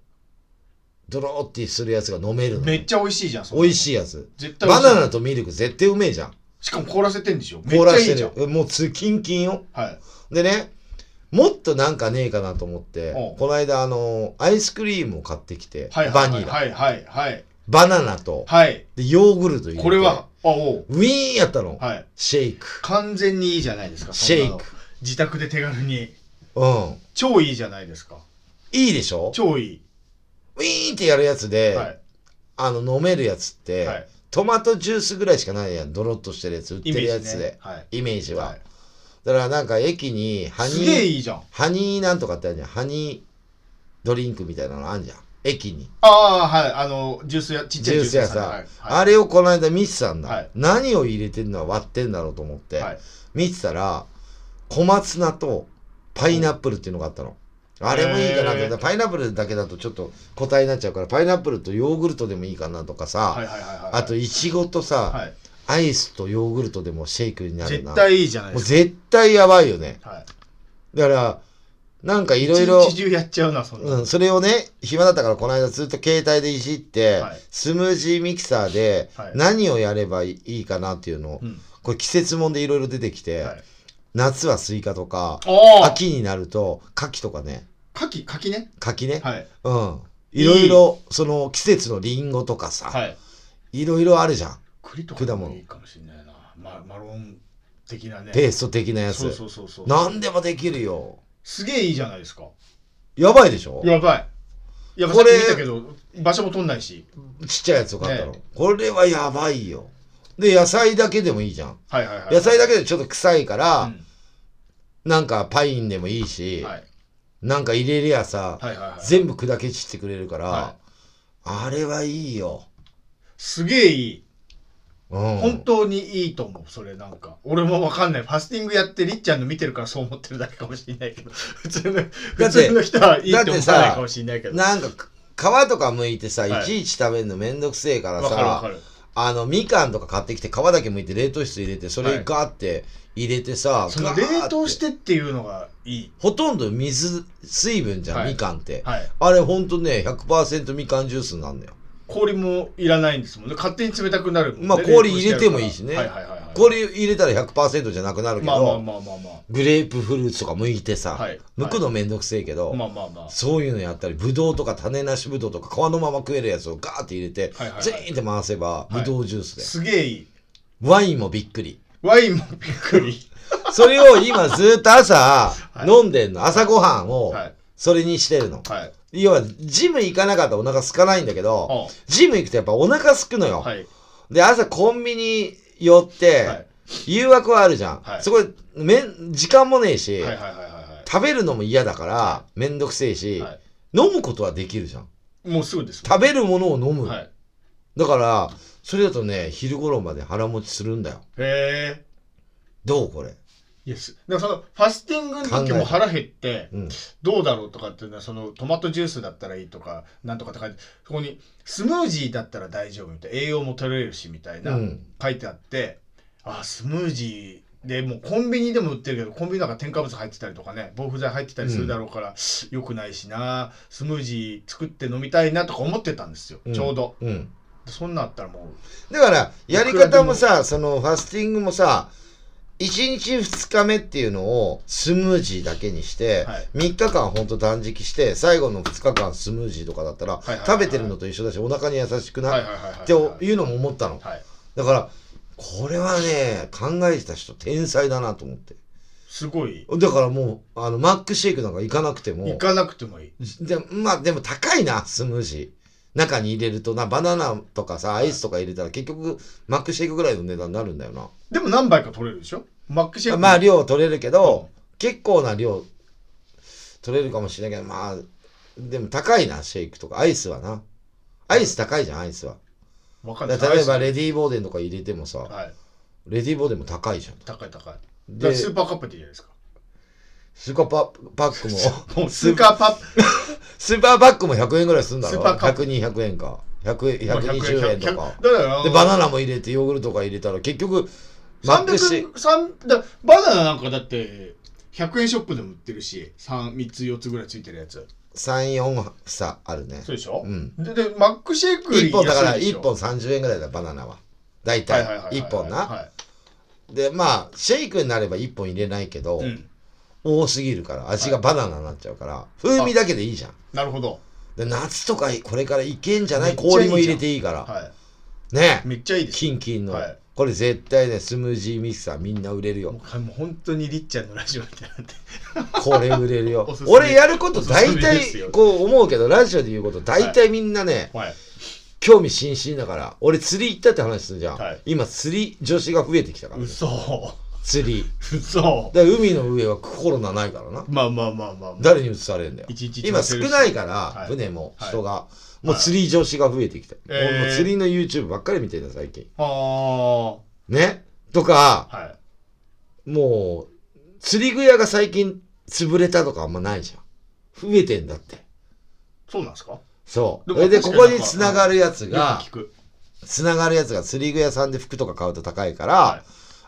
Speaker 1: ドローってするやつが飲めるの
Speaker 2: めっ
Speaker 1: 美
Speaker 2: ちゃ美味しいじゃんそんなの
Speaker 1: 味しいやつ
Speaker 2: 絶対美
Speaker 1: バ
Speaker 2: 味しい
Speaker 1: ナナとミルク絶対うめえじゃん
Speaker 2: しかも凍らせてんでしょめっ
Speaker 1: 凍ら
Speaker 2: ちゃいい
Speaker 1: して
Speaker 2: じゃん
Speaker 1: るえもうつキンキンよ
Speaker 2: はい
Speaker 1: でねもっとなんかねえかなと思って
Speaker 2: おう
Speaker 1: この間あのアイスクリームを買ってきて、
Speaker 2: はい
Speaker 1: バニラ、
Speaker 2: はいはいはい
Speaker 1: バナナと
Speaker 2: はい
Speaker 1: でヨーグルト入れて
Speaker 2: これはあおう
Speaker 1: ウィーンやったの、
Speaker 2: はい
Speaker 1: シェイク
Speaker 2: 完全にいいじゃないですか
Speaker 1: シ
Speaker 2: そん
Speaker 1: ェ
Speaker 2: な
Speaker 1: イ
Speaker 2: の
Speaker 1: ク
Speaker 2: 自宅で手軽に
Speaker 1: うん
Speaker 2: 超いいじゃないですか
Speaker 1: いいでしょ
Speaker 2: 超い
Speaker 1: ウィーンってやるやつで、
Speaker 2: いはい
Speaker 1: あの飲めるやつって、
Speaker 2: はい
Speaker 1: トマトジュースぐらいしかないやんドロッとしてるやつ売って
Speaker 2: イメ
Speaker 1: るや
Speaker 2: ー
Speaker 1: つ
Speaker 2: ジ
Speaker 1: で
Speaker 2: ねはい
Speaker 1: イメージは、
Speaker 2: はい
Speaker 1: だからなんか駅にハニ
Speaker 2: すげえ
Speaker 1: ー
Speaker 2: いいじゃん
Speaker 1: ハニーなんとかってあるじゃんハニードリンクみたいなのあんじゃん駅に、
Speaker 2: ああはいあのジュースやちっちゃい
Speaker 1: ジュース屋さん、
Speaker 2: はい
Speaker 1: あれをこの間見てたんだ、
Speaker 2: はい
Speaker 1: 何を入れてるのは割ってんだろうと思って、
Speaker 2: はい
Speaker 1: 見てたら小松菜とパイナップルっていうのがあったのあれもいいかなと思っ
Speaker 2: へ
Speaker 1: て
Speaker 2: ー
Speaker 1: パイナップルだけだとちょっと答えになっちゃうからパイナップルとヨーグルトでもいいかなとかさ、
Speaker 2: はいはいはいはい
Speaker 1: あといちごとさ、
Speaker 2: はい
Speaker 1: アイスとヨーグルトでもシェイクになるな
Speaker 2: 絶対いいじゃない
Speaker 1: も
Speaker 2: で
Speaker 1: う
Speaker 2: す
Speaker 1: 絶対やばいよね
Speaker 2: かはい
Speaker 1: だからなんかいろい
Speaker 2: 一
Speaker 1: ろ
Speaker 2: 日中やっちゃうなそんな
Speaker 1: うん、それをね暇だったからこの間ずっと携帯でいじって、
Speaker 2: はい
Speaker 1: スムージーミキサーで
Speaker 2: はい
Speaker 1: 何をやればいいかなっていうのを、
Speaker 2: うん
Speaker 1: これ季節もんでいろいろ出てきて、
Speaker 2: はい
Speaker 1: 夏はスイカとか
Speaker 2: ああ
Speaker 1: 秋になると牡蠣とかね
Speaker 2: 牡蠣牡蠣ね
Speaker 1: 柿ね、
Speaker 2: はい
Speaker 1: うんいろいろその季節のリンゴとかさ、
Speaker 2: はい
Speaker 1: いろいろあるじゃん
Speaker 2: 栗とかでもいいかもしれないなまマロン的なね
Speaker 1: ペースト的なやつ
Speaker 2: そうそうそうそう
Speaker 1: 何でもできるよ
Speaker 2: すげえいいじゃないですか
Speaker 1: やばいでしょ
Speaker 2: やばいいや
Speaker 1: こ
Speaker 2: こ
Speaker 1: れ
Speaker 2: れ見たけど場所も取んないし
Speaker 1: ちっちゃいやつとかあったの、
Speaker 2: ね
Speaker 1: これはやばいよで野菜だけでもいいじゃん
Speaker 2: はいはいはい
Speaker 1: 野菜だけでちょっと臭いから、
Speaker 2: うん
Speaker 1: なんかパインでもいいし、
Speaker 2: はい
Speaker 1: なんか入れりゃさ、
Speaker 2: はいはいはい
Speaker 1: 全部砕け散ってくれるから、
Speaker 2: は
Speaker 1: あれはいいよ。
Speaker 2: すげえいい
Speaker 1: うん、
Speaker 2: 本当にいいと思うそれなんか俺もわかんないファスティングやってりっちゃんの見てるからそう思ってるだけかもしれないけど普通の
Speaker 1: だ
Speaker 2: 普
Speaker 1: って
Speaker 2: 通の人はいいって
Speaker 1: だって
Speaker 2: 思
Speaker 1: さ
Speaker 2: わないかもしれないけど
Speaker 1: なんか皮とか剥いてさ、
Speaker 2: はい
Speaker 1: い、ちいち食べるのめんどくせえから
Speaker 2: わかるわか
Speaker 1: さ
Speaker 2: る
Speaker 1: あのみかんとか買ってきて皮だけ剥いて冷凍室入れてそれガーって入れてさ、
Speaker 2: その
Speaker 1: ガーって
Speaker 2: 冷凍してっていうのがいい
Speaker 1: ほとんど水水分じゃん、
Speaker 2: はい
Speaker 1: みかんって、
Speaker 2: はい
Speaker 1: あれほんとね100%みかんジュースになるのよ
Speaker 2: 氷もいらないんですもんね勝手に冷たくなるもんね
Speaker 1: まあ氷入れてもいいしね
Speaker 2: はいはいはいはい
Speaker 1: 氷入れたら100%じゃなくなるけど、
Speaker 2: まあまあまあまあまあ
Speaker 1: グレープフルーツとか剥いてさ、
Speaker 2: はい
Speaker 1: 剥くのめんどくせえけど、
Speaker 2: まあまあまあ
Speaker 1: そういうのやったり、ブドウとか種なしブドウとか皮のまま食えるやつをガーって入れて、
Speaker 2: はいはいはい
Speaker 1: 全員で回せば、
Speaker 2: い
Speaker 1: ブドウジュースで、
Speaker 2: すげえいい
Speaker 1: ワインもびっくり。
Speaker 2: ワインもびっくり
Speaker 1: それを今ずっと朝、
Speaker 2: い
Speaker 1: 飲んでんの。朝ごはんを
Speaker 2: はい、
Speaker 1: それにしてるの。
Speaker 2: はい
Speaker 1: 要は、ジム行かなかったらお腹空かないんだけど、
Speaker 2: あ
Speaker 1: ジム行くとやっぱお腹空くのよ。
Speaker 2: はい
Speaker 1: で、朝コンビニ寄って、
Speaker 2: はい
Speaker 1: 誘惑はあるじゃん。
Speaker 2: はい
Speaker 1: そこで、めん、時間もねえし、
Speaker 2: はいはいはいは
Speaker 1: 食べるのも嫌だから、めんどくせえし、
Speaker 2: いは
Speaker 1: 飲むことはできるじゃん。
Speaker 2: いもうすぐです
Speaker 1: 食べるものを飲む。
Speaker 2: はいへ
Speaker 1: だから、それだとね、昼頃まで腹持ちするんだよ。
Speaker 2: え
Speaker 1: どうこれ。
Speaker 2: イエスだからそのファスティングの時も腹減って
Speaker 1: うん。
Speaker 2: どうだろうとかっていうのはそのトマトジュースだったらいいとかなんとかって書いてそこにスムージーだったら大丈夫みたいな栄養も取れるしみたいうな、
Speaker 1: ん。
Speaker 2: 書いてあってあスムージーでもうコンビニでも売ってるけどコンビニなんか添加物入ってたりとかね防腐剤入ってたりするだろうから、良よくないしなスムージー作って飲みたいなとか思ってたんですよ、
Speaker 1: うん
Speaker 2: ちょうど
Speaker 1: うん。
Speaker 2: そんなんあったらも
Speaker 1: だから、やり方もさ、そのファスティングもさ、1日2日目っていうのをスムージーだけにして、
Speaker 2: はい
Speaker 1: 3日間ほんと断食して、最後の2日間スムージーとかだったら、
Speaker 2: はいはいはい
Speaker 1: 食べてるのと一緒だし、お腹に優しく
Speaker 2: う
Speaker 1: な
Speaker 2: はい
Speaker 1: い
Speaker 2: はいはいはい
Speaker 1: っていうのも思ったの。
Speaker 2: はい
Speaker 1: だから、これはね、考えてた人天才だなと思って。
Speaker 2: すごい
Speaker 1: だからもう、あの、マックシェイクなんか行かなくても、
Speaker 2: 行かなくてもいい
Speaker 1: でまあでも高いなスムージー中に入れるとなバナナとかさアイスとか入れたら結局マックシェイクぐらいの値段になるんだよな
Speaker 2: でも何杯か取れるでしょマックシェイク
Speaker 1: まあ量取れるけど、結構な量取れるかもしれないけどまあでも高いなシェイクとかアイスはなアイス高いじゃんアイスは
Speaker 2: わかんな
Speaker 1: だか
Speaker 2: い
Speaker 1: ら例えばレディー・ボーデンとか入れてもさ
Speaker 2: はい
Speaker 1: レディー・ボーデンも高いじゃん
Speaker 2: 高い高いだから
Speaker 1: で
Speaker 2: ス
Speaker 1: ス
Speaker 2: ーパーカップでいいじゃないですか
Speaker 1: ーパーパパックも
Speaker 2: もうスーパーパップ
Speaker 1: スーパーバッグも100円ぐらいするんだ
Speaker 2: ス
Speaker 1: ろ
Speaker 2: ーパーカップ
Speaker 1: 100円か100円120円とか
Speaker 2: だから
Speaker 1: でバナナも入れてヨーグルトが入れたら結局マックシ
Speaker 2: 300三だバナナなんかだって100円ショップでも売ってるし 3, 三つ4つぐらいついてるやつ
Speaker 1: 34房あるね
Speaker 2: そうでしょ、
Speaker 1: うん
Speaker 2: ででマックシェイクより
Speaker 1: 1本だから
Speaker 2: 安いでし
Speaker 1: 1
Speaker 2: ょ
Speaker 1: 本30円ぐらいだバナナは大
Speaker 2: はい
Speaker 1: 体
Speaker 2: はいはいはい
Speaker 1: 1本な
Speaker 2: は
Speaker 1: でまあシェイクになれば1本入れないけど
Speaker 2: いうん、
Speaker 1: 多すぎるから味がバナナになっちゃうから風味だけでいいじゃん
Speaker 2: なるほど、
Speaker 1: で夏とかこれからいけんじゃな
Speaker 2: め
Speaker 1: い
Speaker 2: っちゃいいじゃ
Speaker 1: 氷
Speaker 2: ん
Speaker 1: も入れていいから
Speaker 2: は
Speaker 1: ね
Speaker 2: い、めっちゃいいです
Speaker 1: キンキンの
Speaker 2: はい
Speaker 1: これ絶対ねスムージーミキサーみんな売れる よ
Speaker 2: もうもう本当にりっちゃんのラジオみたいになって
Speaker 1: これ売れるよ
Speaker 2: おすすめ
Speaker 1: 俺やること大
Speaker 2: おすすめですよ
Speaker 1: 体こう思うけどラジオで言うこと大体みんなね
Speaker 2: はい
Speaker 1: 興味津々だから俺釣り行ったって話するじゃん、
Speaker 2: はい
Speaker 1: 今釣り女子が増えてきたからね
Speaker 2: 嘘
Speaker 1: 釣り
Speaker 2: 嘘
Speaker 1: だから海の上はコロナないからな
Speaker 2: まあまあまあまあ、まあ、
Speaker 1: 誰に移されるんだよ
Speaker 2: 一日
Speaker 1: 今少ないから、
Speaker 2: はい
Speaker 1: 船も
Speaker 2: はい
Speaker 1: 人が、もう釣り女子が増えてきた、
Speaker 2: えー
Speaker 1: 俺も釣りの YouTube ばっかり見てるんだ最近
Speaker 2: あ
Speaker 1: ねとか
Speaker 2: あはい
Speaker 1: もう釣り具屋が最近潰れたとかあんまないじゃん増えてんだって
Speaker 2: そうなんですかよ
Speaker 1: そう
Speaker 2: でも
Speaker 1: それでこ
Speaker 2: 確か
Speaker 1: こ
Speaker 2: になん
Speaker 1: に
Speaker 2: か
Speaker 1: 繋がるやつ
Speaker 2: く
Speaker 1: が
Speaker 2: 聞く
Speaker 1: 繋がるやつが釣り具屋さんで服とか買うと高いから、
Speaker 2: はい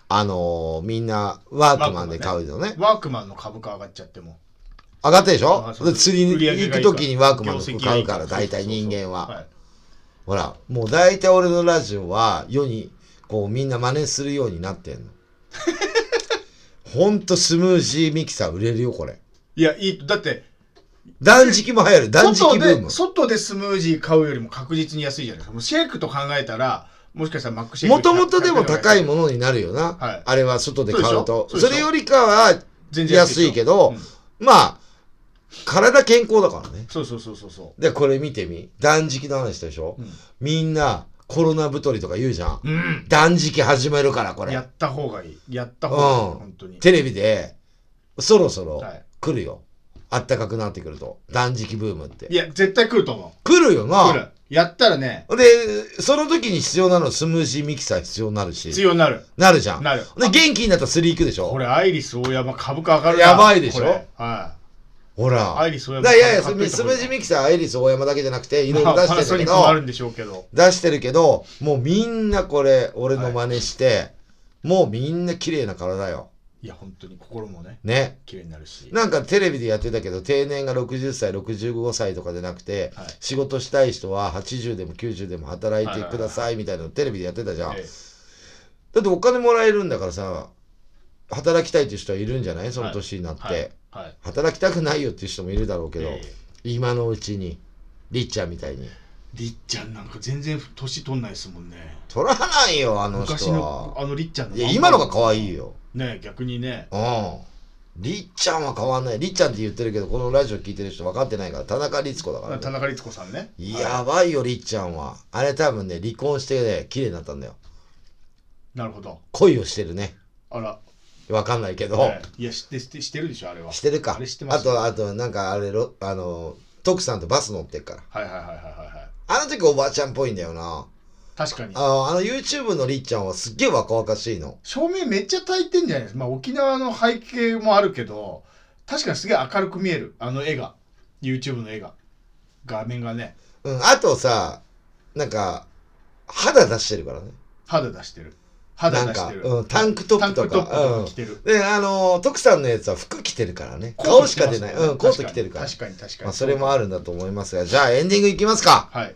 Speaker 1: あのーみんなワークマンで買うよね。
Speaker 2: ワークマンの株価上がっちゃっても
Speaker 1: 上がったでしょ
Speaker 2: あそう
Speaker 1: で釣りに
Speaker 2: 売り上げ
Speaker 1: 行
Speaker 2: が
Speaker 1: く
Speaker 2: いいから
Speaker 1: ときにワークマンの服買うから、
Speaker 2: 業績がい
Speaker 1: 大
Speaker 2: い
Speaker 1: 体人間は。
Speaker 2: い
Speaker 1: ほら、もう大体俺のラジオは世に、こうみんな真似するようにな ってんの。ほんとスムージーミキサー売れるよ、これ。
Speaker 2: いやいいだって
Speaker 1: 断食も流行る。断食
Speaker 2: 外
Speaker 1: ブーム
Speaker 2: で。外でスムージー買うよりも確実に安いじゃないですかもうシェイクと考えたらもしかしたらマックシェイク
Speaker 1: もともとでも高い
Speaker 2: ん
Speaker 1: ものになるよな。
Speaker 2: はい
Speaker 1: あれは外で買うと。
Speaker 2: そうでしょそうでしょ
Speaker 1: それよりかは、
Speaker 2: 全
Speaker 1: 安
Speaker 2: でしょ
Speaker 1: いけど、
Speaker 2: うん
Speaker 1: まあ、体健康だからね。
Speaker 2: そうそうそうそうそ
Speaker 1: で、これ見てみ。断食の話したでしょ、
Speaker 2: ううん
Speaker 1: みんなコロナ太りとか言うじゃん。
Speaker 2: うん
Speaker 1: 断食始めるから、こ
Speaker 2: や
Speaker 1: れ
Speaker 2: っ。た方がいいやった方がいい、
Speaker 1: うん
Speaker 2: 本当に
Speaker 1: テレビで、そろそろ
Speaker 2: はい
Speaker 1: 来るよ。あったかくなってくると。断食ブームっ
Speaker 2: い
Speaker 1: て。
Speaker 2: や絶対来ると思う
Speaker 1: 来るよ
Speaker 2: 来
Speaker 1: な。
Speaker 2: るやったらね
Speaker 1: で、その時に必要なのはスムージーミキサー必要になる
Speaker 2: 必
Speaker 1: し。
Speaker 2: 要になる
Speaker 1: なるじゃん。
Speaker 2: なる
Speaker 1: で、元気になったら釣り行くでし
Speaker 2: こ
Speaker 1: ょ
Speaker 2: れアイリス大山株価上がるな
Speaker 1: やばいでしょ
Speaker 2: これはい
Speaker 1: ほら。
Speaker 2: アイリス大山
Speaker 1: だからいやいや、ス
Speaker 2: 買っ
Speaker 1: ム
Speaker 2: といた方がい
Speaker 1: ー
Speaker 2: い
Speaker 1: ジーミキサー、アイリス大山だけじゃなくて、いろいろ出
Speaker 2: まあ
Speaker 1: して
Speaker 2: パナ
Speaker 1: る
Speaker 2: ソ
Speaker 1: け
Speaker 2: ニックもあ
Speaker 1: ど
Speaker 2: る、んでしょうけど
Speaker 1: 出してるけど、もうみんなこれ、俺の真似して、もうみんな綺麗な体よ。
Speaker 2: いや本当に心もね
Speaker 1: ね。
Speaker 2: 綺麗になるし
Speaker 1: なんかテレビでやってたけど、定年が60歳、65歳とかじゃなくて、
Speaker 2: はい
Speaker 1: 仕事したい人は80でも90でも働いてくださいみたいなのテレビでやってたじゃん。
Speaker 2: ええ
Speaker 1: だってお金もらえるんだからさ、働きたいっていう人はいるんじゃないその年になって、
Speaker 2: はいはい
Speaker 1: 働きたくないよっていう人もいるだろうけど、
Speaker 2: ええ
Speaker 1: 今のうちに、りっちゃんみたいに。
Speaker 2: りっちゃんなんか全然年取んないですもんね
Speaker 1: 取らないよ、あの
Speaker 2: 昔
Speaker 1: 人
Speaker 2: の
Speaker 1: は。
Speaker 2: あのりっちゃんの
Speaker 1: いや、今のが可愛いよ。
Speaker 2: ね逆にね
Speaker 1: うん。りっちゃんは変わんない。りっちゃんって言ってるけど、このラジオ聞いてる人分かってないから、田中律子だから、
Speaker 2: 田
Speaker 1: ね。
Speaker 2: 中律子さんね
Speaker 1: やばいよ、りっちゃんは。あれ多分ね、離婚してね、綺麗になったんだよ。
Speaker 2: なるほど
Speaker 1: 恋をしてるね。
Speaker 2: あら
Speaker 1: 分かんないけど。
Speaker 2: ええいや知って知って知ってるでしょあれは
Speaker 1: してるか。
Speaker 2: あれ知ってま
Speaker 1: あ
Speaker 2: すよ
Speaker 1: と、あと、なんかあれ、ろあの、徳さんとバス乗ってっから。
Speaker 2: はいはいはいはいはいはい
Speaker 1: あの時おばあちゃんっぽいんだよな。
Speaker 2: 確かに
Speaker 1: あの、あの YouTube のりっちゃんはすっげえ若々しいの。
Speaker 2: 照明めっちゃ焚いてんじゃないですか、まあ、沖縄の背景もあるけど確かにすげえ明るく見えるあの絵が YouTube の絵が画面がね
Speaker 1: うん、あとさ、なんか、肌出してるからね。
Speaker 2: 肌出してる肌出してる
Speaker 1: なんかうんタンクトップとか
Speaker 2: タンクトップとか着てる、
Speaker 1: で、あの、徳さんのやつは服着てるからね。
Speaker 2: コート
Speaker 1: 顔し
Speaker 2: 着て
Speaker 1: か
Speaker 2: ま
Speaker 1: 出
Speaker 2: すも
Speaker 1: なんい。
Speaker 2: ね
Speaker 1: うん、コート着てるから。
Speaker 2: 確かに確かに確かに
Speaker 1: まあ、それもあるんだと思いますが、じゃあエンディングいきますか。
Speaker 2: はい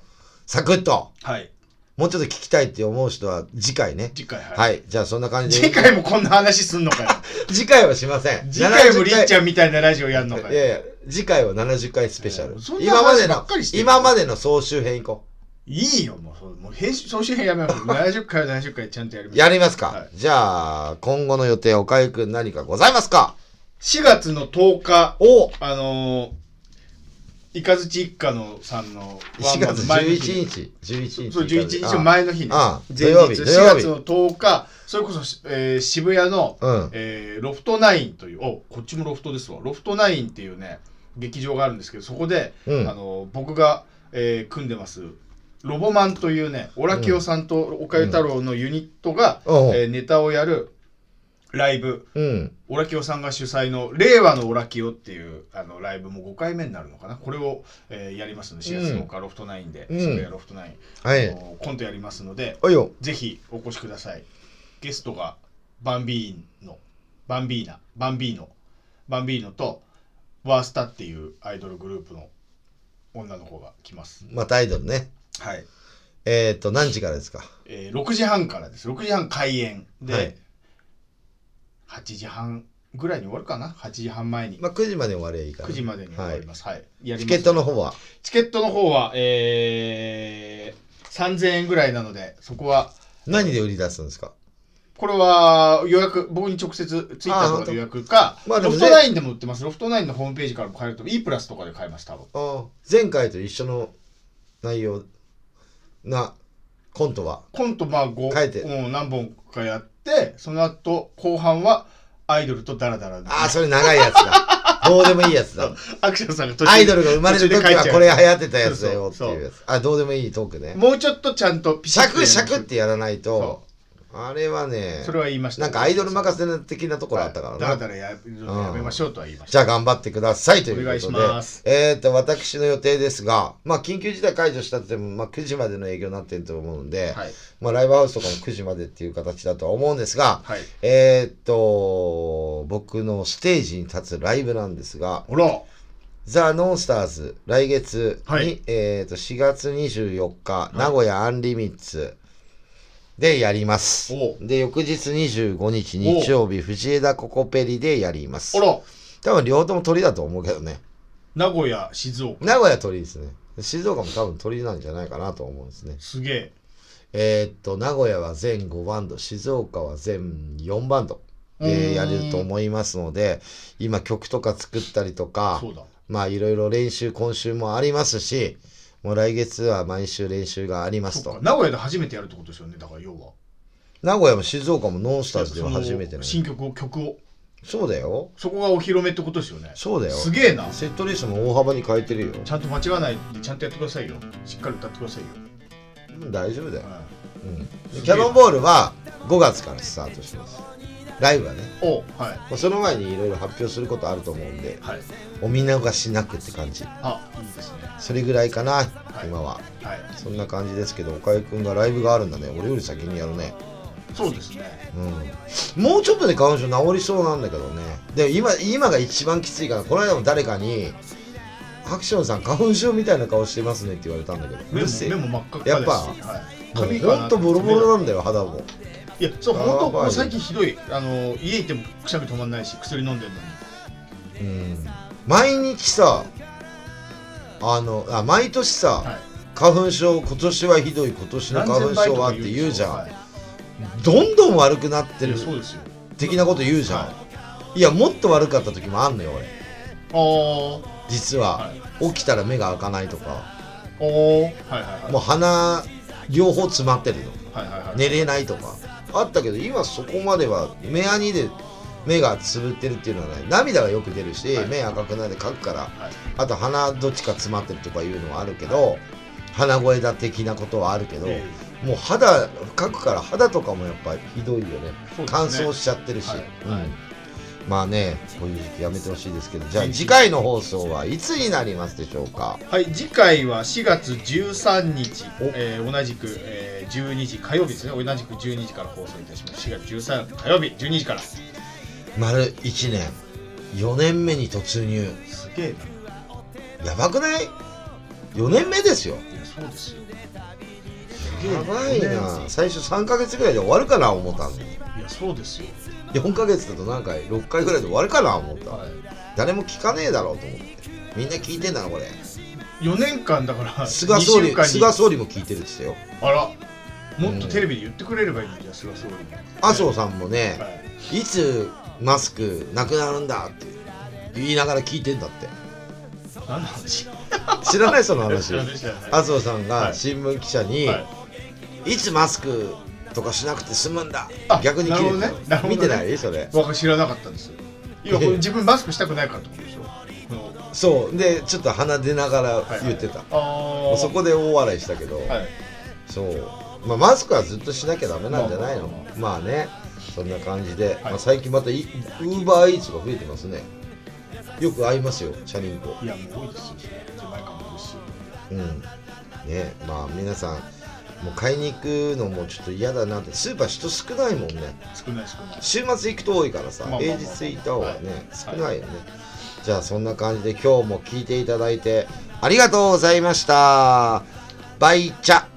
Speaker 1: サクッと。
Speaker 2: はい
Speaker 1: もうちょっと聞きたいって思う人は次回ね。
Speaker 2: 次回はい、
Speaker 1: はい。じゃあそんな感じで。
Speaker 2: 次回もこんな話すんの かよ
Speaker 1: 次回はしません。
Speaker 2: 次回も
Speaker 1: 70
Speaker 2: りっちゃんみたいなラジオやんのか
Speaker 1: い
Speaker 2: よ
Speaker 1: やいや、次回は70回スペシャル
Speaker 2: いやそ。んな
Speaker 1: 今まで
Speaker 2: 話ば
Speaker 1: の
Speaker 2: っかりし、てる
Speaker 1: 今までの総集編行こ
Speaker 2: いいよもうそうもう編集総集編やめ よう70回は70回ちゃんとやりま
Speaker 1: う。
Speaker 2: す
Speaker 1: やりますか。
Speaker 2: はい
Speaker 1: じゃあ、今後の予定、おかゆくん何かございますか
Speaker 2: 4月の10日
Speaker 1: お
Speaker 2: あのー、イカズチ一家のさんの
Speaker 1: !4 月11日。11日。
Speaker 2: そう11日の
Speaker 1: あ
Speaker 2: 前の日ね
Speaker 1: ああ
Speaker 2: 前
Speaker 1: 土曜日
Speaker 2: 日4
Speaker 1: 土曜日
Speaker 2: 月の10日それこそ、えー渋谷の、
Speaker 1: うん
Speaker 2: えーロフトナインというおこっちもロフトですわロフトナインっていうね劇場があるんですけどそこで、
Speaker 1: うん
Speaker 2: あの僕が、えー組んでますロボマンというねオラキオさんと岡ゆ太郎のユニットが、
Speaker 1: うん
Speaker 2: えーネタをやるライブ
Speaker 1: うん。
Speaker 2: オラキオさんが主催の「令和のオラキオ」っていうあのライブも5回目になるのかなこれを、えーやりますので4月10日ロフトナインで、
Speaker 1: うん
Speaker 2: 渋谷ロフトナイン、
Speaker 1: はい。
Speaker 2: のコントやりますので
Speaker 1: おいよ。
Speaker 2: ぜひお越しくださいゲストがバンビーノバンビーナバンビーノバンビーノとワースタっていうアイドルグループの女の子が来ます
Speaker 1: またアイドルね。
Speaker 2: はい、
Speaker 1: えっ、ー、と、何時からですか
Speaker 2: えー6時半からです6時半開演で、
Speaker 1: はい
Speaker 2: 8時半ぐらいに終わるかな8時半前に
Speaker 1: まあ、9時まで終わりゃいいから。
Speaker 2: 9時までに終わります。はい。や
Speaker 1: はい。
Speaker 2: り
Speaker 1: チ
Speaker 2: ま
Speaker 1: ケッ
Speaker 2: す
Speaker 1: トの方は
Speaker 2: チケットの方は、えー、3000円ぐらいなので、そこは、
Speaker 1: 何で売り出すんですか
Speaker 2: これは予約、僕に直接、ツイッターとかで予約か、
Speaker 1: まあで
Speaker 2: ロ
Speaker 1: も
Speaker 2: フ
Speaker 1: ね
Speaker 2: トナインでも売ってます。ロフトナインのホームページからも買えると思う、E プラスとかで買えます、多分。
Speaker 1: ああ前回と一緒の内容なコントは
Speaker 2: コント、まあ、5、
Speaker 1: 書いて
Speaker 2: うん、何本かやって、その後、後半は、アイドルとダラダラで
Speaker 1: ああそれ長いやつ だどうでもいいやつだ
Speaker 2: アクションさんが途中
Speaker 1: アイドルが生まれる時はこれ
Speaker 2: は
Speaker 1: 流行ってたやつだよっていうやつあどうでもいいトークね
Speaker 2: もうちょっとちゃんとピ
Speaker 1: シャクシャクってやらない
Speaker 2: そ
Speaker 1: とあれはね
Speaker 2: それは言いました。
Speaker 1: なんかアイドル任せ的なところあったから
Speaker 2: ダ
Speaker 1: な、
Speaker 2: ラダラやるのやめましょうとは言いました。
Speaker 1: じゃあ頑張ってくださいということで。
Speaker 2: お願いします
Speaker 1: えっ、と、私の予定ですが、まあ、緊急事態解除したっても、まあ、9時までの営業になってると思うんで、
Speaker 2: はい
Speaker 1: まあ、ライブハウスとかも9時までっていう形だとは思うんですが、
Speaker 2: はい
Speaker 1: えっ、と、僕のステージに立つライブなんですが、
Speaker 2: ほら
Speaker 1: ザ・ノンスターズ、来月に、
Speaker 2: はい
Speaker 1: えっ、と、4月24日、名古屋アンリミッツでやります
Speaker 2: お。
Speaker 1: で、翌日25日、
Speaker 2: お
Speaker 1: 日曜日、藤枝ココペリでやります
Speaker 2: あ。ら、
Speaker 1: 多分両方とも鳥だと思うけどね。
Speaker 2: 名古屋、静岡。
Speaker 1: 名古屋鳥ですね。静岡も多分鳥なんじゃないかなと思うんですね。
Speaker 2: すげえ。
Speaker 1: えーっと、名古屋は全5バンド、静岡は全4バンド
Speaker 2: うーん
Speaker 1: でやれると思いますので、今曲とか作ったりとか
Speaker 2: そ、うだ。
Speaker 1: まあいろいろ練習今週もありますし、もう来月は毎週練習があります
Speaker 2: そっか
Speaker 1: と。
Speaker 2: 名古屋で初めてやるってことですよね、だから要は。
Speaker 1: 名古屋も静岡もノンスターズでは初めてなの
Speaker 2: 新曲を、曲を。
Speaker 1: そうだよ。
Speaker 2: そこがお披露目ってことですよね。
Speaker 1: そうだよ。
Speaker 2: すげえな。
Speaker 1: セットリストも大幅に変えてるよ。
Speaker 2: ちゃんと間違わないで、ちゃんとやってくださいよ。しっかり歌ってくださいよ。
Speaker 1: うん大丈夫だよ。
Speaker 2: うん
Speaker 1: キャノンボールは5月からスタートします。ライブはね。
Speaker 2: おはい。
Speaker 1: まあ、その前にいろいろ発表することあると思うんで、
Speaker 2: はい。
Speaker 1: お見逃しなくって感じ。
Speaker 2: あ、いいですね。
Speaker 1: それぐらいかな、
Speaker 2: い
Speaker 1: 今は。
Speaker 2: はい。
Speaker 1: そんな感じですけど、岡井くんがライブがあるんだね。俺より先にやるね。
Speaker 2: そうですね。
Speaker 1: うん。もうちょっとで彼女治りそうなんだけどね。で、今、今が一番きついから、この間も誰かに、ハクションさん花粉症みたいな顔してますねって言われたんだけど、う
Speaker 2: 目
Speaker 1: る
Speaker 2: も
Speaker 1: せえ。
Speaker 2: 目
Speaker 1: も
Speaker 2: も真っ赤っか
Speaker 1: やっ
Speaker 2: です
Speaker 1: ぱ
Speaker 2: しはい、
Speaker 1: う
Speaker 2: 髪
Speaker 1: ほんとボロボロ
Speaker 2: だ
Speaker 1: なんだよ、肌も。
Speaker 2: いやそう本
Speaker 1: や
Speaker 2: 当
Speaker 1: ばい
Speaker 2: もう最近ひどいあの家行ってもくしゃみ止まんないし薬飲んでるのに
Speaker 1: うん。毎日さ、あの、あ、毎年さ、
Speaker 2: はい
Speaker 1: 花粉症今年はひどい今年の花粉症はって言うじゃん、どんどん悪くなって
Speaker 2: い
Speaker 1: る
Speaker 2: やそうですよ
Speaker 1: 的なこと言うじゃん、、
Speaker 2: はい
Speaker 1: やもっと悪かった時もあんのよ俺
Speaker 2: おー
Speaker 1: 実は
Speaker 2: は、
Speaker 1: 起きたら目が開かないとか
Speaker 2: おーはいはいはい
Speaker 1: もう鼻両方詰まってるの
Speaker 2: はいはいはい
Speaker 1: 寝れないとかあったけど今そこまでは目やにで目がつぶってるっていうのはない涙がよく出るし、
Speaker 2: はい
Speaker 1: 目赤くなって書くから、
Speaker 2: い
Speaker 1: あと鼻どっちか詰まってるとかいうのはあるけど鼻声だ的なことはあるけど、
Speaker 2: え
Speaker 1: もう肌かくから肌とかもやっぱひどいよね
Speaker 2: そうですね
Speaker 1: 乾燥しちゃってるし、
Speaker 2: はい
Speaker 1: うん
Speaker 2: はい
Speaker 1: まあねこういう時期やめてほしいですけどじゃあ次回の放送はいつになりますでしょうか
Speaker 2: えはい次回は4月13日
Speaker 1: お、
Speaker 2: えー同じく、えー、12時火曜日ですね同じく12時から放送いたします4月13火曜日12時からす
Speaker 1: 丸1年4年目に突入
Speaker 2: げえ
Speaker 1: やばくない ?4 年目ですよ
Speaker 2: ないやそうですよ
Speaker 1: や
Speaker 2: げえ
Speaker 1: 長い
Speaker 2: ね
Speaker 1: な最初3ヶ月ぐらいで終わるかな思ったんで
Speaker 2: いやそうですよ
Speaker 1: 4ヶ月だと何回6回ぐらいで終わるかな思った、
Speaker 2: は
Speaker 1: 誰も聞かねえだろうと思ってみんな聞いてんだなこれ
Speaker 2: い4年間だから
Speaker 1: 菅総
Speaker 2: 2週
Speaker 1: 理
Speaker 2: 間に
Speaker 1: 菅総理も聞いてるって言ってたよ
Speaker 2: あらもっとテレビで言ってくれればいいんじゃん菅総理に
Speaker 1: 麻生さんもね、
Speaker 2: はい
Speaker 1: いつマスクなくなるんだって言いながら聞いてんだって
Speaker 2: 何の話
Speaker 1: 知らないその話
Speaker 2: 知らない知らない
Speaker 1: 麻生さん
Speaker 2: は
Speaker 1: が
Speaker 2: い
Speaker 1: 新聞記者に、
Speaker 2: はい
Speaker 1: い、つマスクとかしなくて済むんだ
Speaker 2: あ
Speaker 1: 逆に切れて
Speaker 2: なるほどねなるほど
Speaker 1: 見
Speaker 2: ね
Speaker 1: てないそれ
Speaker 2: 僕は知らなかったんですよ今これ
Speaker 1: ええ
Speaker 2: 自分マスクしたくないからってことでしょこの
Speaker 1: そうでちょっと鼻出なが
Speaker 2: はい
Speaker 1: ら言ってた、
Speaker 2: ああ
Speaker 1: そこで大笑いしたけど、
Speaker 2: はい
Speaker 1: そう、まあ、マスクはずっとしなきゃダメなんじゃないの
Speaker 2: ま
Speaker 1: まあねそんな感じで、ま
Speaker 2: はい
Speaker 1: あ、最近またウーバーイーツが増えてますねよく会いますよチャリンコ
Speaker 2: いやもう多いですよ手前からも多いし
Speaker 1: うんねまあ皆さんもう買いに行くのもちょっと嫌だなってスーパー人少ないもんね
Speaker 2: 少ない少ない
Speaker 1: 週末行くと多いからさ、
Speaker 2: まあまあまあ
Speaker 1: 平日行った方がね、
Speaker 2: はい
Speaker 1: 少ないよね、じゃあそんな感じで今日も聞いていただいてありがとうございましたバイチャ